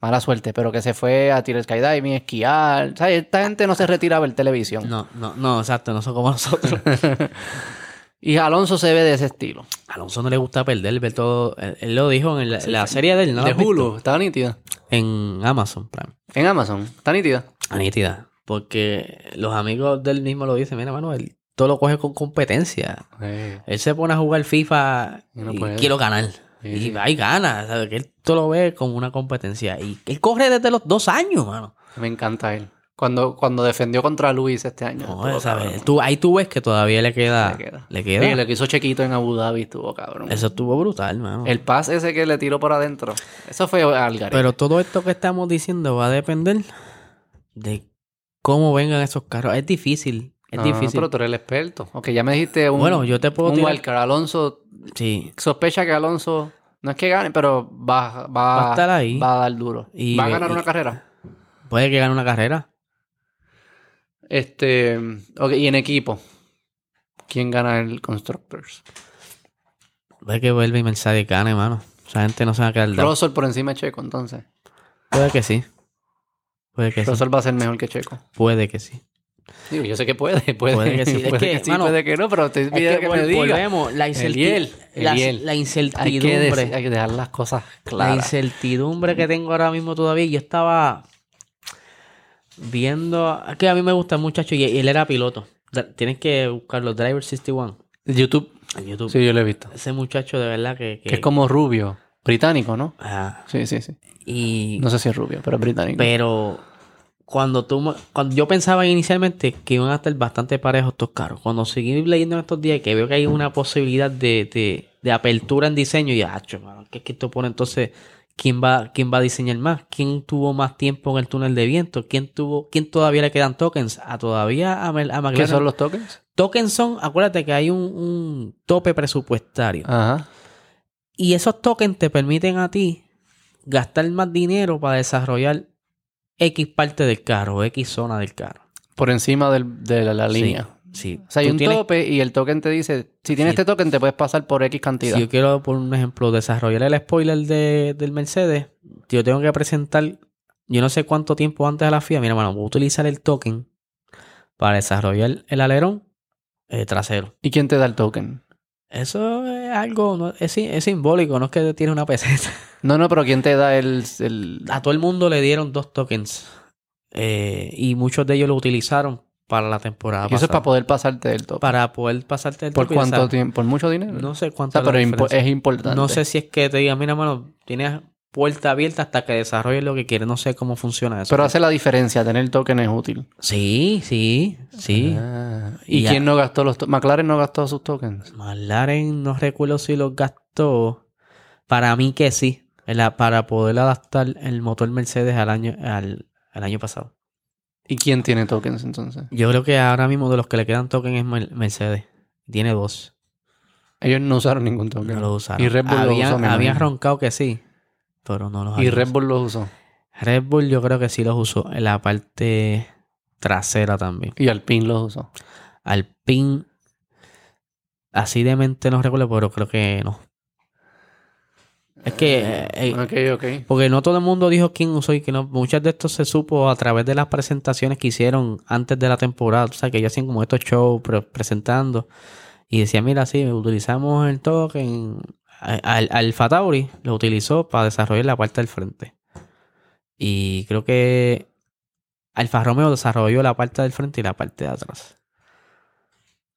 mala suerte, pero que se fue a tirar skydiving, esquiar. O sea, esta gente no se retira a ver televisión.
No, no, no, exacto, no son como nosotros.
Y Alonso se ve de ese estilo.
A Alonso no le gusta perder, ver todo. Él, él lo dijo en la, la serie de él, ¿no? la
de
has visto?
Hulu, está nítida.
En Amazon Prime.
En Amazon, está nítida.
Ah, Nítida. Porque los amigos del mismo lo dicen, mira, mano, él todo lo coge con competencia. Él se pone a jugar FIFA
Y no
y
puede.
quiero ganar.
Sí.
Y va y gana. ¿sabes? Que él todo lo ve como una competencia. Y él corre desde los dos años, mano.
Me encanta él. Cuando, cuando defendió contra Luis este año.
No,
estuvo
esa vez-
cabrón.
tú- ahí tú ves que todavía le queda.
Le queda.
Le
Sí,
queda.
lo que hizo Chequito en Abu Dhabi estuvo cabrón.
Eso estuvo brutal, mano.
El pas ese que le tiró por adentro. Eso fue Algarve.
Pero todo esto que estamos diciendo va a depender de cómo vengan esos carros. Es difícil. Es
No,
difícil.
Ah, Pero tú eres el experto. Aunque ya me dijiste un,
bueno, yo te puedo
un
tirar.
wildcard. Alonso
Sí.
sospecha que Alonso no es que gane, pero va, va,
Va a estar ahí.
va a dar duro.
Y-
va a ganar
y-
una carrera.
Puede que gane una carrera.
Este, ok, y en equipo. ¿Quién gana el Constructors?
Puede que vuelva y Mercedes gane, mano. Esa gente no se va a quedar down.
Russell por encima de Checo, entonces.
Puede que sí. Puede que sí.
Russell va a ser mejor que Checo.
Puede que sí.
Digo, yo sé que puede, puede,
Puede que sí. Es
puede, que,
que,
sí,
mano,
puede que no, pero te pide que, me diga.
volvemos. La, incerti-
Eliel,
la-
Eliel.
la
Hay que,
incertidumbre.
decir- hay que dejar las cosas
La
claras.
incertidumbre que tengo ahora mismo todavía. Yo estaba viendo. es Que a mí me gusta el muchacho y y él era piloto. Da- Tienes que buscarlo. Driver 61
YouTube,
en YouTube.
sí, yo lo he visto.
Ese muchacho de verdad que. que-
Que es como rubio, británico, ¿no?
Ajá.
Sí, sí, sí.
y,
No sé si es rubio, pero es británico.
Pero cuando tú. mo- Cuando yo pensaba inicialmente que iban a estar bastante parejos estos carros. Cuando seguí leyendo en estos días que veo que hay una posibilidad de, de- de apertura en diseño. Y ah, cho, mano, ¿qué es que esto pone entonces? ¿Quién va, ¿Quién va a diseñar más? ¿Quién tuvo más tiempo en el túnel de viento? ¿Quién tuvo, quién todavía le quedan tokens? A todavía a, Mel- a
¿Qué
McLaren.
son los tokens?
Tokens son, acuérdate que hay un, un tope presupuestario.
Ajá.
Y esos tokens te permiten a ti gastar más dinero para desarrollar X parte del carro, X zona del carro.
Por encima del- de la, la
Sí,
línea.
Sí.
O sea, hay
Tú
un
tienes-
tope y el token te dice, si tienes
Sí.
este token te puedes pasar por X
si
cantidad.
yo quiero, por un ejemplo, desarrollar el spoiler de- del Mercedes, yo tengo que presentar, yo no sé cuánto tiempo antes de la FIA, mira, bueno, voy a utilizar el token para desarrollar el alerón eh, trasero.
¿Y quién te da el token?
Eso es algo, no- es, si- es simbólico, no es que tiene una peseta.
No, no, pero ¿quién te da el... el-
a todo el mundo le dieron dos tokens. eh, y muchos de ellos lo utilizaron para la temporada.
y eso es
pasada.
para poder pasarte del token.
Ah, Para poder pasarte el
¿Por
token,
cuánto
¿sabes?
tiempo? ¿Por mucho dinero?
No sé
O
cuánto.
sea,
es la
pero impo-
diferencia.
es importante.
no sé si es que te digan, mira, mano, tienes puerta abierta hasta que desarrolles lo que quieres. No sé cómo funciona eso.
Pero hace la diferencia, tener el token es útil.
Sí, sí, sí.
Ah, ¿Y
Y ya.
quién no gastó los tokens? McLaren no gastó sus tokens.
McLaren, no recuerdo si los gastó. Para mí que sí. la- para poder adaptar el motor Mercedes al año, al, al año pasado.
¿Y quién tiene tokens entonces?
Yo creo que ahora mismo de los que le quedan token es Mer- Mercedes. Tiene dos.
Ellos no usaron ningún token.
No lo usaron.
Y Red Bull lo
habían,
usó, me
habían
imagino.
roncado que sí, pero no los
y
habían
Red
usado.
Bull los usó.
Red Bull yo creo que sí los usó en la parte trasera también.
Y Alpine los usó.
Alpine, así de mente no recuerdo, pero creo que no. Es que, eh, eh,
Ok, ok.
porque no todo el mundo dijo quién usó y quién no. Muchas de estos se supo a través de las presentaciones que hicieron antes de la temporada. O sea, que ellos hacían como estos shows pre- presentando. Y decían, mira, sí, utilizamos el token. Al, al Alpha Tauri lo utilizó para desarrollar la parte del frente. Y creo que Alfa Romeo desarrolló la parte del frente y la parte de atrás.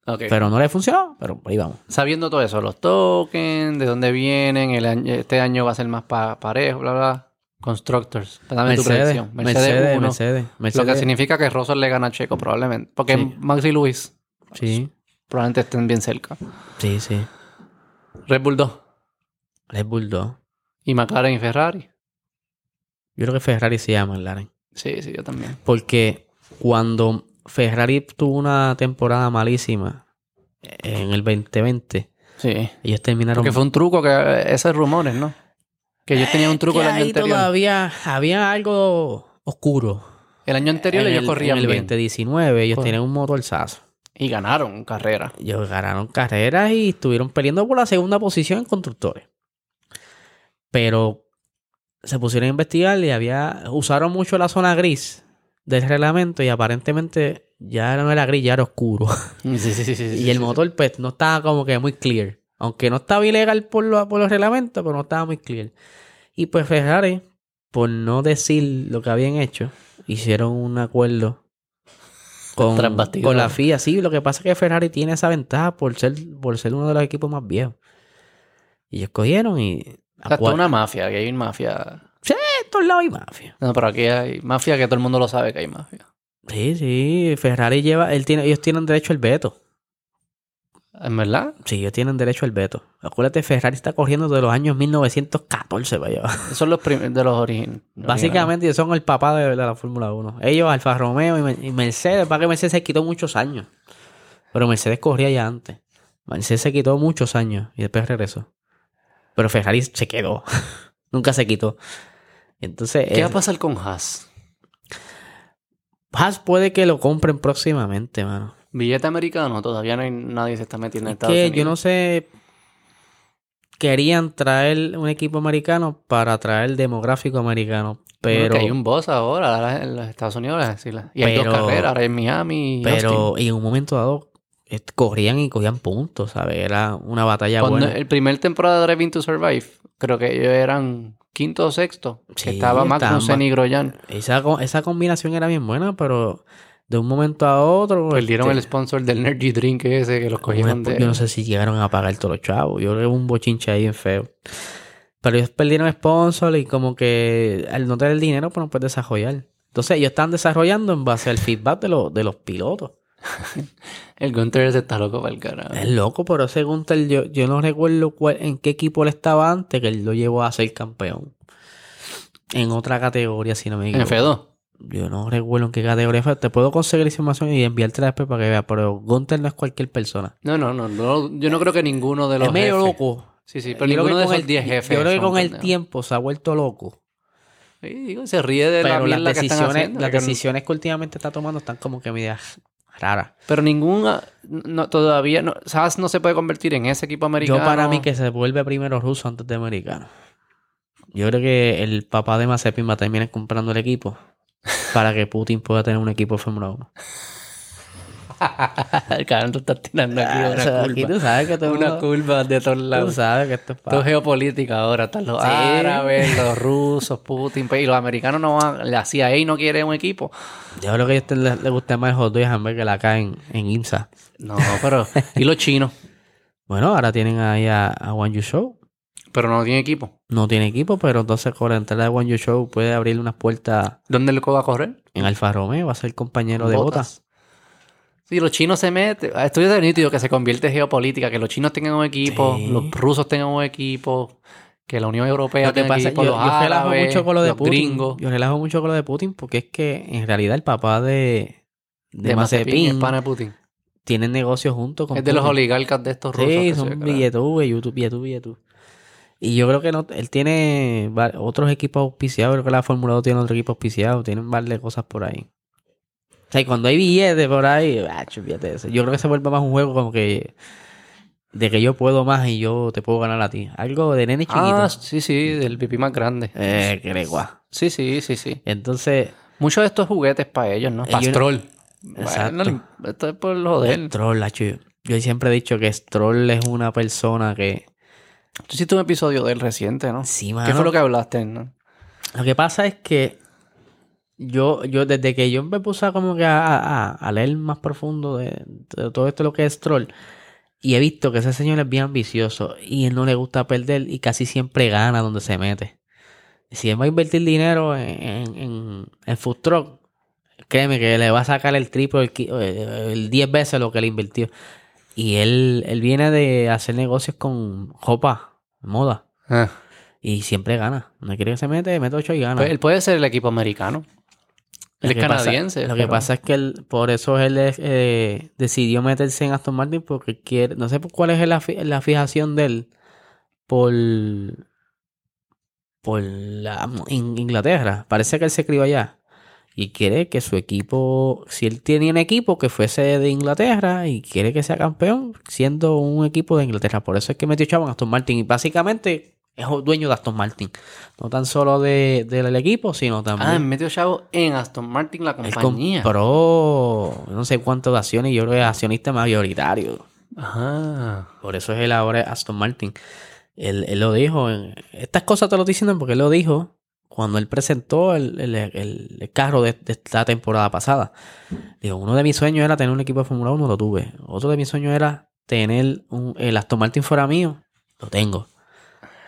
okay.
Pero no le funcionó, pero ahí vamos.
Sabiendo todo eso, los tokens, de dónde vienen, el año- este año va a ser más pa- parejo, bla, bla. Constructors. Dame tu
Mercedes,
predicción. Mercedes,
Mercedes,
uno.
Mercedes,
Lo que
Mercedes.
significa que Russell le gana a Checo, probablemente. Porque
Sí.
Max y Luis
Sí,
probablemente estén bien cerca.
sí, sí.
Red Bull 2.
Red Bull 2.
Y McLaren y Ferrari.
Yo creo que Ferrari se llama McLaren.
Sí, sí, yo también.
Porque cuando Ferrari tuvo una temporada malísima eh, en el 2020,
Sí.
ellos terminaron.
Porque fue un truco que. Esos rumores, ¿no? Que ellos tenían un truco
Que
el año
ahí
anterior.
todavía había algo oscuro.
El año
En
anterior
el,
ellos corrían
en el
bien. Pues.
2019 ellos
Cor-
tenían un motorzazo.
Y ganaron carrera.
Ellos ganaron carreras y estuvieron peleando por la segunda posición en constructores. Pero se pusieron a investigar y había usaron mucho la zona gris del reglamento y aparentemente ya no era gris, ya era oscuro.
Sí, sí, sí. sí,
y el motor, pues, no estaba como que muy clear. Aunque no estaba ilegal por, lo- por los reglamentos, pero no estaba muy clear. Y pues Ferrari, por no decir lo que habían hecho, hicieron un acuerdo con,
Tras bastidores.
con la FIA. Sí, lo que pasa es que Ferrari tiene esa ventaja por ser, por ser uno de los equipos más viejos. Y ellos cogieron y...
O sea, esto
a
es
cual-
una mafia, que hay mafia.
En todos lados hay mafia.
No, pero aquí hay mafia que todo el mundo lo sabe que hay mafia.
Sí, sí, Ferrari lleva, él tiene, ellos tienen derecho al veto.
¿En verdad?
Sí, ellos tienen derecho al veto. Acuérdate, Ferrari está corriendo desde los años 1914 para allá.
Esos son los prim- de los orígenes.
Básicamente ellos son el papá de, de la Fórmula 1. Ellos, Alfa Romeo y, Mer- y Mercedes, para que Mercedes se quitó muchos años. Pero Mercedes corría ya antes. Mercedes se quitó muchos años y después regresó. Pero Ferrari se quedó. Nunca se quitó. Entonces,
¿Qué va a
eh,
pasar con Haas?
Haas puede que lo compren próximamente, mano.
Billete americano, todavía no hay nadie se está metiendo en
Es
Estados
que
Unidos.
yo no sé. Querían traer un equipo americano para traer demográfico americano.
Bueno,
Pero.
que hay un boss ahora ahora en los Estados Unidos. ahora sí, la- Y hay
Pero-
dos carreras, ahora en Miami y Austin.
Pero en un momento dado eh, corrían y cogían puntos, ¿sabes? Era una batalla
Cuando
buena.
el primer temporada de Driving to Survive, creo que ellos eran quinto o sexto.
Sí,
que estaba
estaban
Magnussen
ba-
y Groyan.
Esa, co- esa combinación era bien buena, pero de un momento a otro.
Perdieron
este,
el sponsor del Energy Drink ese que los cogieron
una-
de...
Yo no sé si llegaron a pagar todos los chavos. Yo creo que hubo un bochinche ahí bien feo. Pero ellos perdieron sponsor y como que al no tener el dinero, pues no puedes desarrollar. Entonces ellos están desarrollando en base al feedback de, los de los pilotos.
El Gunter ese está loco para el carajo.
Es loco, pero según tal, yo, yo no recuerdo cuál, en qué equipo él estaba antes que él lo llevó a ser campeón. En otra categoría, si no me
En
equivoco.
F2.
Yo no recuerdo en qué categoría fue. Te puedo conseguir esa información y enviártela después para que veas, pero Gunter no es cualquier persona.
No, no, no, no, Yo no creo que ninguno de los
Es medio
jefes-
loco.
Sí, sí, pero
Yo creo que
ninguno de
con
esos
el-
10 jefes.
Yo creo que
son
con el
pendejos.
tiempo se ha vuelto loco.
Sí, digo, se ríe de la
Pero las
mierda que están
decisiones,
haciendo,
las
que-
decisiones que últimamente está tomando están como que medias raras.
Pero ninguna... No, todavía... No, Haas no se puede convertir en ese equipo americano.
Yo para mí que se vuelve primero ruso antes de americano. Yo creo que el papá de Mazepin va a terminar comprando el equipo para que Putin pueda tener un equipo de Fórmula 1.
el cabrón tú estás tirando aquí
Ah,
una
o sea,
curva.
aquí tú sabes que todo el
Una
mundo-
curva de todos
Tú
lados.
sabes que esto es
Todo
para...
geopolítica ahora. Están los
Sí.
árabes, los rusos, Putin. pues, Y los americanos no van... La CIA no quiere un equipo.
Yo creo que a ellos les, les gusta más el hot dog y hamburger que la caen en IMSA.
No, pero... y los chinos.
Bueno, ahora tienen ahí a, a One You Show.
Pero no tienen equipo.
No tiene equipo, pero entonces con la entrada de One You Show puede abrirle unas puertas
¿Dónde el va a correr?
en Alfa Romeo. Va a ser compañero de botas.
Si los chinos se meten, Ah, estoy de nítido que se convierte en geopolítica, que los chinos tengan un equipo,
Sí.
los rusos tengan un equipo, que la Unión Europea
Lo que
tenga
pasa es que
equipo,
yo,
los
yo relajo
árabes,
mucho con lo de
los
Putin.
gringos,
Yo relajo mucho con lo de Putin porque es que en realidad el papá de, de,
de Mazepin,
Mazepin
el pana de Putin.
tiene negocios junto con
Es de los
Putin.
oligarcas de estos rusos. que
Sí,
se
son
declaran.
billetú, YouTube, billetú, billetú. Y yo creo que no, él tiene va- otros equipos auspiciados. Creo que la Fórmula 2 tiene otro equipo auspiciado. Tienen varias cosas por ahí. O sea, y cuando hay billetes por ahí, ah, olvídate de eso. yo creo que se vuelve más un juego como que de que yo puedo más y yo te puedo ganar a ti. Algo de nene chiquito.
Ah, sí, sí, del pipí más grande.
eh, gregua.
Sí, sí, sí, sí.
Entonces,
Muchos de estos juguetes para ellos, ¿no?
Ellos-
Pastrol.
Exacto.
Bueno, esto es por lo de él.
Stroll, hacho, yo- yo siempre he dicho que Stroll es una persona que...
Tú hiciste un episodio de él reciente, ¿no?
Sí,
¿Qué
mano.
fue lo
Lo que...
que hablaste? no?
pasa es que yo, yo desde que yo me puse a como que a, a- a leer más profundo de, de todo esto lo que es Stroll, y he visto que ese señor es bien ambicioso y él no le gusta perder y casi siempre gana donde se mete. Si él va a invertir dinero en, en, en- en food truck, créeme que le va a sacar el triple, el qui- eh, el 10 veces lo que le invirtió. Y él, él viene de hacer negocios con ropa, moda.
Ah.
Y siempre gana. No quiere que se mete, mete 8 y gana.
Pues él puede ser el equipo americano.
Lo
Él es
que pasa-
canadiense.
lo que
pero-
pasa es que él, por eso él es, eh, decidió meterse en Aston Martin porque quiere. No sé por cuál es la, fi- la fijación de él por. por la, In- Inglaterra. Parece que él se crió allá. Y quiere que su equipo, si él tiene un equipo que fuese de Inglaterra y quiere que sea campeón, siendo un equipo de Inglaterra. Por eso es que metió chavo en Aston Martin. Y básicamente es dueño de Aston Martin. No tan solo de- del equipo, sino también.
Ah, metió chavo en Aston Martin, la
Él
compañía.
compró no sé cuánto de acciones y yo creo que es accionista mayoritario.
Ajá.
Por eso es él ahora es Aston Martin. Él, él lo dijo. en- Estas cosas te lo estoy diciendo porque él lo dijo cuando él presentó el, el- el- el carro de, de esta temporada pasada. Digo, uno de mis sueños era tener un equipo de Fórmula 1, lo tuve. Otro de mis sueños era tener un- el Aston Martin fuera mío, lo tengo.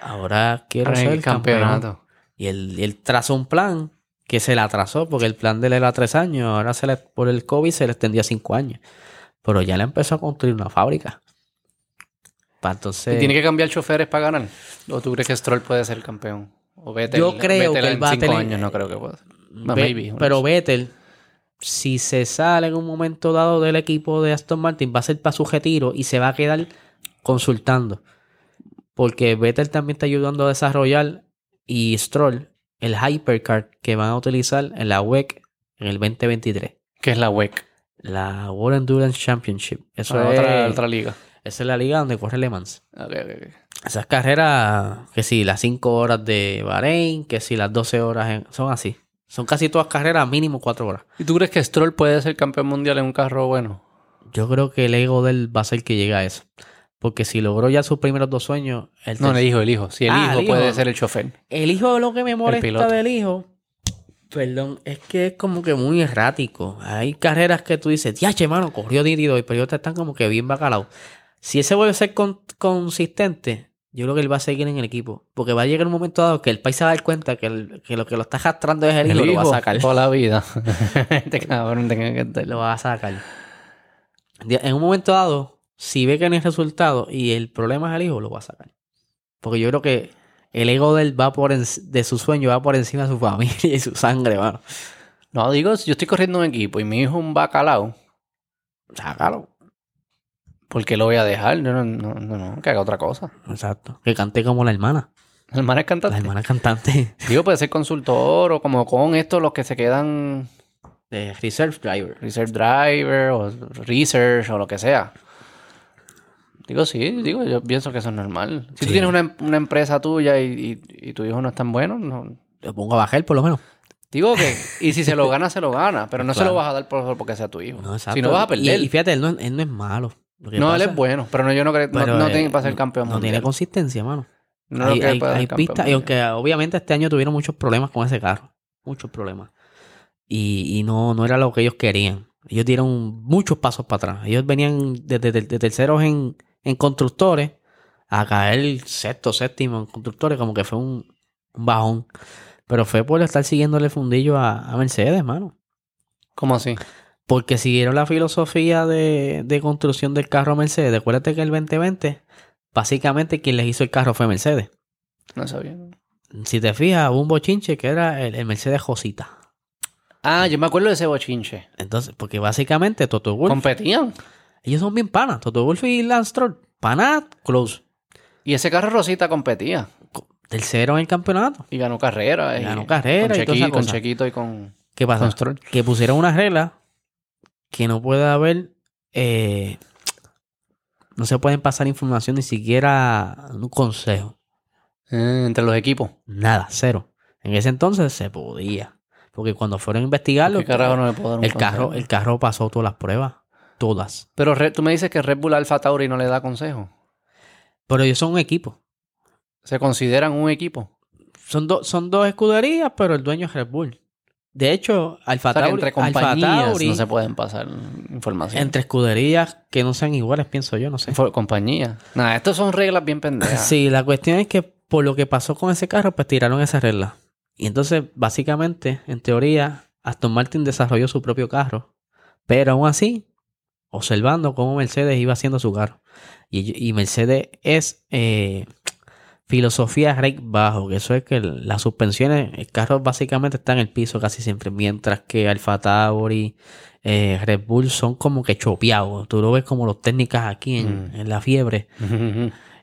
Ahora quiero
Ahora en
ser
el campeonato.
campeón. Y él, y él trazó un plan que se le atrasó porque el plan de él era tres años, ahora se le, por el COVID se le extendió a cinco años. Pero ya le empezó a construir una fábrica. Para entonces...
¿Y tiene que cambiar choferes para ganar? ¿O tú crees que Stroll puede ser campeón? O Vettel,
Yo
Vettel
creo que él
en
va a
cinco
tener-
años no creo que pueda.
Ve-
maybe, unos-
pero Vettel, si se sale en un momento dado del equipo de Aston Martin, va a ser para su retiro y se va a quedar consultando. Porque Vettel también está ayudando a desarrollar y Stroll el Hypercard que van a utilizar en la WEC en el 2023.
¿Qué es la E WEC?
La World Endurance Championship. Eso
Ah,
es,
otra, otra liga.
Esa es la liga donde corre Le Mans.
Ok, ok, ok.
Esas carreras, que si las 5 horas de Bahrein, que si las 12 horas, en- son así. Son casi todas carreras, mínimo 4 horas.
¿Y tú crees que Stroll puede ser campeón mundial en un carro bueno?
Yo creo que el ego de él va a ser que llegue a eso. Porque si logró ya sus primeros dos sueños, el,
No,
ter-
el hijo, el hijo. Si el
Ah,
hijo
el
puede
hijo.
ser el chofer.
el hijo lo que me molesta
piloto.
del hijo, perdón, es que es como que muy errático. Hay carreras que tú dices, ya, mano, corrió nítido y pero otras están como que bien bacalao. Si ese vuelve a ser con- consistente, yo creo que él va a seguir en el equipo. Porque va a llegar un momento dado que el país se va a dar cuenta que, el- que lo que lo está arrastrando es el, hijo, lo va a sacar.
toda la vida. Este cabrón tenía que estar-
lo va a sacar. De- En un momento dado, si ve que no hay resultado y el problema es el hijo, lo va a sacar. Porque yo creo que el ego de él va por enci- de su sueño va por encima de su familia y su sangre, mano.
No, digo, si yo estoy corriendo un equipo y mi hijo es un bacalao,
Sácalo.
¿por qué lo voy a dejar? No, no, no, no, no, que haga otra cosa.
Exacto. Que cante como la hermana.
El man es
La
cantante.
hermana cantante
Digo, puede ser consultor o como con estos los que se quedan
de Reserve Driver.
research driver o research o lo que sea. Digo, sí, digo, yo pienso que eso es normal. Si
Sí.
tú tienes una, em- una empresa tuya y, y, y tu hijo no es tan bueno, no.
Lo pongo a bajar por lo menos.
Digo que, y si se lo gana, se lo gana, pero no se
Claro.
lo vas a dar por, porque sea tu hijo.
No, exacto.
si no vas a perder.
Y, y fíjate, él no, él no es malo. Lo que
no, él
pasa-
es bueno, pero no, yo no creo, no,
pero,
no
eh,
tiene para ser campeón
No tiene
mundial.
consistencia, mano.
No
hay,
creo que
hay-
pueda ser
hay
campeón
pistas, y
mundial.
aunque obviamente este año tuvieron muchos problemas con ese carro, muchos problemas. Y, y no, no era lo que ellos querían. Ellos dieron muchos pasos para atrás. Ellos venían de, de- de- de terceros en, en constructores a caer sexto, séptimo en constructores, como que fue un, un bajón. Pero fue por estar siguiéndole el fundillo a, a Mercedes, mano.
¿Cómo así?
Porque siguieron la filosofía de, de construcción del carro a Mercedes. Acuérdate que el 2020, básicamente quien les hizo el carro fue Mercedes.
No sabía.
Si te fijas, hubo un bochinche que era el, el Mercedes Josita.
Ah, yo me acuerdo de ese bochinche.
Entonces, porque básicamente Toto Wolff,
Competían.
ellos son bien panas. Toto Wolff y Lance Stroll, panas, close.
Y ese carro Rosita competía.
Tercero en el campeonato.
Y ganó carrera. y-
Ganó carrera
con
y toda esa
Chequito, con
cosa.
Chequito y con...
¿Qué pasa?
Con Stroll.
Que pusieron una regla que no puede haber, eh, no se pueden pasar información ni siquiera un consejo.
Eh, entre los equipos.
Nada, cero. En ese entonces se podía. Porque cuando fueron a investigarlo,
¿Qué carajo no le puedo dar un
el, carro,
consejo?
el carro pasó todas las pruebas. Todas.
Pero Red- tú me dices que Red Bull Alpha Tauri no le da consejo.
Pero ellos son un equipo.
Se consideran un equipo.
Son, dos son dos escuderías, pero el dueño es Red Bull. De hecho, Alfa
O sea, que
Tauri,
entre
Alfa
compañías
Tauri,
no se pueden pasar información.
entre escuderías que no sean iguales, pienso yo, no sé.
Fue- compañías. Nada, estas son reglas bien pendejas.
Sí, la cuestión es que por lo que pasó con ese carro, pues tiraron esa regla. Y entonces, básicamente, en teoría, Aston Martin desarrolló su propio carro. Pero aún así, observando cómo Mercedes iba haciendo su carro. Y, y Mercedes es eh, filosofía rake bajo, que eso es que el- las suspensiones, el carro básicamente está en el piso casi siempre, mientras que Alfa Tauri, eh, Red Bull son como que chopeados. Tú lo ves como los técnicas aquí en-
Mm.
en la fiebre.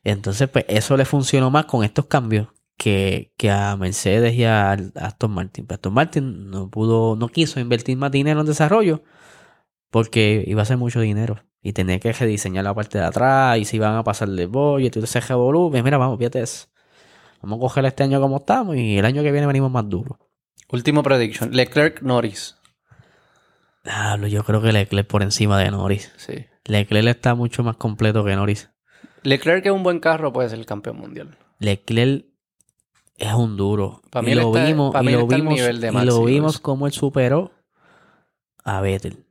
Entonces, pues eso le funcionó más con estos cambios que, que a Mercedes y a Aston Martin. Pero Aston Martin no pudo, no quiso invertir más dinero en desarrollo porque iba a ser mucho dinero y tenía que rediseñar la parte de atrás y se iban a pasar de boy y todo ese revolú. Pues, Mira, vamos, fíjate eso. Vamos a coger este año como estamos y el año que viene venimos más duro.
Último prediction. Leclerc Norris.
Diablo, yo creo que Leclerc por encima de Norris.
Sí.
Leclerc está mucho más completo que Norris.
Leclerc es un buen carro, puede ser el campeón mundial.
Leclerc es un duro.
Pa' mí
y
él
lo
está-
vimos,
pa'
y
mí él
lo
está al
vimos,
nivel de
y
Max
lo
y
vimos
Lewis.
como él superó a Vettel.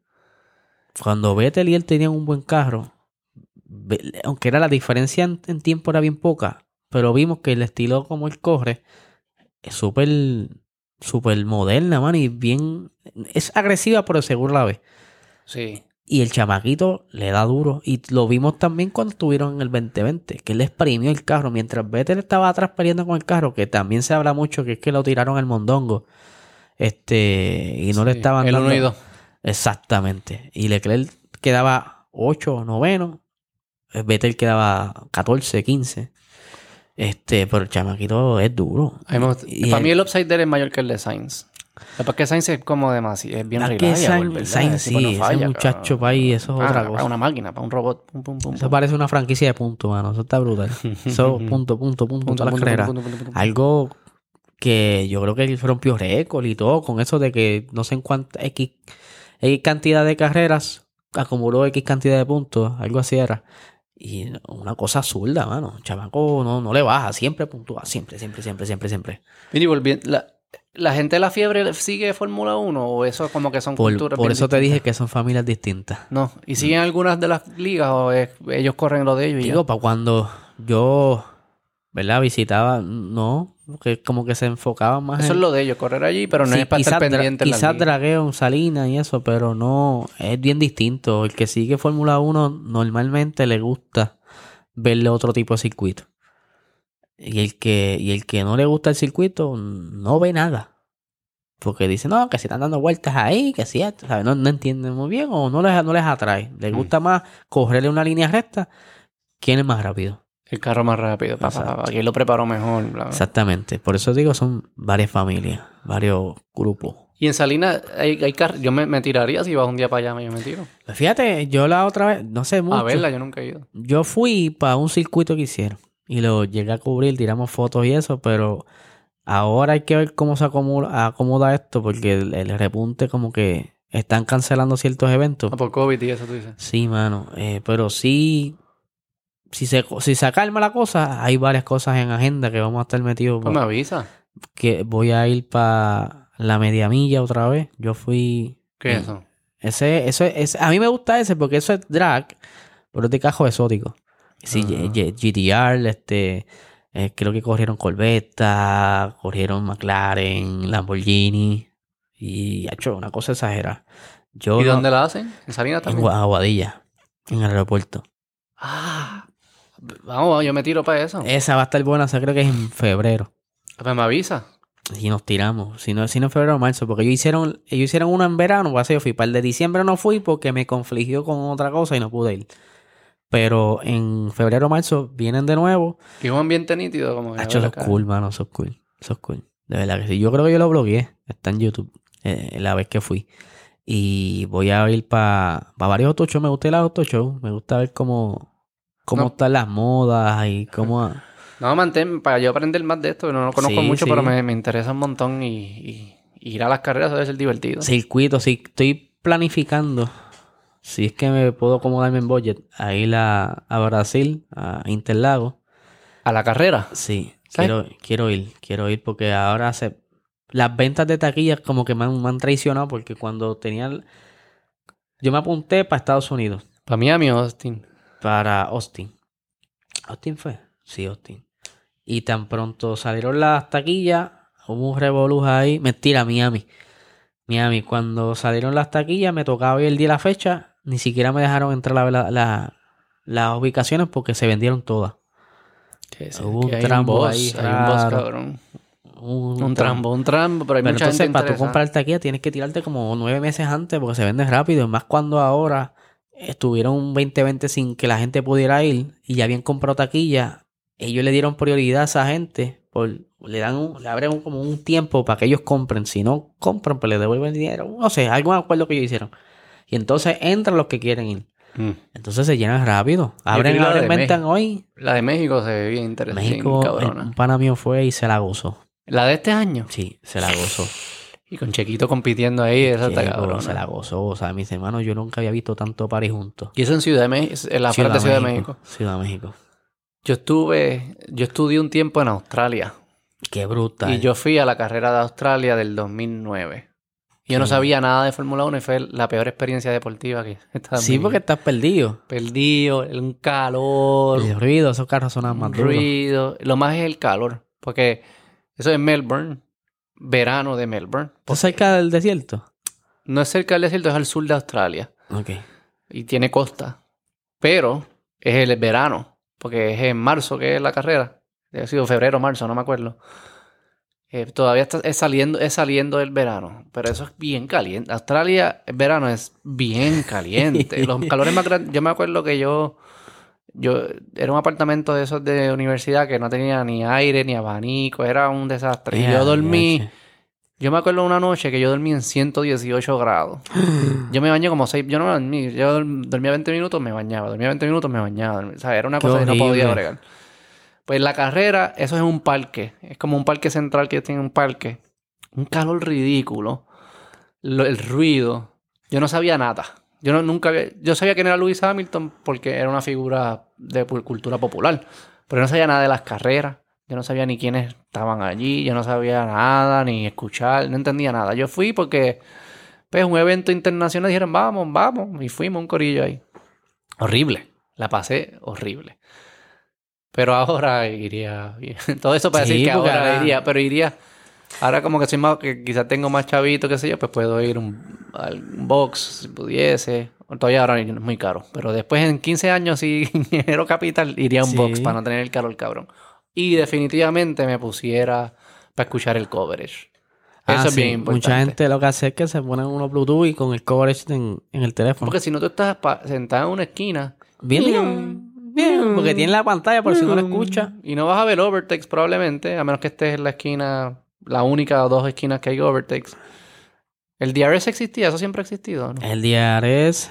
Cuando Vettel y él tenían un buen carro, Ve- aunque era la diferencia en, en tiempo era bien poca, pero vimos que el estilo como él corre es súper súper moderna, mano, y bien... Es agresiva, pero seguro la ve.
Sí.
Y el chamaquito le da duro. Y lo vimos también cuando estuvieron en el 2020, que él les exprimió el carro. Mientras Vettel estaba atrás peleando con el carro, que también se habla mucho que es que lo tiraron al mondongo. Este, y no le
Sí,
estaban
El
dando-
1 y 2.
Exactamente. Y Leclerc quedaba 8 o noveno. Eh, Vettel quedaba 14, 15. Este, pero el chamaquito es duro. Y
para
el-
mí el upside de él es mayor que el de Sainz. Lo que pasa es que Sainz es como demasiado. Es bien
Ah,
reliable.
que Sainz- Sainz sí, ese muchacho pa' ahí, eso es otra cosa.
Para Ah, una máquina, para un robot. Pum, pum, pum,
Eso
pum,
parece una franquicia de puntos, mano. Eso está brutal. Eso, punto, punto, punto, punto,
punto,
a la
punto,
carrera.
punto, punto, punto, punto.
Algo que yo creo que él rompió récord y todo, con eso de que no sé en cuánta X, X cantidad de carreras acumuló X cantidad de puntos, algo así era. Y una cosa zurda, mano. Chamaco no, no le baja, siempre puntúa, siempre, siempre, siempre, siempre, siempre.
Mira, y volviendo- la, la gente de la fiebre sigue Fórmula 1 o eso como que son
Por,
culturas
por
bien
eso te
distintas?
dije que son familias distintas.
No, ¿y siguen algunas de las ligas o es- ellos corren lo de ellos? y ya?
Digo, para cuando yo, ¿verdad? Visitaba, no, que como que se enfocaba más
Eso
en...
es lo de ellos, correr allí, pero no
eh. Sí,
es para estar
quizás dra-
pendiente. en las
Quizás
ligas.
dragueo, salina y eso, pero no, es bien distinto. El que sigue Fórmula 1 normalmente le gusta verle otro tipo de circuito. Y el que, y el que no le gusta el circuito no ve nada. Porque dice, no, que se están dando vueltas ahí, que si esto", ¿sabes? No, no entienden muy bien o no les, no les atrae. Les
Mm.
gusta más correrle una línea recta. ¿Quién es más rápido?
El carro más rápido, pa, pa, pa,
Exacto.
aquí lo preparó mejor. bla, bla.
Exactamente. Por eso digo, son varias familias, varios grupos.
Y en Salinas, hay, hay car- yo me, me tiraría si vas un día para allá, yo me tiro.
Pues Fíjate, yo la otra vez, no sé mucho.
A verla, yo nunca he ido.
Yo fui para un circuito que hicieron y lo llegué a cubrir, tiramos fotos y eso, pero ahora hay que ver cómo se acumula- acomoda esto porque el, el repunte como que están cancelando ciertos eventos.
Ah, por COVID y eso tú dices.
Sí, mano, eh, pero sí, si se, si se calma la cosa, hay varias cosas en agenda que vamos a estar metidos.
Pues me avisa.
que voy a ir para la media milla otra vez. Yo fui.
¿Qué es eso?
Ese, eso es, a mí me gusta ese porque eso es drag, pero es de cajo exótico. Sí,
Ah.
G- G- GTR, este, eh, creo que corrieron Corvetta, corrieron McLaren, Lamborghini y ha hecho una cosa exagerada. Yo
¿Y
no-
dónde la hacen? En Salinas
en
también.
Gua- Aguadilla, en el aeropuerto.
Ah, vamos, yo me tiro para eso.
Esa va a estar buena, esa creo que es en febrero.
Pues me avisa.
Y nos tiramos. Si no, si no en febrero o marzo. Porque ellos hicieron, ellos hicieron uno en verano. Pues yo fui. Para el de diciembre no fui porque me confligió con otra cosa y no pude ir. Pero en febrero o marzo vienen de nuevo.
Y un ambiente nítido como que
Hacho,
la
eso es
cara.
Ah, cool, mano. Eso es cool. Eso es cool. De verdad que sí. Yo creo que yo lo bloqueé. Está en YouTube. eh, la vez que fui. Y voy a ir para varios auto shows. Me gusta el auto show. Me gusta ver cómo, cómo
No.
están las modas y cómo...
No, mantén, para yo aprender más de esto, no lo conozco
Sí,
mucho,
sí.
pero me, me interesa un montón y, y- y ir a las carreras debe ser divertido.
circuito, si estoy planificando, si es que me puedo acomodarme en budget, a ir a, a Brasil, a Interlago.
A la carrera.
Sí,
¿Sabes?
quiero, quiero ir, quiero ir porque ahora se... Las ventas de taquillas como que me han, me han traicionado porque cuando tenía... el- Yo me apunté para Estados Unidos,
Para Miami o Austin.
para Austin. ¿Austin fue? Sí, Austin. Y tan pronto salieron las taquillas, hubo un revoluz ahí. Mentira, Miami. Miami, cuando salieron las taquillas, me tocaba ir el día de la fecha. Ni siquiera me dejaron entrar a ver la- la- las ubicaciones porque se vendieron todas.
Que sí,
Hubo
que
un
hay
trambo
boss,
ahí,
Hay un boss,
raro.
cabrón.
Un,
Un
tram-
trambo, un trambo, pero hay
Pero
mucha
entonces,
gente
para tú
interesada.
comprar taquilla tienes que tirarte como nueve meses antes porque se venden rápido. Y más cuando ahora estuvieron un 2020 sin que la gente pudiera ir y ya habían comprado taquilla. Ellos le dieron prioridad a esa gente. Por, le dan un- le abren un- como un tiempo para que ellos compren. Si no compran, pues les devuelven el dinero. No sé, algún acuerdo que ellos hicieron. Y entonces entran los que quieren ir.
Mm.
Entonces se llenan rápido.
vi
Abren,
la
abren,
de
ventan hoy.
La de México se ve bien interesante.
México, el,
cabrona.
un pana mío fue y se la gozó.
La de este año.
Sí, se la gozó.
Y con Chequito compitiendo ahí, esa está
Sí, pero
cabrona.
pues, se la gozó. O sea, mis hermanos, yo nunca había visto tanto pari juntos.
Y eso en Ciudad de México, en la parte de Ciudad de México.
Ciudad de México.
Yo estuve, yo estudié un tiempo en Australia.
Qué brutal.
Y yo fui a la carrera de Australia del 2009. Yo no
Sí.
sabía nada de Fórmula 1 y fue la peor experiencia deportiva que he estado en
sí,
mi vida.
porque estás perdido.
Perdido, un calor,
El ruido, esos carros sonan más
un
ruido.
ruido. Lo más es el calor. Porque eso es Melbourne. verano de Melbourne.
¿Está cerca del desierto?
No es cerca del desierto, es al sur de Australia.
Ok.
Y tiene costa. Pero es el verano. Porque es en marzo que es la carrera. Debe haber sido febrero, marzo, no me acuerdo. Eh, todavía está, es, saliendo, es saliendo del verano, pero eso es bien caliente. Australia, el verano es bien caliente. Los calores más grandes. Yo me acuerdo que yo. Yo era un apartamento de esos de universidad que no tenía ni aire ni abanico, era un desastre. Y
Eh, ah, Ya,
yo dormí.
leche.
Yo me acuerdo una noche que yo dormí en 118 grados. Yo me bañé como 6, yo no me dormí, yo dorm- dormía 20 minutos, me bañaba, dormía 20 minutos, me bañaba, dormía- o sea, era una
Qué
cosa que no podía
horrible.
bregar. Pues la carrera, eso es un parque, es como un parque central que tiene un parque. Un calor ridículo, Lo- el ruido, yo no sabía nada. Yo no, nunca había- yo sabía quién era Lewis Hamilton porque era una figura de pu- cultura popular, pero yo no sabía nada de las carreras. Yo no sabía ni quiénes estaban allí, yo no sabía nada, ni escuchar, no entendía nada. Yo fui porque pues un evento internacional dijeron, vamos, vamos. Y fuimos un corillo ahí. Horrible. La pasé horrible. Pero ahora iría bien. Todo eso para
Sí,
decir que
porque
ahora,
ahora-
iría, pero iría. Ahora como que soy más, que quizás tengo más chavito, qué sé yo, pues puedo ir un, al box si pudiese. Todavía ahora es muy caro. Pero después en 15 años, si dinero capital, iría a un
Sí.
box para no tener el caro el cabrón. Y definitivamente me pusiera para escuchar el coverage.
Ah,
Eso es
sí.
bien importante.
Mucha gente lo que hace es que se ponen unos Bluetooth y con el coverage en, en el teléfono.
Porque si no, tú estás pa- sentado en una esquina
Bien,
Miau,
bien, Porque tiene la pantalla por si no la escucha.
y no vas a ver overtakes probablemente, a menos que estés en la esquina, la única o dos esquinas que hay overtakes. ¿El DRS existía? ¿Eso siempre ha existido? ¿no?
El DRS,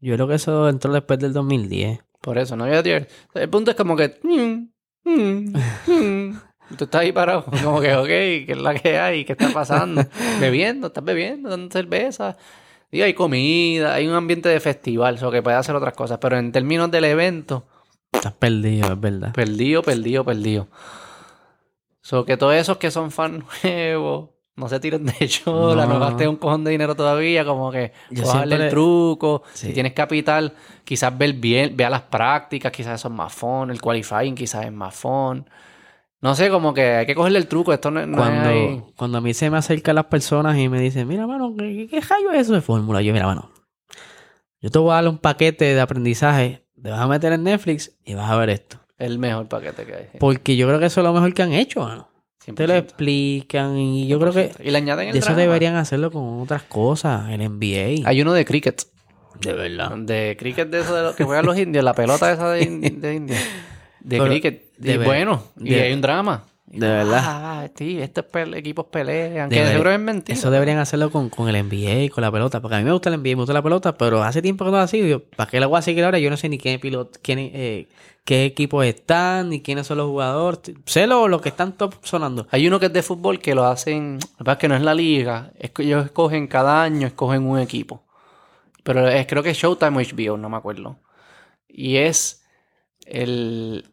yo creo que eso entró después del 2010.
Por eso, no había DRS. El punto es como que... mm, mm, mm. Y Tú estás ahí parado, como que, ok, ¿qué es la que hay? ¿Qué está pasando? ¿Bebiendo? ¿Estás bebiendo? ¿Dando cerveza? Digo, hay comida, hay un ambiente de festival, o sea, que puedes hacer otras cosas. Pero en términos del evento,
Estás perdido, es verdad.
Perdido, perdido, perdido. So que todos esos que son fan nuevos, no se tiren de chola, no,
No.
gastes un cojón de dinero todavía, como que
Yo
cojarle
siempre-
el truco.
Sí.
Si tienes capital, quizás ver bien, vea las prácticas, quizás eso es más fun, el qualifying quizás es más fun. No sé, como que hay que cogerle el truco, esto no, no
Cuando,
es...
cuando a mí se me acercan las personas y me dicen, mira, mano, ¿qué, qué- qué rayo es eso de fórmula? Yo, mira, mano, yo te voy a dar un paquete de aprendizaje, te vas a meter en Netflix y vas a ver esto.
el mejor paquete que hay.
Porque yo creo que eso es lo mejor que han hecho, mano. Te lo
100%.
explican y yo creo que
Y le añaden el
de eso
drama.
deberían hacerlo con otras cosas, el NBA.
Hay uno de cricket.
de verdad.
De cricket de eso de lo que juegan los indios, la pelota esa de, in- de indios. De
Pero,
cricket.
de
y
ver-
bueno, y
de-
hay un drama.
De verdad.
Ah, ah, sí, estos pele- equipos pelean.
De
Que
ver-
seguro es mentira.
Eso deberían hacerlo con, con el NBA y con la pelota. Porque a mí me gusta el NBA, me gusta la pelota, pero hace tiempo que no es así. Yo, ¿Para qué la voy a seguir ahora? Yo no sé ni qué piloto, quién, eh, qué equipos están, ni quiénes son los jugadores. Sé lo- los que están top sonando.
Hay uno que es de fútbol que lo hacen. Lo que pasa es que no es la liga. Es que ellos escogen cada año, escogen un equipo. Pero es- creo que es Showtime o HBO, no me acuerdo. Y es el,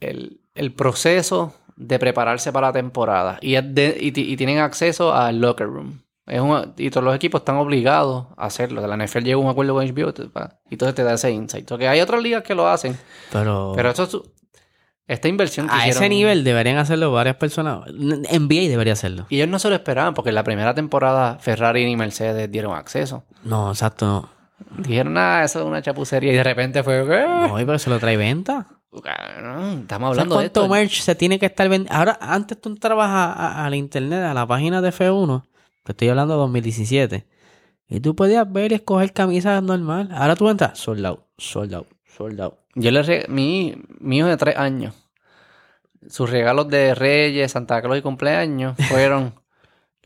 el, el proceso de prepararse para la temporada. Y, es de- y, ti- y tienen acceso al locker room. Es un- y todos los equipos están obligados a hacerlo. La NFL llega a un acuerdo con HBO te- pa- y entonces te da ese insight. Porque hay otras ligas que lo hacen.
Pero,
Pero eso es su- esta inversión que
a ese
hicieron-
nivel deberían hacerlo varias personas. N- NBA debería hacerlo.
Y ellos no se lo esperaban porque en la primera temporada Ferrari y Mercedes dieron acceso.
No, exacto, no.
Dijeron, ah, eso es una chapucería. Y de repente fue, "Ah,
No, pero se lo trae venta.
cabrón, estamos
¿Sabes
hablando de
cuánto
esto.
merch se tiene que estar vendiendo? Ahora, antes tú entrabas a, a- a la internet, a la página de F1, te estoy hablando de 2017, y tú podías ver y escoger camisas normal. Ahora tú entras, sold out, sold out, sold out.
Yo le re- mi, mi hijo de tres años, sus regalos de Reyes, Santa Claus y cumpleaños fueron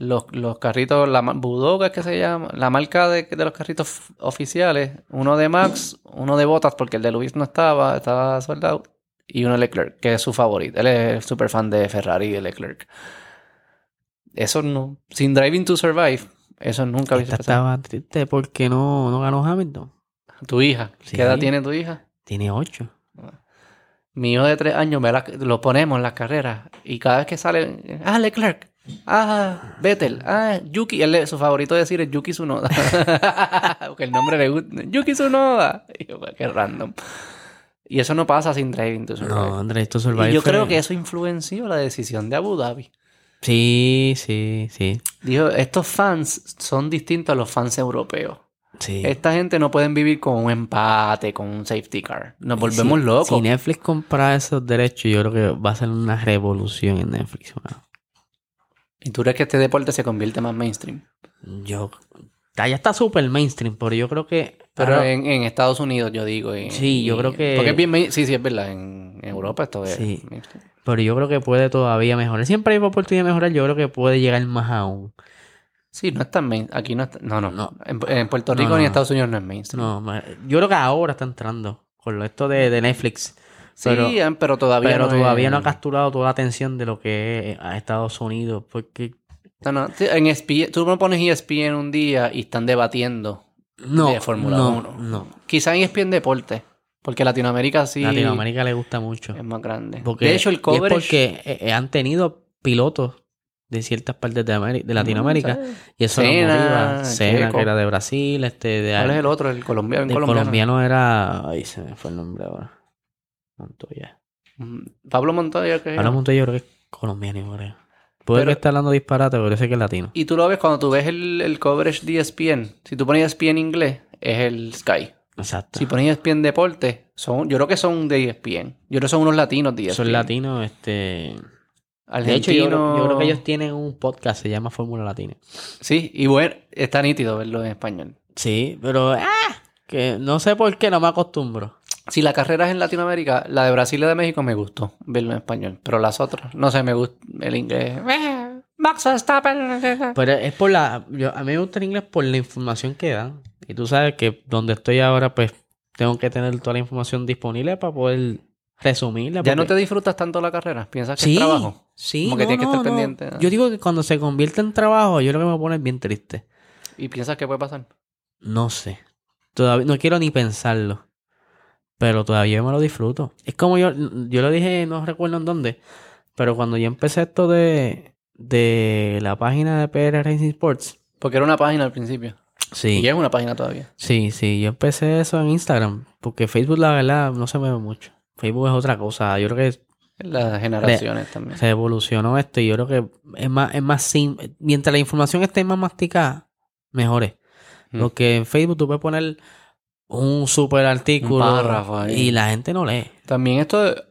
los, los carritos, la ma- Budoka que se llama, la marca de, de los carritos f- oficiales, uno de Max, uno de Botas, porque el de Luis no estaba, estaba soldado, y uno de Leclerc, que es su favorito. Él es súper fan de Ferrari y de Leclerc. Eso no, sin Driving to Survive, eso nunca había
Esta
pasado.
estaba triste porque no, no ganó Hamilton.
Tu hija,
Sí.
¿qué edad tiene tu hija?
Tiene 8.
Mi hijo de tres años ve la- lo ponemos en las carreras y cada vez que sale, ah, Leclerc, ah, Vettel, ah, Yuki, él, le- su favorito decir es Yuki Tsunoda. Porque el nombre le gusta, Yuki Tsunoda. Y yo, "Pues, qué random. Y eso no pasa sin Driving to Survive.
No, Andrés, esto
y
survive.
yo
fue-
creo que eso influenció la decisión de Abu Dhabi.
Sí, sí, sí.
Dijo, estos fans son distintos a los fans europeos.
sí.
Esta gente no pueden vivir con un empate, con un safety car. Nos volvemos
Si-
locos.
Si Netflix compra esos derechos, yo creo que va a ser una revolución en Netflix, mano.
¿Y tú crees que este deporte se convierte más mainstream?
Yo. Ya está súper mainstream, pero yo creo que.
Pero eh,
ahora-
en, en Estados Unidos, yo digo. y-
Sí, yo
y-
creo que-
Porque es bien main- Sí, sí, es verdad. En Europa esto es...
Sí.
mainstream.
Pero yo creo que puede todavía mejorar. Siempre hay oportunidad de mejorar. Yo creo que puede llegar más aún.
Sí, no es tan main- Aquí no está... No, no.
No.
En, en Puerto
No,
Rico
no,
ni en
no.
Estados Unidos no es mainstream.
No, ma- yo creo que ahora está entrando con lo esto de, de Netflix.
Sí,
Pero,
eh, pero todavía
pero
no es-
todavía no ha capturado toda la atención de lo que es eh, a Estados Unidos. Porque
No, no. Sí, En E ESPN, tú me pones ESPN un día y están debatiendo.
no,
De Fórmula
no,
Uno.
no.
Quizá en E ESPN Deporte. Porque Latinoamérica sí
Latinoamérica le gusta mucho.
es más grande.
Porque,
de hecho,
y
el
es
coverage...
porque eh, eh, han tenido pilotos de ciertas partes de, Ameri- de Latinoamérica.
¿sabes?
Y eso los
Mm, Senna,
motiva. Senna,
Checo.
que era de Brasil, este, de,
¿Cuál es el otro? El colombiano. el
del
colombiano.
colombiano era. Ay, se me fue el nombre ahora. Montoya.
Mm, Pablo Montoya, que
Ahora Montoya yo creo que es colombiano, yo creo. Puede
Pero-
que esté hablando disparate, pero sé que es latino.
Y tú lo ves cuando tú ves el, el coverage de E ESPN. Si tú pones E ESPN inglés, es el Sky.
Exacto.
Si pones E ESPN deporte, son, yo creo que son de E ESPN. Yo creo que son unos latinos de E ESPN.
Son latinos, este. De hecho, yo,
Argentinos.
yo creo que ellos tienen un podcast, se llama Fórmula Latina.
Sí, y bueno, está nítido verlo en español.
Sí, pero. ¡ah! Que no sé por qué no me acostumbro.
Si la carrera es en Latinoamérica, la de Brasil y la de México me gustó verlo en español. Pero las otras, no sé, me gusta el inglés. Max Verstappen.
Pero es por la. yo- a mí me gusta el inglés por la información que dan. Y tú sabes que donde estoy ahora, pues tengo que tener toda la información disponible para poder resumirla.
Ya no
porque-
te disfrutas tanto la carrera, piensas que
Sí,
es trabajo.
sí.
Como que
no,
tienes que
no,
estar
no.
pendiente, ah.
Yo digo que cuando se convierte en trabajo, yo creo que me pone bien triste.
Y piensas que puede pasar.
No sé. Todavía no quiero ni pensarlo. Pero todavía me lo disfruto. Es como yo, yo lo dije, no recuerdo en dónde. Pero cuando yo empecé esto de, de la página de PR Racing Sports.
Porque era una página al principio.
Sí.
Y es una página todavía.
Sí, sí, yo empecé eso en Instagram, porque Facebook la verdad no se me ve mucho. Facebook es otra cosa, yo creo que
Las generaciones también.
se evolucionó esto y yo creo que es más, es más sim- mientras la información esté más masticada, mejor es.
Mm.
Porque en Facebook tú puedes poner un super artículo
Un párrafo ahí.
y la gente no lee.
También esto de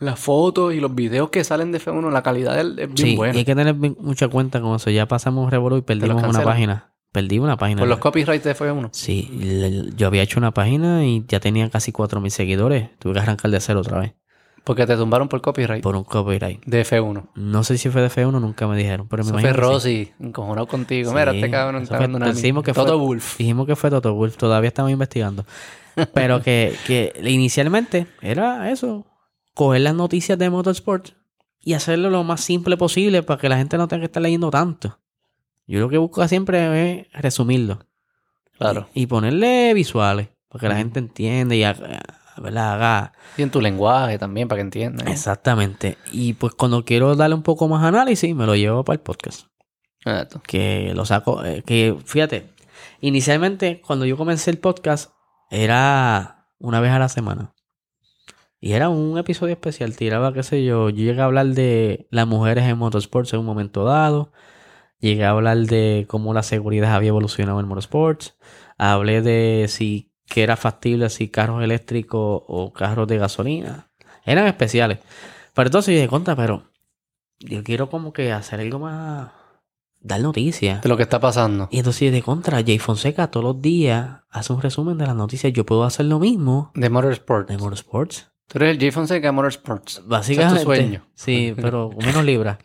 las fotos y los videos que salen de F1, la calidad del- es bien
Sí, y
buena.
hay que tener bien- mucha cuenta con eso. Ya pasamos un revolú y perdimos una
cancelan.
página. Perdí una página.
Por los copyrights de F1.
Sí, le- yo había hecho una página y ya tenía casi 4.000 seguidores. Tuve que arrancar de cero otra vez
Porque te tumbaron por copyright
por un copyright.
de F1.
No sé si fue de F1, nunca me dijeron, pero me
Eso
imagino
fue
que sí.
Rossi, encojonado contigo.
Sí,
Mira, este cabrón
eso
está
fue-
dando una.
decimos que fue-
Toto Wolf.
Dijimos que fue Toto Wolf, todavía estamos investigando. Pero que, que inicialmente era eso, coger las noticias de Motorsport y hacerlo lo más simple posible para que la gente no tenga que estar leyendo tanto. Yo lo que busco siempre es resumirlo
Claro.
y, y ponerle visuales para que la
Ujú.
gente entienda y haga, ¿verdad? haga
Y en tu lenguaje también, para que entiendas.
exactamente. Y pues cuando quiero darle un poco más análisis, me lo llevo para el podcast.
Exacto.
que lo saco, eh, que fíjate, inicialmente cuando yo comencé el podcast era una vez a la semana. Y era un episodio especial, tiraba, qué sé yo, yo llegué a hablar de las mujeres en motorsports en un momento dado, llegué a hablar de cómo la seguridad había evolucionado en motorsports, hablé de si que era factible si carros eléctricos o carros de gasolina, eran especiales. Pero entonces yo dije, conta, pero yo quiero como que hacer algo más, dar noticias.
De lo que está pasando.
Y entonces de contra, Jay Fonseca todos los días hace un resumen de las noticias. Yo puedo hacer lo mismo
De Motorsports.
de Motorsports.
Tú eres el J. Fonseca de Motorsports.
Básicamente.
Ese es tu sueño.
Sí, pero con menos libras.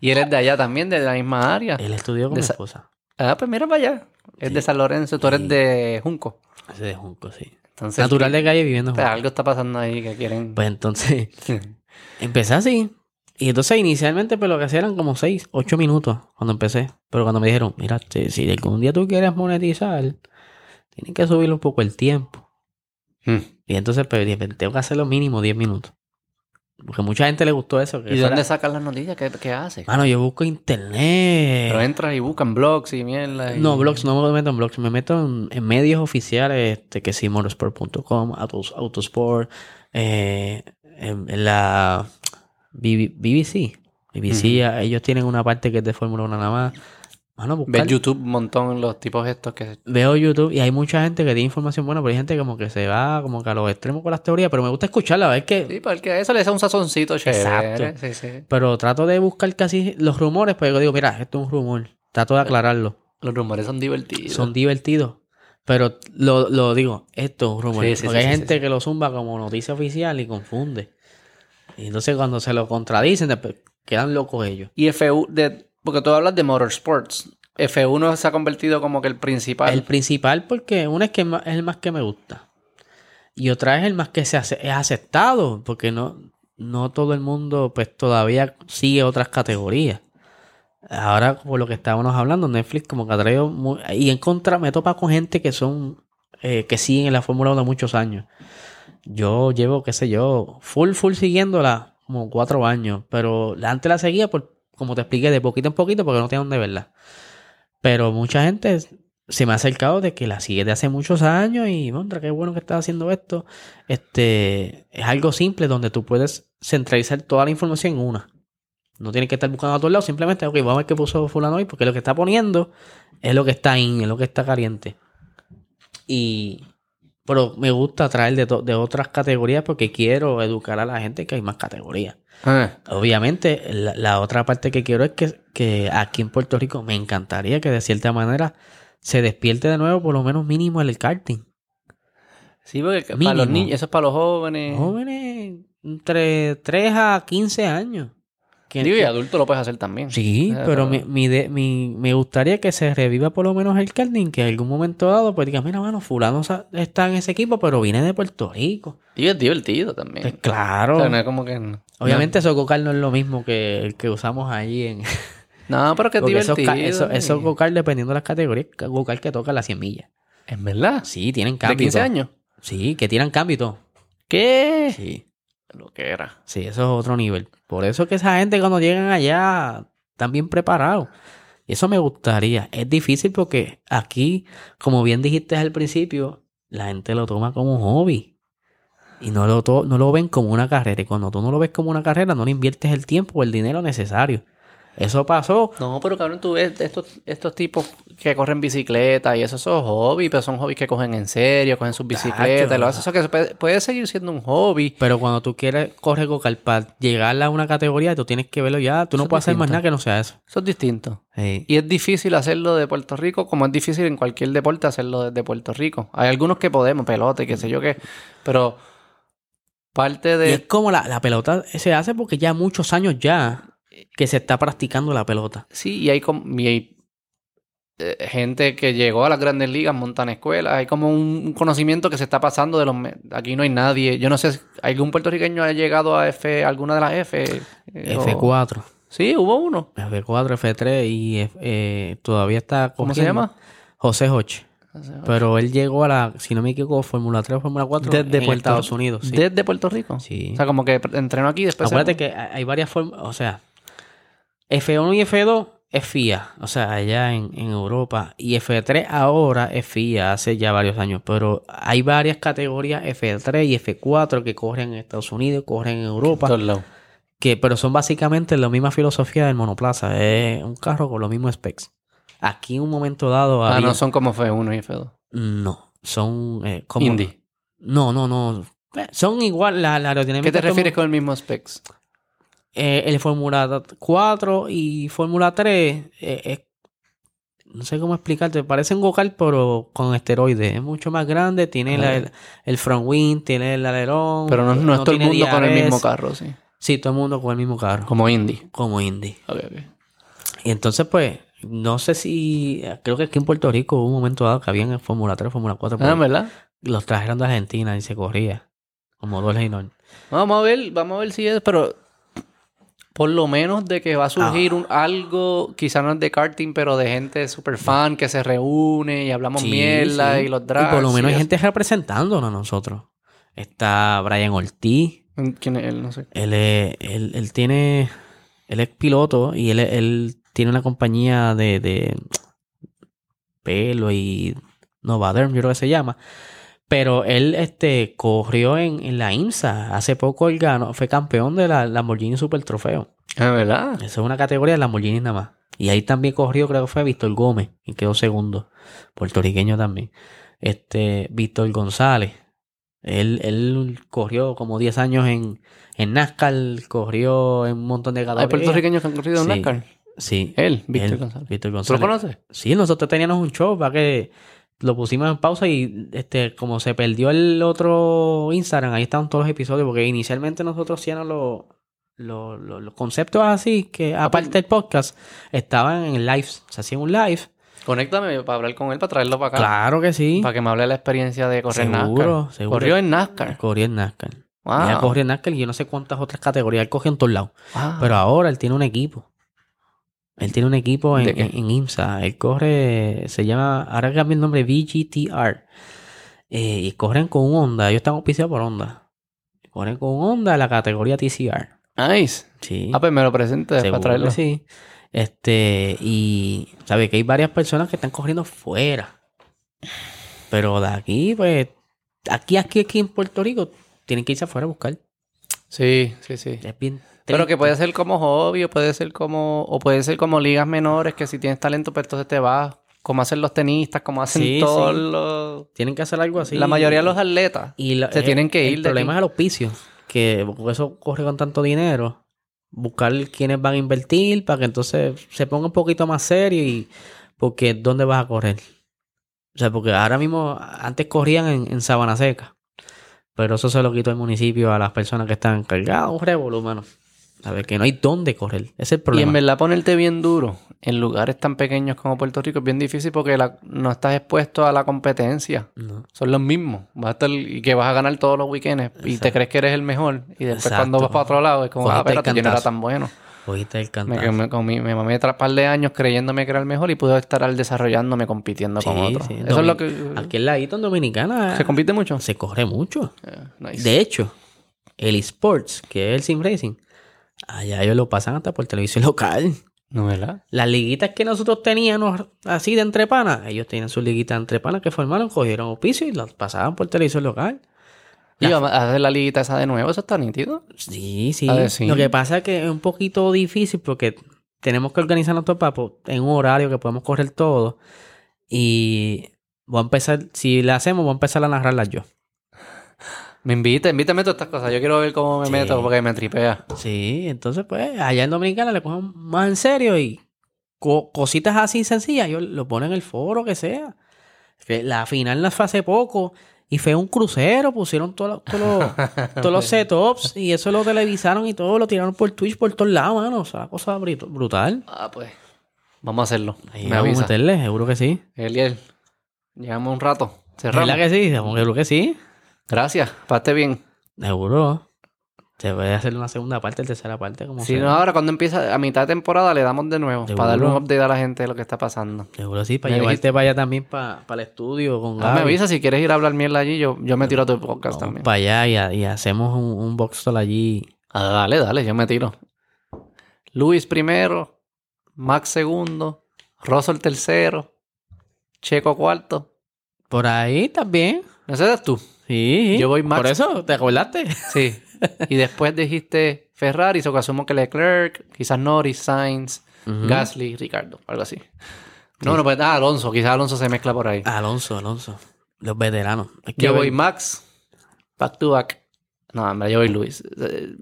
y él es de allá también, de la misma área.
Él estudió con
De
mi
esa-
esposa.
Ah, pues mira para allá. Es
Eh. Sí.
de San Lorenzo, tú eres
Sí.
de Junco.
Ese de Junco, sí.
Entonces,
Natural de calle viviendo en
pues,
Junco.
algo está pasando ahí que quieren.
Pues entonces, empecé así. Y entonces inicialmente pues lo que hacía eran como 6, 8 minutos cuando empecé. Pero cuando me dijeron, mira, si si algún día tú quieres monetizar, tienes que subirle un poco el tiempo.
Hmm.
Y entonces pues, dije, tengo que hacer lo mínimo 10 minutos. Porque mucha gente le gustó eso. que
¿Y
fuera-
dónde sacas las noticias? ¿Qué, qué haces?
Mano, yo busco internet.
Pero entras y buscan blogs y mierda. y-
eh. No, blogs, no me meto en blogs. Me meto en, en medios oficiales, este, que sí, motorsport.com, Autos, Autosport, eh, en, en la BB- BBC. BBC, ellos tienen una parte que es de Fórmula 1 nada más. Mano,
Ves
buscar.
YouTube un montón los tipos estos que...
Veo YouTube y hay mucha gente que tiene información buena, pero hay gente como que se va como que a los extremos con las teorías, pero me gusta escucharla, es que
Sí, porque eso le da un sazoncito chévere.
Exacto.
Sí, sí.
Pero trato de buscar casi los rumores, pero yo digo, mira, esto es un rumor. Trato
Eh.
de aclararlo.
Los rumores son divertidos.
Son divertidos. Pero lo, lo digo, esto es un rumor.
Sí, sí,
porque
sí,
hay
sí,
gente
sí.
que lo zumba como noticia oficial y confunde. Y entonces cuando se lo contradicen, después quedan locos ellos.
Y F1, de- porque tú hablas de motorsports. F1 se ha convertido como que el principal.
El principal, porque uno es que ma- es el más que me gusta. Y otra es el más que se hace, es aceptado, porque no, no todo el mundo pues todavía sigue otras categorías. Ahora, por lo que estábamos hablando, Netflix como que ha traído mu- y en contra me topa con gente que son eh, que siguen en la Fórmula 1 muchos años. Yo llevo, qué sé yo, full, full siguiéndola como cuatro años, pero la- antes la seguía, por, como te expliqué, de poquito en poquito porque no tenía dónde verla. Pero mucha gente se me ha acercado de que la sigue de hace muchos años y, montra, qué bueno que estás haciendo esto. Este, es algo simple donde tú puedes centralizar toda la información en una. No tienes que estar buscando a todos lados, simplemente, ok, vamos a ver qué puso fulano hoy, porque lo que está poniendo es lo que está in, es lo que está caliente. Y, pero me gusta traer de, to- de otras categorías porque quiero educar a la gente que hay más categorías.
Ah,
Obviamente, la, la otra parte que quiero es que, que aquí en Puerto Rico me encantaría que de cierta manera se despierte de nuevo, por lo menos mínimo, el karting.
sí, porque para
Mínimo.
los niños, eso es para los jóvenes.
Jóvenes entre 3 a 15 años. Que-
Digo, y
que-
adulto lo puedes hacer también.
Sí,
Eh,
pero mi, mi de- mi- me gustaría que se reviva por lo menos el karting, que en algún momento dado, pues diga, mira, mano, fulano sa- está en ese equipo, pero viene de Puerto Rico.
Y es divertido también.
Pues claro.
Eh. O sea, no es como que... no.
Obviamente, eso Sococar no es lo mismo que el que usamos allí en,
No, pero que es
Porque esos,
divertido.
ca- esos, esos
y-
go-kart, dependiendo de las categorías, go-kart que toca las 100 millas.
¿Es verdad?
Sí, tienen cambio.
¿De
y
15
todo.
años?
Sí, que tiran cambio y todo.
¿Qué?
Sí.
Lo que era.
Sí, eso es otro nivel. Por eso es que esa gente cuando llegan allá están bien preparados. Y eso me gustaría. Es difícil porque aquí, como bien dijiste al principio, la gente lo toma como un hobby. Y no lo, to- no lo ven como una carrera. Y cuando tú no lo ves como una carrera, no le inviertes el tiempo o el dinero necesario. Eso pasó
No, pero cabrón, tú ves estos, estos tipos que corren bicicleta y eso, son hobbies, pero son hobbies que cogen en serio, cogen sus bicicletas, y lo hacen. Eso que se puede, puede seguir siendo un hobby.
Pero cuando tú quieres correr go-kart para llegar a una categoría, tú tienes que verlo ya. Tú no
Eso es
puedes hacer más
distinto.
nada que no sea eso.
Eso es distinto. Y es difícil hacerlo de Puerto Rico, como es difícil en cualquier deporte hacerlo desde Puerto Rico. Hay algunos que podemos, pelota y qué sé yo qué, pero parte
Y es
de...
como la, la pelota se hace porque ya muchos años ya que se está practicando la pelota.
Sí, y hay, com- y hay, eh, gente que llegó a las grandes ligas, montan escuelas, hay como un, un conocimiento que se está pasando de los... me- Aquí no hay nadie, yo no sé, si ¿algún puertorriqueño ha llegado a F, alguna de las F? eh, o-
F4,
Sí, hubo uno.
F4, F3 y F- eh, todavía está.
¿Cómo se
corriendo.
llama?
José Hoche. Pero él llegó a la, si no me equivoco, Fórmula 3 o Fórmula 4
Desde
en
Puerto-
Estados Unidos. Sí.
Desde Puerto Rico.
Sí.
O sea, como que entrenó aquí y después... se-
Pues Acuérdate que hay hay varias formas, o sea, F1 y F2 es FIA, o sea, allá en, en Europa, y F3 ahora es FIA, hace ya varios años, pero hay varias categorías F3 y F4 que corren en Estados Unidos, corren en Europa,
Todos lados.
que, pero son básicamente la misma filosofía del monoplaza, es un carro con los mismos specs. Aquí en un momento dado...
Ah,
había-
no, son como F1 y F2.
no, son... eh, como-
Indie.
No, no, no. eh, Son igual la, la aerodinámica.
¿Qué te
es como-
refieres con el mismo specs?
eh, el Fórmula 4 y Fórmula 3 eh, es- no sé cómo explicarte, parece un go-kart pero con esteroides, es mucho más grande, tiene la-
Ah.
el, el front wing, tiene el alerón,
Pero no, no es todo el
Uh, tiene
mundo con el
DRS.
mismo carro, sí.
Sí, todo el mundo con el mismo carro, como,
Como indie.
Indy.
Ok, Ah, ok.
Y entonces pues, no sé si, creo que aquí en Puerto Rico hubo un momento dado que habían en Fórmula 3, Fórmula 4,
Ah,
pero
¿verdad?
los trajeron de Argentina y se corría, como dos Leynon.
Vamos a ver, vamos a ver si es, pero por lo menos de que va a
Ah.
surgir un algo, quizá no es de karting, pero de gente super fan que se reúne y hablamos
Sí,
mierda
sí.
y los drags.
Y por lo menos hay
es-
gente representándonos a nosotros. Está Brian Ortiz,
¿Quién es él? No sé.
él, es- él, él tiene, él es piloto y él, él tiene una compañía de, de pelo y Novaderm, yo creo que se llama. Pero él este, corrió en, en la IMSA. Hace poco él ganó, fue campeón de la Lamborghini Super Trofeo.
Es verdad.
Esa es una categoría de Lamborghini nada más. Y ahí también corrió, creo que fue Víctor Gómez, y quedó segundo, puertorriqueño también. Este, Víctor González. Él, él corrió como 10 años en, en NASCAR, corrió en un montón de
Hay
categorías.
puertorriqueños que han corrido en
Sí.
NASCAR.
Sí.
Él, Víctor
él,
González.
Víctor
¿Tú lo
González.
conoces?
Sí, nosotros teníamos un show para que lo pusimos en pausa y este como se perdió el otro Instagram, ahí estaban todos los episodios, porque inicialmente nosotros hacíamos los, los, los- los conceptos así, que
Ah, pues.
aparte del podcast, estaban en lives, se hacían un live.
Conéctame para hablar con él, para traerlo para acá.
Claro que sí.
Ah. Para que me hable de la experiencia de correr
Seguro,
NASCAR.
seguro.
Corrió Ah. en NASCAR.
Corrió en NASCAR.
Wow.
Ya corrió en NASCAR y yo no sé cuántas otras categorías, él coge en todos lados.
Wow.
Pero ahora él tiene un equipo. Él tiene un equipo en,
¿De qué?
en- en IMSA. Él corre, se llama, ahora cambió el nombre, VGTR. Eh, y corren con un Honda. Ellos están auspiciados por Honda. Corren con un Honda en la categoría TCR.
Nice.
Sí.
Ah, pues me lo presentes
seguro
para
que
traerlo.
sí. Este, y sabe que hay varias personas que están corriendo fuera. Pero de aquí, pues, aquí, aquí, aquí en Puerto Rico, tienen que irse afuera a buscar.
Sí, sí, sí.
Es bien
Pero que
triste.
puede ser como hobby, o puede ser como, o puede ser como ligas menores, que si tienes talento, pues entonces te vas. Como hacen los tenistas, como hacen
Sí,
todos
sí.
los.
Tienen que hacer algo así.
La mayoría de los atletas.
Y la-
Se
el-
tienen que ir
El
de
problema
aquí.
es el auspicio. Que por eso corre con tanto dinero. Buscar quienes van a invertir para que entonces se ponga un poquito más serio y. Porque ¿dónde vas a correr? O sea, porque ahora mismo, antes corrían en, en Sabana Seca. Pero eso se lo quitó el municipio a las personas que están encargadas. Un revolú, mano. A ver, que no hay dónde correr. Ese es el
Y en
problema.
verdad ponerte bien duro en lugares tan pequeños como Puerto Rico es bien difícil porque la- no estás expuesto a la competencia.
No.
Son los mismos. Vas a estar, y que vas a ganar todos los weekends y te crees que eres el mejor. Y después
Exacto.
cuando vas para otro lado es como, ah,
Cogiste el
espérate, yo no era
cantazo.
tan bueno.
Cogiste el
Me,
cantazo.
que- me, con mi, me mamé tras par de años creyéndome que era el mejor y pude estar al desarrollándome compitiendo con
Sí,
otros.
sí.
Eso es lo
Domin-
que...
Aquí en ladito en Dominicana
¿Se compite mucho?
se corre mucho.
Eh, nice.
De hecho, el esports, que es el sim racing, allá ellos lo pasan hasta por televisión local.
¿No verdad?
Las liguitas que nosotros teníamos así de entrepanas, ellos tenían sus liguitas de entrepanas que formaron, cogieron piso y las pasaban por televisión local.
Y vamos a hacer la liguita esa de nuevo, eso está nítido.
Sí, sí.
A ver, sí.
Lo que pasa es que es un poquito difícil porque tenemos que organizarnos todo papo en un horario que podemos correr todo. Y voy a empezar, si la hacemos, voy a empezar a narrarlas yo.
Me invita, invítame a todas estas cosas. Yo quiero ver cómo me
Sí.
meto porque me tripea.
Sí, entonces pues allá en Dominicana le cogen más en serio y co- cositas así sencillas, yo lo ponen en el foro que sea. Que La final la fue hace poco y fue un crucero, pusieron todos los- todos los- todos los setups y eso lo televisaron y todo, lo tiraron por Twitch por todos lados, mano. O sea, una cosa brito- brutal.
Ah, pues. Vamos a hacerlo.
Ahí
me
vamos a
avisa.
meterle, seguro que sí.
Eliel, llegamos un rato. Cerramos.
¿Verdad que sí? Seguro que sí.
Gracias. Paste bien.
Seguro. Se puede hacer una segunda parte, tercera parte, como
Si
sea.
no, ahora cuando empieza a mitad de temporada le damos de nuevo.
Seguro.
Para darle un update a la gente de lo que está pasando.
Seguro sí, para
Me
llevarte
dijiste-
para allá también, para, para el estudio con
Ah, me
Gaby.
avisa si quieres ir a hablar mierda allí. Yo, yo me tiro a tu podcast
Vamos
también.
para allá y, ha- y hacemos un, un box toll allí.
Ah, dale, dale. Yo me tiro. Luis primero. Max segundo. Russell tercero. Checo cuarto.
Por ahí también.
No sé, eres tú.
Sí.
Yo voy Max.
Por eso, ¿te acordaste?
Sí. Y después dijiste Ferrari, o que asumo que Leclerc, quizás Norris, Sainz, Gasly, Ricardo, algo así. No, no, pues ah, Alonso, quizás Alonso se mezcla por ahí.
Alonso, Alonso. Los veteranos. Hay que
yo
ver.
voy Max, back to back. No, hombre, yo voy Luis. Eh,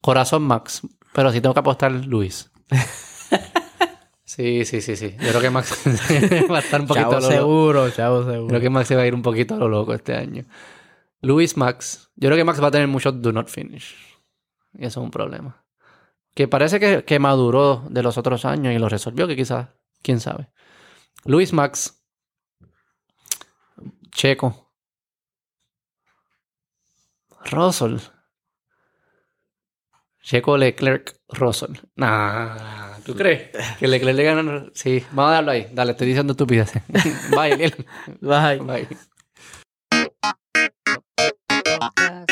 Corazón Max, pero si tengo que apostar Luis. Sí, sí, sí, sí. Yo creo que Max va a estar un poquito
Chavo
a lo loco.
seguro, chavo seguro.
Creo que Max se va a ir un poquito a lo loco este año. Luis Max. Yo creo que Max va a tener muchos do not finish. Y eso es un problema. Que parece que, que maduró de los otros años y lo resolvió, que quizás, quién sabe. Luis Max. Checo. Russell. Checo Leclerc Russell. Nah, ¿tú crees? Que Leclerc le gana. Sí, vamos a darlo ahí. Dale, estoy diciendo estupideces. Bye, Eliel.
Bye.
Bye.